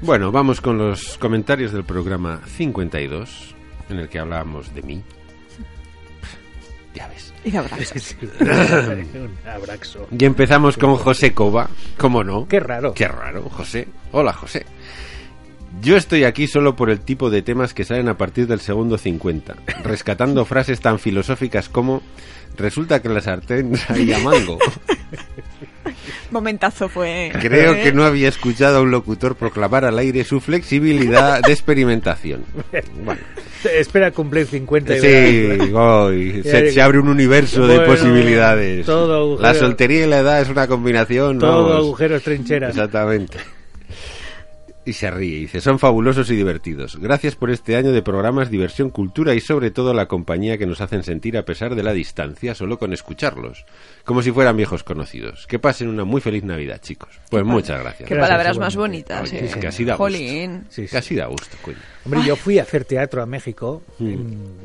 C: Bueno, vamos con los comentarios del programa 52, en el que hablábamos de mí. Ya ves.
B: Y de abrazo.
A: Un abrazo.
C: Y empezamos con José Cova, ¿cómo no?
A: Qué raro.
C: Qué raro, José. Hola, José. Yo estoy aquí solo por el tipo de temas que salen a partir del segundo 50, rescatando frases tan filosóficas como resulta que la sartén traía mango.
B: Momentazo fue.
C: Creo
A: Eh.
C: que no había escuchado a un locutor proclamar al aire su flexibilidad de experimentación. Bueno,
A: Espera cumplir 50 y ¿eh? verás.
C: sí, hoy
A: Ya
C: se,
A: digo.
C: se abre un universo de
A: Bueno,
C: posibilidades.
A: todo agujero.
C: la soltería y la edad es una combinación.
A: Todo
C: vamos.
A: agujeros, trincheras.
C: Exactamente. Y se ríe, y dice, son fabulosos y divertidos. Gracias por este año de programas, diversión, cultura y sobre todo la compañía que nos hacen sentir a pesar de la distancia solo con escucharlos, como si fueran viejos conocidos. Que pasen una muy feliz Navidad, chicos. Pues muchas gracias.
B: Qué
A: Gracias,
B: palabras más
A: igualmente.
B: bonitas.
C: Oye,
B: eh.
C: es que así da gusto.
B: Jolín.
A: Sí, sí.
C: Casi da gusto, coño.
A: Hombre, yo fui a hacer teatro a México, en-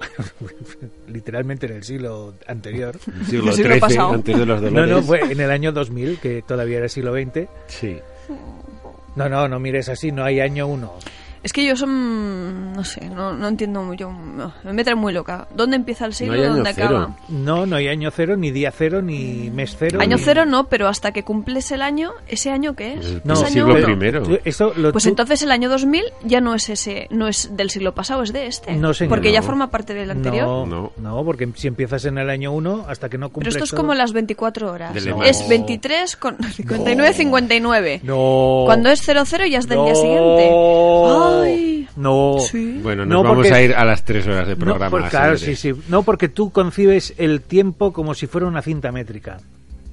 A: literalmente en el siglo anterior.
C: Siglo
B: siglo
C: XIII,
B: pasado.
C: antes de los
A: No,
C: dolores.
A: no, fue en el año 2000, que todavía era siglo XX.
C: Sí.
A: No, no, no mires así, no hay año uno.
B: Es que yo son. No sé, no, no entiendo mucho. no, me meten muy loca. ¿Dónde empieza el siglo?
C: hay año
B: ¿Dónde
C: cero.
B: acaba?
A: No, no hay año cero, ni día cero, ni mes cero.
B: Año
A: ni-
B: cero no, pero hasta que cumples el año, ¿ese año qué es?
A: No,
B: ¿Es
C: El
B: año
C: siglo
B: uno?
C: primero.
A: Tú- Eso lo
B: Pues
A: tú-
B: entonces el año 2000 ya no es ese, no es del siglo pasado, es de este.
A: No, señor.
B: Porque ya
C: No.
B: forma parte del anterior.
A: No,
C: No.
A: no, porque si empiezas en el año uno, hasta que no
B: Pero
A: cumples
B: esto es
A: todo-
B: como las 24 horas.
C: Del
A: No.
B: Es 23 con 59, 59.
A: No.
B: Cuando es 00 ya es del
A: no.
B: día siguiente. Ay.
A: No. Este
B: Sí.
C: Bueno, nos
A: No,
C: vamos
A: porque-
C: a ir a las tres horas de programa.
A: No, por-
C: así
A: claro,
C: de-
A: sí, sí. No, porque tú concibes el tiempo como si fuera una cinta métrica.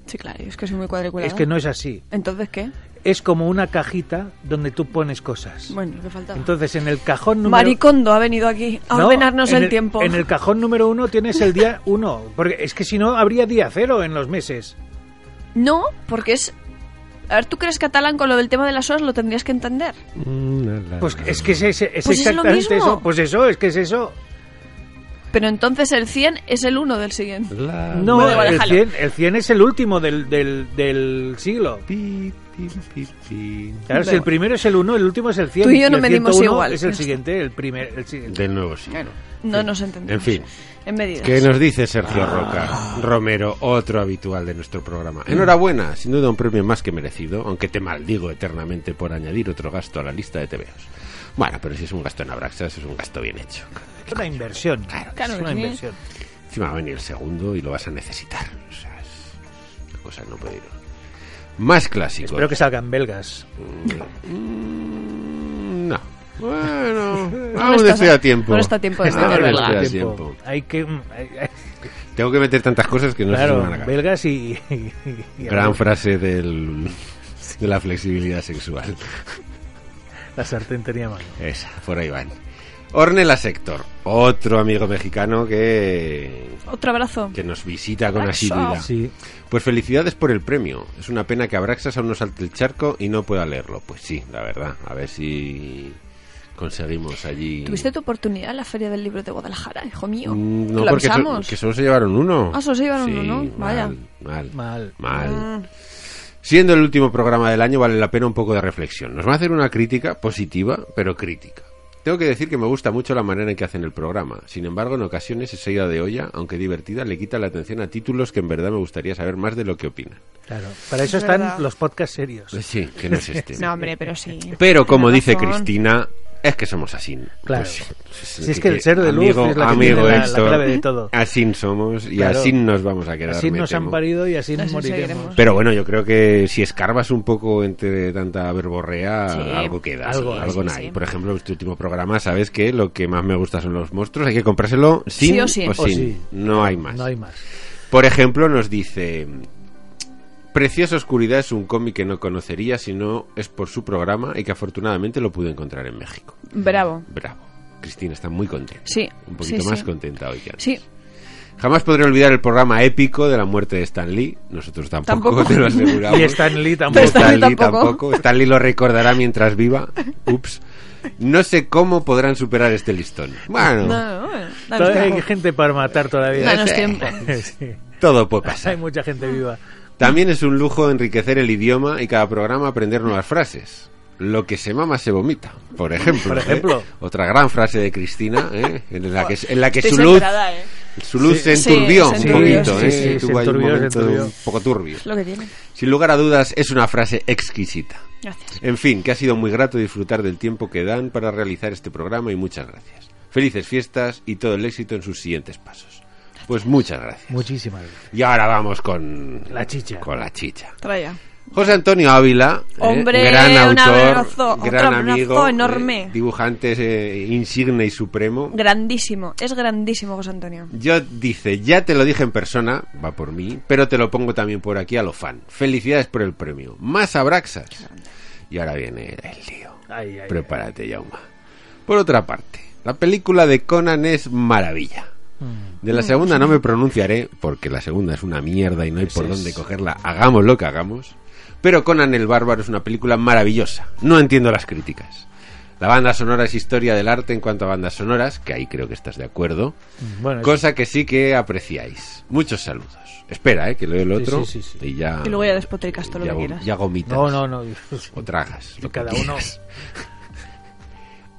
B: Sí, claro, es que soy muy cuadriculada.
A: Es que no es así.
B: Entonces, ¿qué?
A: Es como una cajita donde tú pones cosas.
B: Bueno, ¿qué falta?
A: Entonces, en el cajón número...
B: Maricondo ha venido aquí a
A: No,
B: ordenarnos
A: en
B: el, tiempo.
A: En el cajón número uno tienes el día uno. Porque es que si no, habría día cero en los meses.
B: No, porque es... A ver, tú crees catalán con lo del tema de las horas, lo tendrías que entender.
C: Mm,
A: Pues es que es, es- es
B: Pues es lo
A: exactamente
B: mismo.
A: eso. Pues eso, es que es eso.
B: Pero entonces el 100 es el 1 del siguiente.
C: La-
A: No,
B: Bueno, vale,
A: el,
B: jalo.
A: 100, el 100 es el último del, del, del siglo.
C: Pi, pi, pi, pi.
A: Claro, si
B: Da
A: el
B: igual.
A: primero es el 1, el último es el 100.
B: Tú y yo no
A: el
B: medimos
A: 101
B: igual.
A: Es el
B: Ya está.
A: siguiente, el primer. El siguiente.
C: Del nuevo siglo.
B: No nos entendemos.
C: En fin.
B: En medidas.
C: ¿Qué nos dice
A: Ah.
C: Sergio Roca? Romero, otro habitual de nuestro programa. Enhorabuena, sin duda un premio más que merecido, aunque te maldigo eternamente por añadir otro gasto a la lista de TVOs. Bueno, pero si es un gasto en Abraxas, es un gasto bien hecho.
A: Es una inversión. Claro,
B: Claro,
A: es una
B: sí.
A: inversión.
C: Encima va a venir el segundo y lo vas a necesitar. O sea, es una cosa que no puede ir. Más clásicos.
A: Espero que salgan belgas.
C: Mm, No. Bueno,
B: No
C: aún estoy a tiempo.
B: No está a tiempo de
C: Aún
B: estudiar,
C: estoy
B: ¿verdad?
C: a
A: Hay
C: tiempo.
A: Hay que. hay- hay-
C: Tengo que meter tantas cosas que no se
A: claro,
C: suman acá.
A: belgas y. y- y-
C: Gran frase del, de la flexibilidad sexual.
A: La sartén tenía mano.
C: Esa, por ahí van. Ornella Sector, otro amigo mexicano que,
B: Otro abrazo.
C: que nos visita con
B: Eso.
C: asiduidad.
A: Sí.
C: Pues felicidades por el premio. Es una pena que Abraxas aún no salte el charco y no pueda leerlo. Pues sí, la verdad. A ver si conseguimos allí.
B: ¿Tuviste tu oportunidad en la Feria del Libro de Guadalajara, hijo mío?
C: Mm,
B: Que
C: No,
B: la
C: porque so-
B: usamos.
C: que solo se llevaron uno.
B: Ah, solo se llevaron
C: Sí,
B: uno, ¿no? Vaya.
C: Mal, mal.
A: Mal.
C: mal.
B: Mm.
C: Siendo el último programa del año, vale la pena un poco de reflexión. Nos va a hacer una crítica positiva, pero crítica. Tengo que decir que me gusta mucho la manera en que hacen el programa. Sin embargo, en ocasiones esa ida de olla, aunque divertida, le quita la atención a títulos que en verdad me gustaría saber más de lo que opinan.
A: Claro. Para eso
B: Es
A: están
B: verdad.
A: los podcasts serios.
C: Pues Sí, que no es este.
B: No, hombre, pero sí.
C: Pero como
B: Tienes
C: dice
B: razón.
C: Cristina, Es que somos así. Pues
A: Claro. Si es que
C: que-
A: el ser de luz
C: amigo,
A: es la que
C: amigo
A: tiene la- la
C: Héctor,
A: clave de todo.
C: Así somos y
A: Claro.
C: así nos vamos a quedar.
A: Así
C: me
A: nos han
C: temo.
A: parido y así,
B: Así
A: moriremos.
B: seguiremos.
C: Pero bueno, yo creo que si escarbas un poco entre tanta verborrea,
B: Sí.
C: algo queda.
A: Algo
C: Algo,
A: hay,
C: algo
B: sí,
C: hay.
B: sí.
C: Por ejemplo, este último programa, sabes que lo que más me gusta son los monstruos. Hay que comprárselo sin
B: Sí o sí.
A: O
C: sin.
A: sí.
C: No hay más.
A: No hay más.
C: Por ejemplo, nos dice... Preciosa Oscuridad es un cómic que no conocería si no es por su programa y que afortunadamente lo pude encontrar en México.
B: Bravo.
C: Bravo. Cristina está muy contenta.
B: Sí,
C: Un poquito
B: sí,
C: más
B: sí.
C: contenta hoy que antes.
B: Sí,
C: Jamás podré olvidar el programa épico de la muerte de Stan Lee. Nosotros tampoco,
B: Tampoco.
C: te lo aseguramos.
A: Y Stan Lee tampoco.
B: Pero
C: Stan
B: Stan Lee
C: Lee
B: tampoco.
C: tampoco. Stan Lee lo recordará mientras viva. Ups. No sé cómo podrán superar este listón. Bueno,
B: No, bueno, danos
A: Todavía hay
B: tiempo.
A: gente para matar todavía.
B: Danos tiempo.
A: Sí.
C: todo puede
A: Hay
C: pasar.
A: mucha gente viva.
C: También es un lujo enriquecer el idioma y cada programa aprender nuevas frases. Lo que se mama se vomita, por ejemplo.
A: Por ejemplo.
C: ¿eh? Otra gran frase de Cristina, ¿eh? en la que, en la que
B: Estoy
C: su luz,
B: superada, ¿eh?
C: su luz
B: Sí,
C: se enturbió
B: se
C: un
B: enturbió,
C: poquito.
B: sí,
C: ¿eh?
B: sí,
A: se
C: Tuvo ahí un
A: enturbió, se
C: momento
A: enturbió.
C: un poco turbio.
B: Es lo que tiene.
C: Sin lugar a dudas, es una frase exquisita.
B: Gracias.
C: En fin, que ha sido muy grato disfrutar del tiempo que dan para realizar este programa y muchas gracias. Felices fiestas y todo el éxito en sus siguientes pasos. Pues muchas gracias.
A: Muchísimas gracias.
C: Y ahora vamos con
A: La chicha.
C: Con la chicha.
B: Traya.
C: José Antonio Ávila, ¿eh?
B: Hombre,
C: gran
B: un abrazo,
C: autor,
B: otro
C: gran
B: abrazo
C: amigo, eh,
B: enorme.
C: dibujante eh, insigne y supremo.
B: Grandísimo. Es grandísimo, José Antonio.
C: Yo dice, ya te lo dije en persona, va por mí, pero te lo pongo también por aquí a lo fan. Felicidades por el premio. Más abraxas. Y ahora viene el lío.
A: Ay, ay,
C: Prepárate, Yauma. Por otra parte, la película de Conan es maravilla.
A: Mm.
C: De la segunda no me pronunciaré, porque la segunda es una mierda y no hay por dónde cogerla. Hagamos lo que hagamos. Pero Conan el Bárbaro es una película maravillosa. No entiendo las críticas. La banda sonora es historia del arte en cuanto a bandas sonoras, que ahí creo que estás de acuerdo.
A: Bueno,
C: Cosa que sí que apreciáis. Muchos saludos. Espera, eh, que leo el
A: Sí,
C: otro.
A: sí, sí, sí.
C: Y ya.
B: Y luego ya despotricas todo lo
C: ya
B: que
C: go-
B: quieras.
C: Ya gomitas.
A: no, no, no.
C: O tragas. lo que
A: Cada uno.
C: quieras.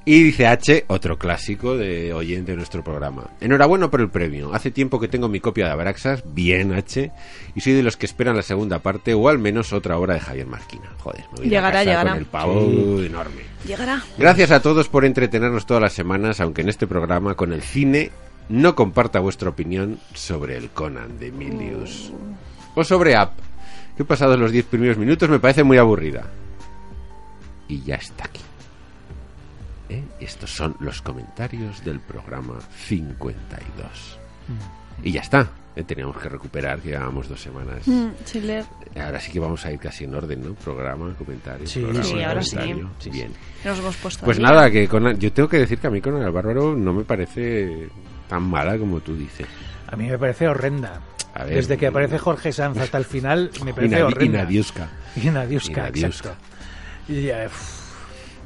C: Y dice H, otro clásico de oyente de nuestro programa. Enhorabuena por el premio. Hace tiempo que tengo mi copia de Abraxas, bien H, y soy de los que esperan la segunda parte o al menos otra hora de Javier Marquina. Joder, me voy a ir a
B: Llegará,
C: casa
B: llegará.
C: con el pavo enorme.
B: Llegará.
C: Gracias a todos por entretenernos todas las semanas, aunque en este programa con el cine no comparta vuestra opinión sobre el Conan de Milius. O sobre App, que pasados los 10 primeros minutos me parece muy aburrida. Y ya está aquí. ¿Eh? Estos son los comentarios del programa 52. Y ya está. Eh, Teníamos que recuperar, que llevábamos dos semanas.
B: Mm, sin leer.
C: Ahora sí que vamos a ir casi en orden, ¿no? Programa, comentario.
A: Sí,
C: programa,
B: sí, ahora sí.
C: comentario.
A: Sí, sí.
C: Bien.
B: Nos hemos puesto.
C: Pues
B: al día.
C: nada, que Conan- yo tengo que decir que a mí Conan el Bárbaro no me parece tan mala como tú dices.
A: A mí me parece horrenda.
C: A ver.
A: Desde que aparece Jorge Sanz hasta el final, me parece
C: Inadi-
A: horrenda.
C: Inadiusca.
A: Inadiusca,
C: Inadiusca.
A: exacto. Y, eh, uf,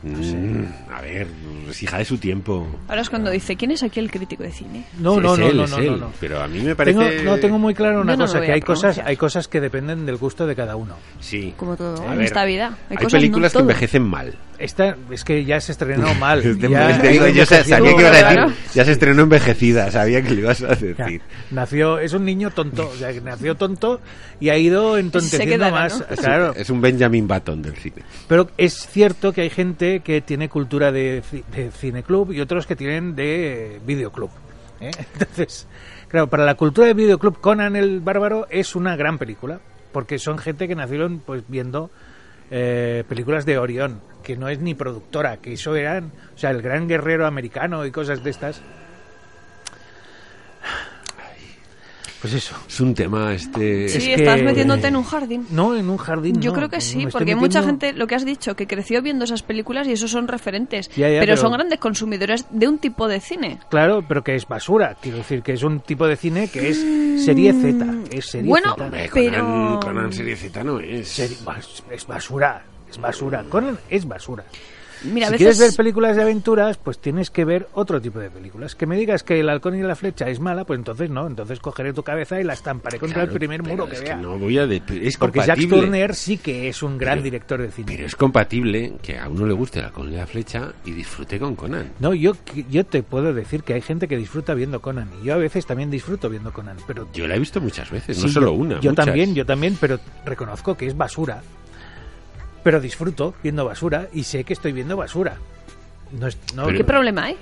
C: Mm, a ver, es hija de su tiempo.
B: Ahora es cuando dice, ¿quién es aquí el crítico de cine?
A: no,
C: Es
A: no, no,
C: él,
A: no,
C: es
A: no,
C: él,
A: no, no.
C: Pero a mí me parece.
A: Tengo, no, tengo muy claro una
B: Yo no lo
A: cosa,
B: voy
A: que
B: a
A: hay cosas,
B: pronunciar.
A: hay cosas que dependen del gusto de cada uno.
C: Sí.
B: Como todo,
C: A
B: en
C: ver,
B: esta vida.
C: Hay,
B: Hay cosas, no
C: películas que
B: todo.
C: envejecen mal.
A: Esta es que ya se estrenó mal.
C: Es de-
A: ya-
C: es de- digo,
A: hay
C: yo sa-
A: envejecido-
C: sabía que ibas a
B: Claro.
C: decir. Ya se estrenó envejecida, sabía que le ibas a
A: Ya,
C: decir.
A: nació, es un niño tonto, o sea, que nació tonto y ha ido entonteciendo
B: Se quedará,
A: más.
B: ¿no?
A: Claro,
C: Es un Benjamin Button del cine.
A: pero es cierto que hay gente que tiene cultura de, ci- de cineclub y otros que tienen de videoclub. ¿eh? Entonces, claro, para la cultura de videoclub, Conan el Bárbaro es una gran película, porque son gente que nacieron pues viendo eh, películas de Orión, que no es ni productora, que eso eran, o sea, el gran guerrero americano y cosas de estas. Pues eso.
C: Es un tema este.
B: Sí,
A: Es
B: estás
A: que-
B: metiéndote en un jardín.
A: No, en un jardín.
B: Yo
A: no,
B: creo que
A: me
B: sí,
A: estoy
B: porque mucha
A: metiendo-
B: gente, lo que has dicho, que creció viendo esas películas y esos son referentes,
A: Ya, ya,
B: pero,
A: pero-
B: son grandes consumidores de un tipo de cine.
A: Claro, pero que es basura. Quiero decir que es un tipo de cine que es serie Z. Es serie
B: Mm, Bueno,
A: Z.
C: Hombre,
B: Pero-
C: Conan, Conan serie Z no es.
A: Serie- bas- es basura. Es basura. Conan es basura.
B: Mira,
A: si
B: a
A: quieres
B: veces...
A: ver películas de aventuras, pues tienes que ver otro tipo de películas. Que me digas que el halcón y la flecha es mala, pues entonces no. Entonces cogeré tu cabeza y la estamparé contra
C: Claro,
A: el primer
C: pero
A: muro que
C: es
A: vea.
C: no voy a de- es
A: Porque Jack
C: compatible.
A: Turner sí que es un gran
C: Pero-
A: director de cine.
C: Pero es compatible que a uno le guste la con la flecha y disfrute con Conan.
A: No, yo, yo te puedo decir que hay gente que disfruta viendo Conan. Y yo a veces también disfruto viendo Conan. Pero
C: Yo la he visto muchas veces, no
A: Sí,
C: solo
A: yo-
C: una.
A: Yo
C: muchas.
A: también, yo también, pero reconozco que es basura. Pero disfruto viendo basura y sé que estoy viendo basura. No es- no,
C: Pero-
B: ¿Qué problema hay?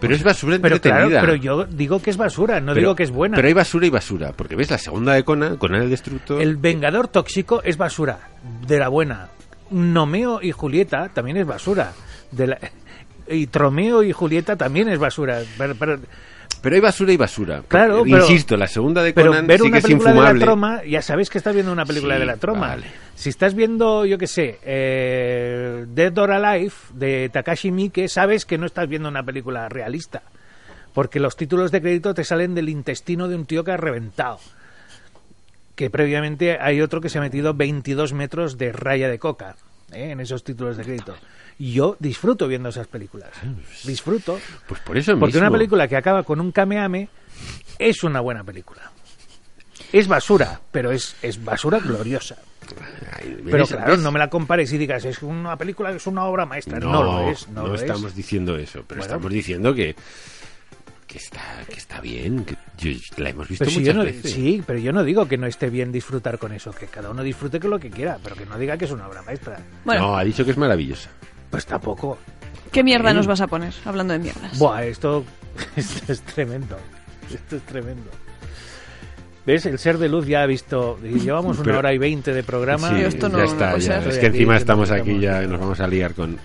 C: Pero es basura
A: pero
C: entretenida.
A: claro, pero yo digo que es basura, no
C: Pero-
A: digo que es buena.
C: Pero hay basura y basura. Porque ves la segunda de Conan, Conan el Destructor.
A: El Vengador Tóxico es basura, de la buena. Nomeo y Julieta también es basura. De la... Y Tromeo y Julieta también es basura. Pero, pero-
C: Pero hay basura y basura.
A: Claro,
C: Porque,
A: pero-
C: Insisto, la segunda de
A: pero
C: Conan
A: ver
C: sí
A: una
C: que es
A: película de
C: infumable.
A: la troma, ya sabes que estás viendo una película
C: Sí,
A: de la troma.
C: vale.
A: Si estás viendo, yo qué sé, eh, Dead or Alive de Takashi Miike, sabes que no estás viendo una película realista. Porque los títulos de crédito te salen del intestino de un tío que ha reventado. que previamente hay otro que se ha metido 22 metros de raya de coca ¿eh? en esos títulos de crédito. Y yo disfruto viendo esas películas. Disfruto.
C: Pues por eso
A: Porque
C: mismo.
A: una película que acaba con un cameame es una buena película. Es basura, pero es, es basura gloriosa.
C: Ay, ¿ves?
A: Pero claro,
C: ¿ves?
A: no me la compares y digas, es una película, es una obra maestra. No,
C: No,
A: lo es, no,
C: no
A: lo es.
C: estamos diciendo eso, pero
A: Bueno.
C: estamos diciendo que que está que está bien, que yo- la hemos visto
A: Pero si yo
C: muchas
A: no-
C: veces.
A: sí, pero yo no digo que no esté bien disfrutar con eso, que cada uno disfrute con lo que quiera, pero que no diga que es una obra maestra.
B: Bueno,
C: No, ha dicho que es maravillosa.
A: Pues tampoco.
B: ¿qué mierda nos vas a poner hablando de mierdas?
A: Buah, esto, esto es tremendo. Esto es tremendo. ¿Ves? El ser de luz ya ha visto. y Llevamos una
C: Pero-
A: hora y veinte de programa.
B: Sí, esto no-
C: ya
B: no
C: está,
B: puede
C: ya.
B: ser.
C: Es
A: Estoy
C: que
A: aquí,
C: encima
A: que
C: estamos
A: no
C: aquí ya
A: estamos-
C: nos vamos a liar con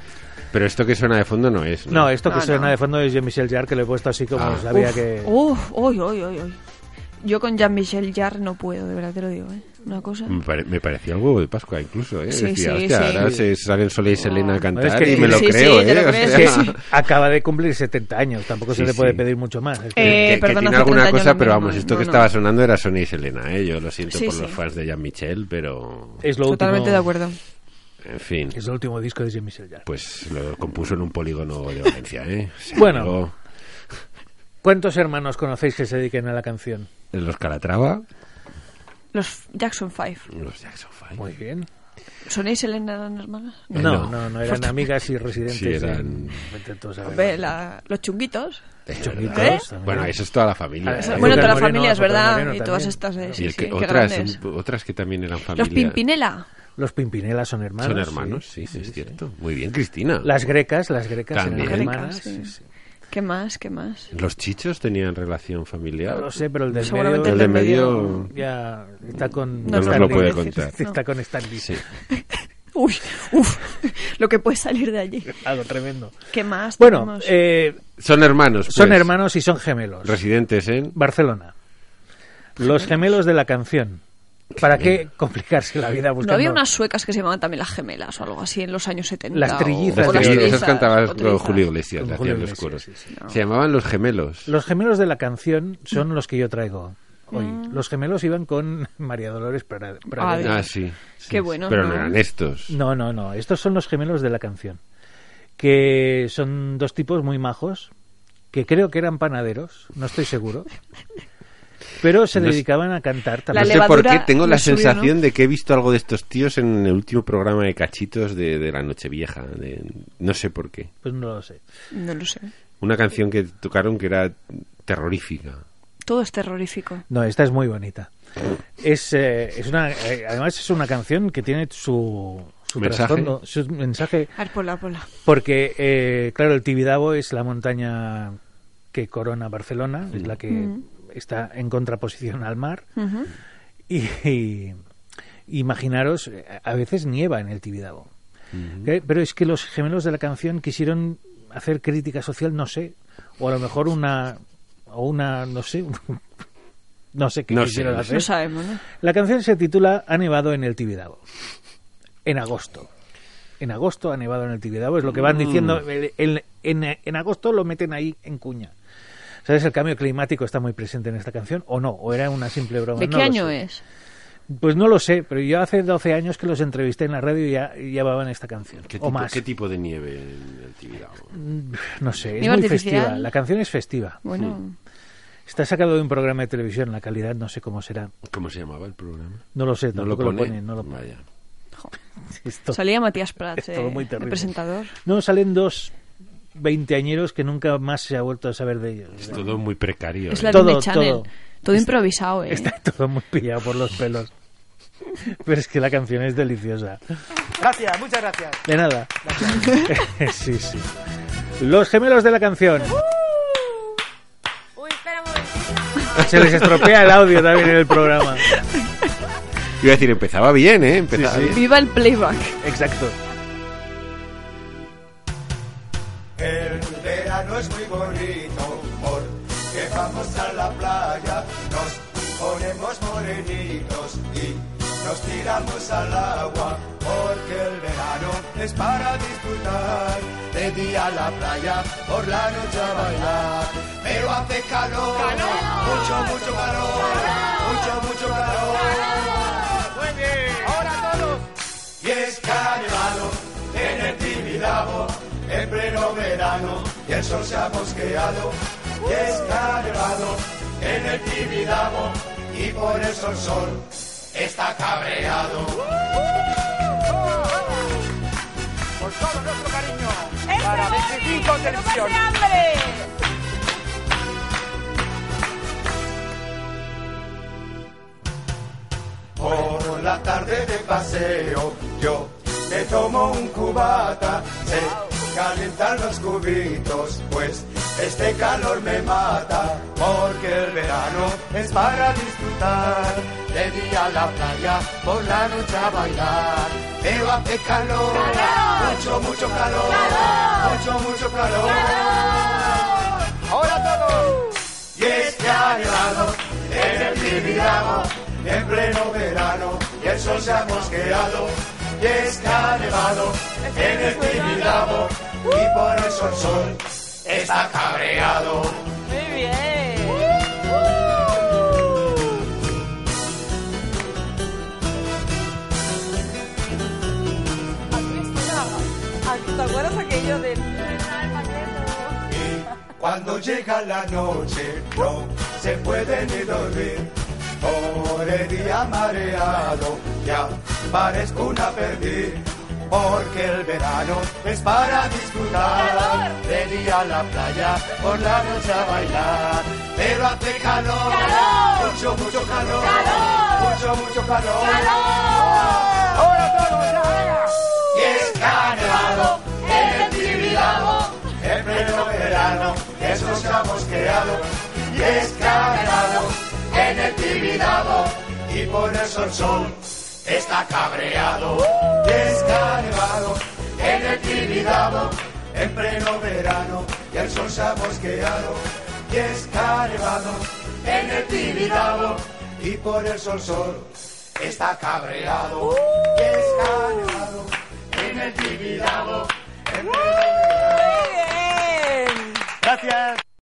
C: pero esto que suena de fondo no es.
A: No, esto que
B: No,
A: suena
B: no.
A: de fondo es Jean-Michel Jarre, que lo he puesto así como
C: Ah.
A: sabía
B: Uf,
A: que.
B: Uf, uy, uy, uy, uy. Yo con Jean-Michel Jarre no puedo, de verdad te lo digo, ¿eh? Una cosa.
C: me, pare- me parecía el huevo de Pascua incluso, ¿eh?
B: Sí,
C: Decía,
B: sí,
C: hostia,
B: sí.
C: ahora se salen Sole y Selena a cantar
A: Es que-
C: y me lo
B: Sí, sí,
C: creo,
B: te
C: ¿eh?
B: lo
C: O
B: crees,
C: sea,
B: sí, sí.
A: Acaba de cumplir 70 años, tampoco
C: Sí,
A: se le puede
C: sí.
A: pedir mucho más. es que-
B: Eh,
C: que- que,
B: perdón,
C: tiene
B: hace
C: alguna
B: 30 años
C: cosa,
B: no,
C: pero
B: no,
C: vamos, esto
B: no,
C: que
B: no.
C: estaba sonando era Sony y Selena, ¿eh? Yo lo siento
B: Sí,
C: por
B: sí.
C: los fans de Jean-Michel, pero
A: es lo
B: Totalmente
A: último,
B: de acuerdo.
C: en fin.
A: Es el último disco de Jean-Michel Jarre.
C: Pues lo compuso en un polígono de Valencia, ¿eh? O sea,
A: Bueno.
C: luego,
A: ¿Cuántos hermanos conocéis que se dediquen a la canción?
C: los Calatrava,
B: Los Jackson Five.
C: los Jackson Five.
A: Muy bien.
B: ¿Sonéis Selena eran hermanas?
A: No,
C: no.
A: no, no, eran amigas y residentes.
C: Sí, eran-
A: de- vete tú a saber.
B: Hombre, la- los chunguitos.
C: Eh,
A: Chonitos,
B: ¿Eh?
A: también.
C: Bueno, eso es toda la familia.
A: Ah,
C: ¿eh?
A: Azúcar
B: bueno, toda la
A: Moreno,
B: familia es
A: Azúcar
B: verdad.
A: Moreno
B: y todas
A: también.
B: estas, eh,
C: Y
B: sí,
C: el que-
B: sí, qué
C: otras,
B: grandes.
C: otras que también eran familia.
B: Los Pimpinela.
A: Los Pimpinela son hermanos.
C: Son hermanos, sí, es cierto. Muy bien, Cristina.
A: Las grecas, las grecas
C: También.
A: eran
B: Grecas,
A: hermanas.
B: sí.
A: sí, sí.
B: ¿Qué más? ¿Qué más?
C: ¿Los chichos tenían relación familiar?
A: No lo sé, pero el del
B: Seguramente
A: medio
C: El de medio...
A: ya está con
B: No
C: nos
A: Stan
C: lo puede
A: Lee.
C: contar.
A: Está con Stanley.
C: Sí.
B: Uy, uf, lo que puede salir de allí.
A: Algo tremendo.
B: ¿Qué más?
A: Bueno,
B: tenemos?
A: eh,
C: Son hermanos,
A: son
C: pues.
A: hermanos y son gemelos.
C: Residentes en...
A: Barcelona. Los gemelos de la canción. ¿Para qué complicarse la vida buscando?
B: ¿No había unas suecas que se llamaban también las gemelas o algo así en los años 70?
A: Las
B: o-
A: trillizas.
C: Las
B: o las
C: que-
B: trillizas,
C: esas cantabas
B: o
C: con
B: trillizas.
C: Julio Iglesias,
A: Con
C: le
A: Julio
C: hacían los
A: Iglesias,
C: coros.
A: sí, sí.
C: Se llamaban Los Gemelos.
A: Los gemelos de la canción son los que yo traigo hoy.
B: Mm.
A: Los gemelos iban con María Dolores Prade- Pradera.
B: Ay.
C: Ah, sí. sí,
B: Qué
C: sí.
B: bueno,
C: Pero
B: ¿no?
C: no eran estos.
A: No, no, no. Estos son los gemelos de la canción. Que son dos tipos muy majos. Que creo que eran panaderos. No estoy seguro. Pero se
C: No sé-
A: dedicaban a cantar
C: no
B: La
A: también.
C: sé por qué
B: levadura
C: tengo
B: la
C: la
B: subió,
C: sensación
B: ¿no?
C: de que he visto algo de estos tíos en el último programa de cachitos de, de la Nochevieja. De, no sé por qué.
A: Pues no lo sé.
B: No lo sé.
C: Una canción que tocaron que era terrorífica.
B: Todo es terrorífico.
A: No, esta es muy bonita. Es, eh, es una, eh, además es una canción que tiene su, su
C: Mensaje.
A: trasfondo, su mensaje.
B: A ver, pola, pola.
A: Porque, eh, claro, el Tibidabo es la montaña que corona Barcelona, es la que está en contraposición al mar.
B: Ujú.
A: Y, y- imaginaros, eh, a veces nieva en el Tibidabo. Eh, Pero es que los gemelos de la canción quisieron hacer crítica social, no sé, o a lo mejor una, o una, no sé, no sé qué
C: No sé,
A: quisieron
C: no
A: hacer.
B: No sabemos, ¿no?
A: La canción se titula Ha nevado en el Tibidabo. En agosto. En agosto ha nevado en el Tibidabo. Es lo que
C: Mm.
A: van diciendo. el- el- en, en agosto lo meten ahí en cuña. ¿Sabes? El cambio climático está muy presente en esta canción. ¿O no? ¿O era una simple broma?
B: ¿De
A: No
B: qué
A: lo
B: año
A: sé.
B: es?
A: Pues no lo sé, pero yo hace 12 años que los entrevisté en la radio y ya y llevaban esta canción.
C: ¿Qué
A: o
C: tipo,
A: más.
C: qué tipo de nieve en el Tibidabo?
A: No sé, es
B: Nieve
A: muy
B: artificial.
A: festiva. La canción es festiva.
B: Bueno,
A: Está sacado de un programa de televisión. La calidad no sé cómo será.
C: ¿Cómo se llamaba el programa?
A: No lo sé, tampoco lo ponen. No lo ponen.
C: Vaya.
A: Esto-
B: salía Matías Prats,
A: Es todo
B: eh,
A: muy terrible.
B: el presentador.
A: No, salen dos veinteañeros que nunca más se ha vuelto a saber de ellos.
C: Es todo muy precario.
B: Es
C: ¿eh?
B: la
A: Todo,
B: Disney Channel.
A: todo.
B: Todo, improvisado, ¿eh?
A: Está todo muy pillado por los pelos. Pero es que la canción es deliciosa.
D: Gracias, muchas gracias.
A: De nada. sí, sí. Los gemelos de la canción.
E: Uh. Uy, espera un momentito.
A: Se les estropea el audio también en el programa.
C: Iba a decir, empezaba bien, ¿eh? Empezaba
A: Sí, sí.
C: bien.
B: Viva el playback.
A: Exacto.
F: El verano es muy bonito porque vamos a la playa, nos ponemos morenitos y nos tiramos al agua porque el verano es para disfrutar. De día a la playa, por la noche a bailar, pero hace calor, mucho, mucho calor, mucho, mucho calor. Ahora todos. Y es carnaval en el Tibidabo, en pleno verano, y el sol se ha bosqueado. Y es carnaval en el Tibidabo, y por eso el sol está cabreado.
D: Por todo nuestro cariño.
E: ¡Es
D: Para
E: Boni!
D: 25
E: ¡Que no pase
D: televisión.
E: hambre!
F: Por la tarde de paseo yo me tomo un cubata, se calientan los cubitos, pues este calor me mata, porque el verano es para disfrutar, de día a la playa, por la noche a bailar, pero hace calor, mucho, mucho calor, mucho, mucho calor. Ahora todos. Y es que ha nevado en el Tibidabo, en pleno verano, y el sol se ha mosqueado. Y es que ha nevado en el Tibidabo, y por eso el sol está cabreado.
E: Muy bien. Aquí está. Aquí, ¿Te acuerdas aquello de...
F: Y cuando llega la noche, no se puede ni dormir. Por el día mareado, ya parezco una perdiz. Porque el verano es para disfrutar. De día a la playa, por la noche a bailar. Pero hace calor, mucho, mucho calor, mucho, mucho calor. Ahora todos ya. Y está nevado en el Tibidabo, en pleno verano, eso se ha mosqueado. Y está nevado en el Tibidabo, y por eso el sol está cabreado. Y está nevado en el Tibidabo, en pleno verano, y el sol se ha mosqueado. Y está nevado en el Tibidabo, y por eso el sol está cabreado. Y está nevado en el Tibidabo, en pleno verano.
E: Muy bien.
A: Gracias.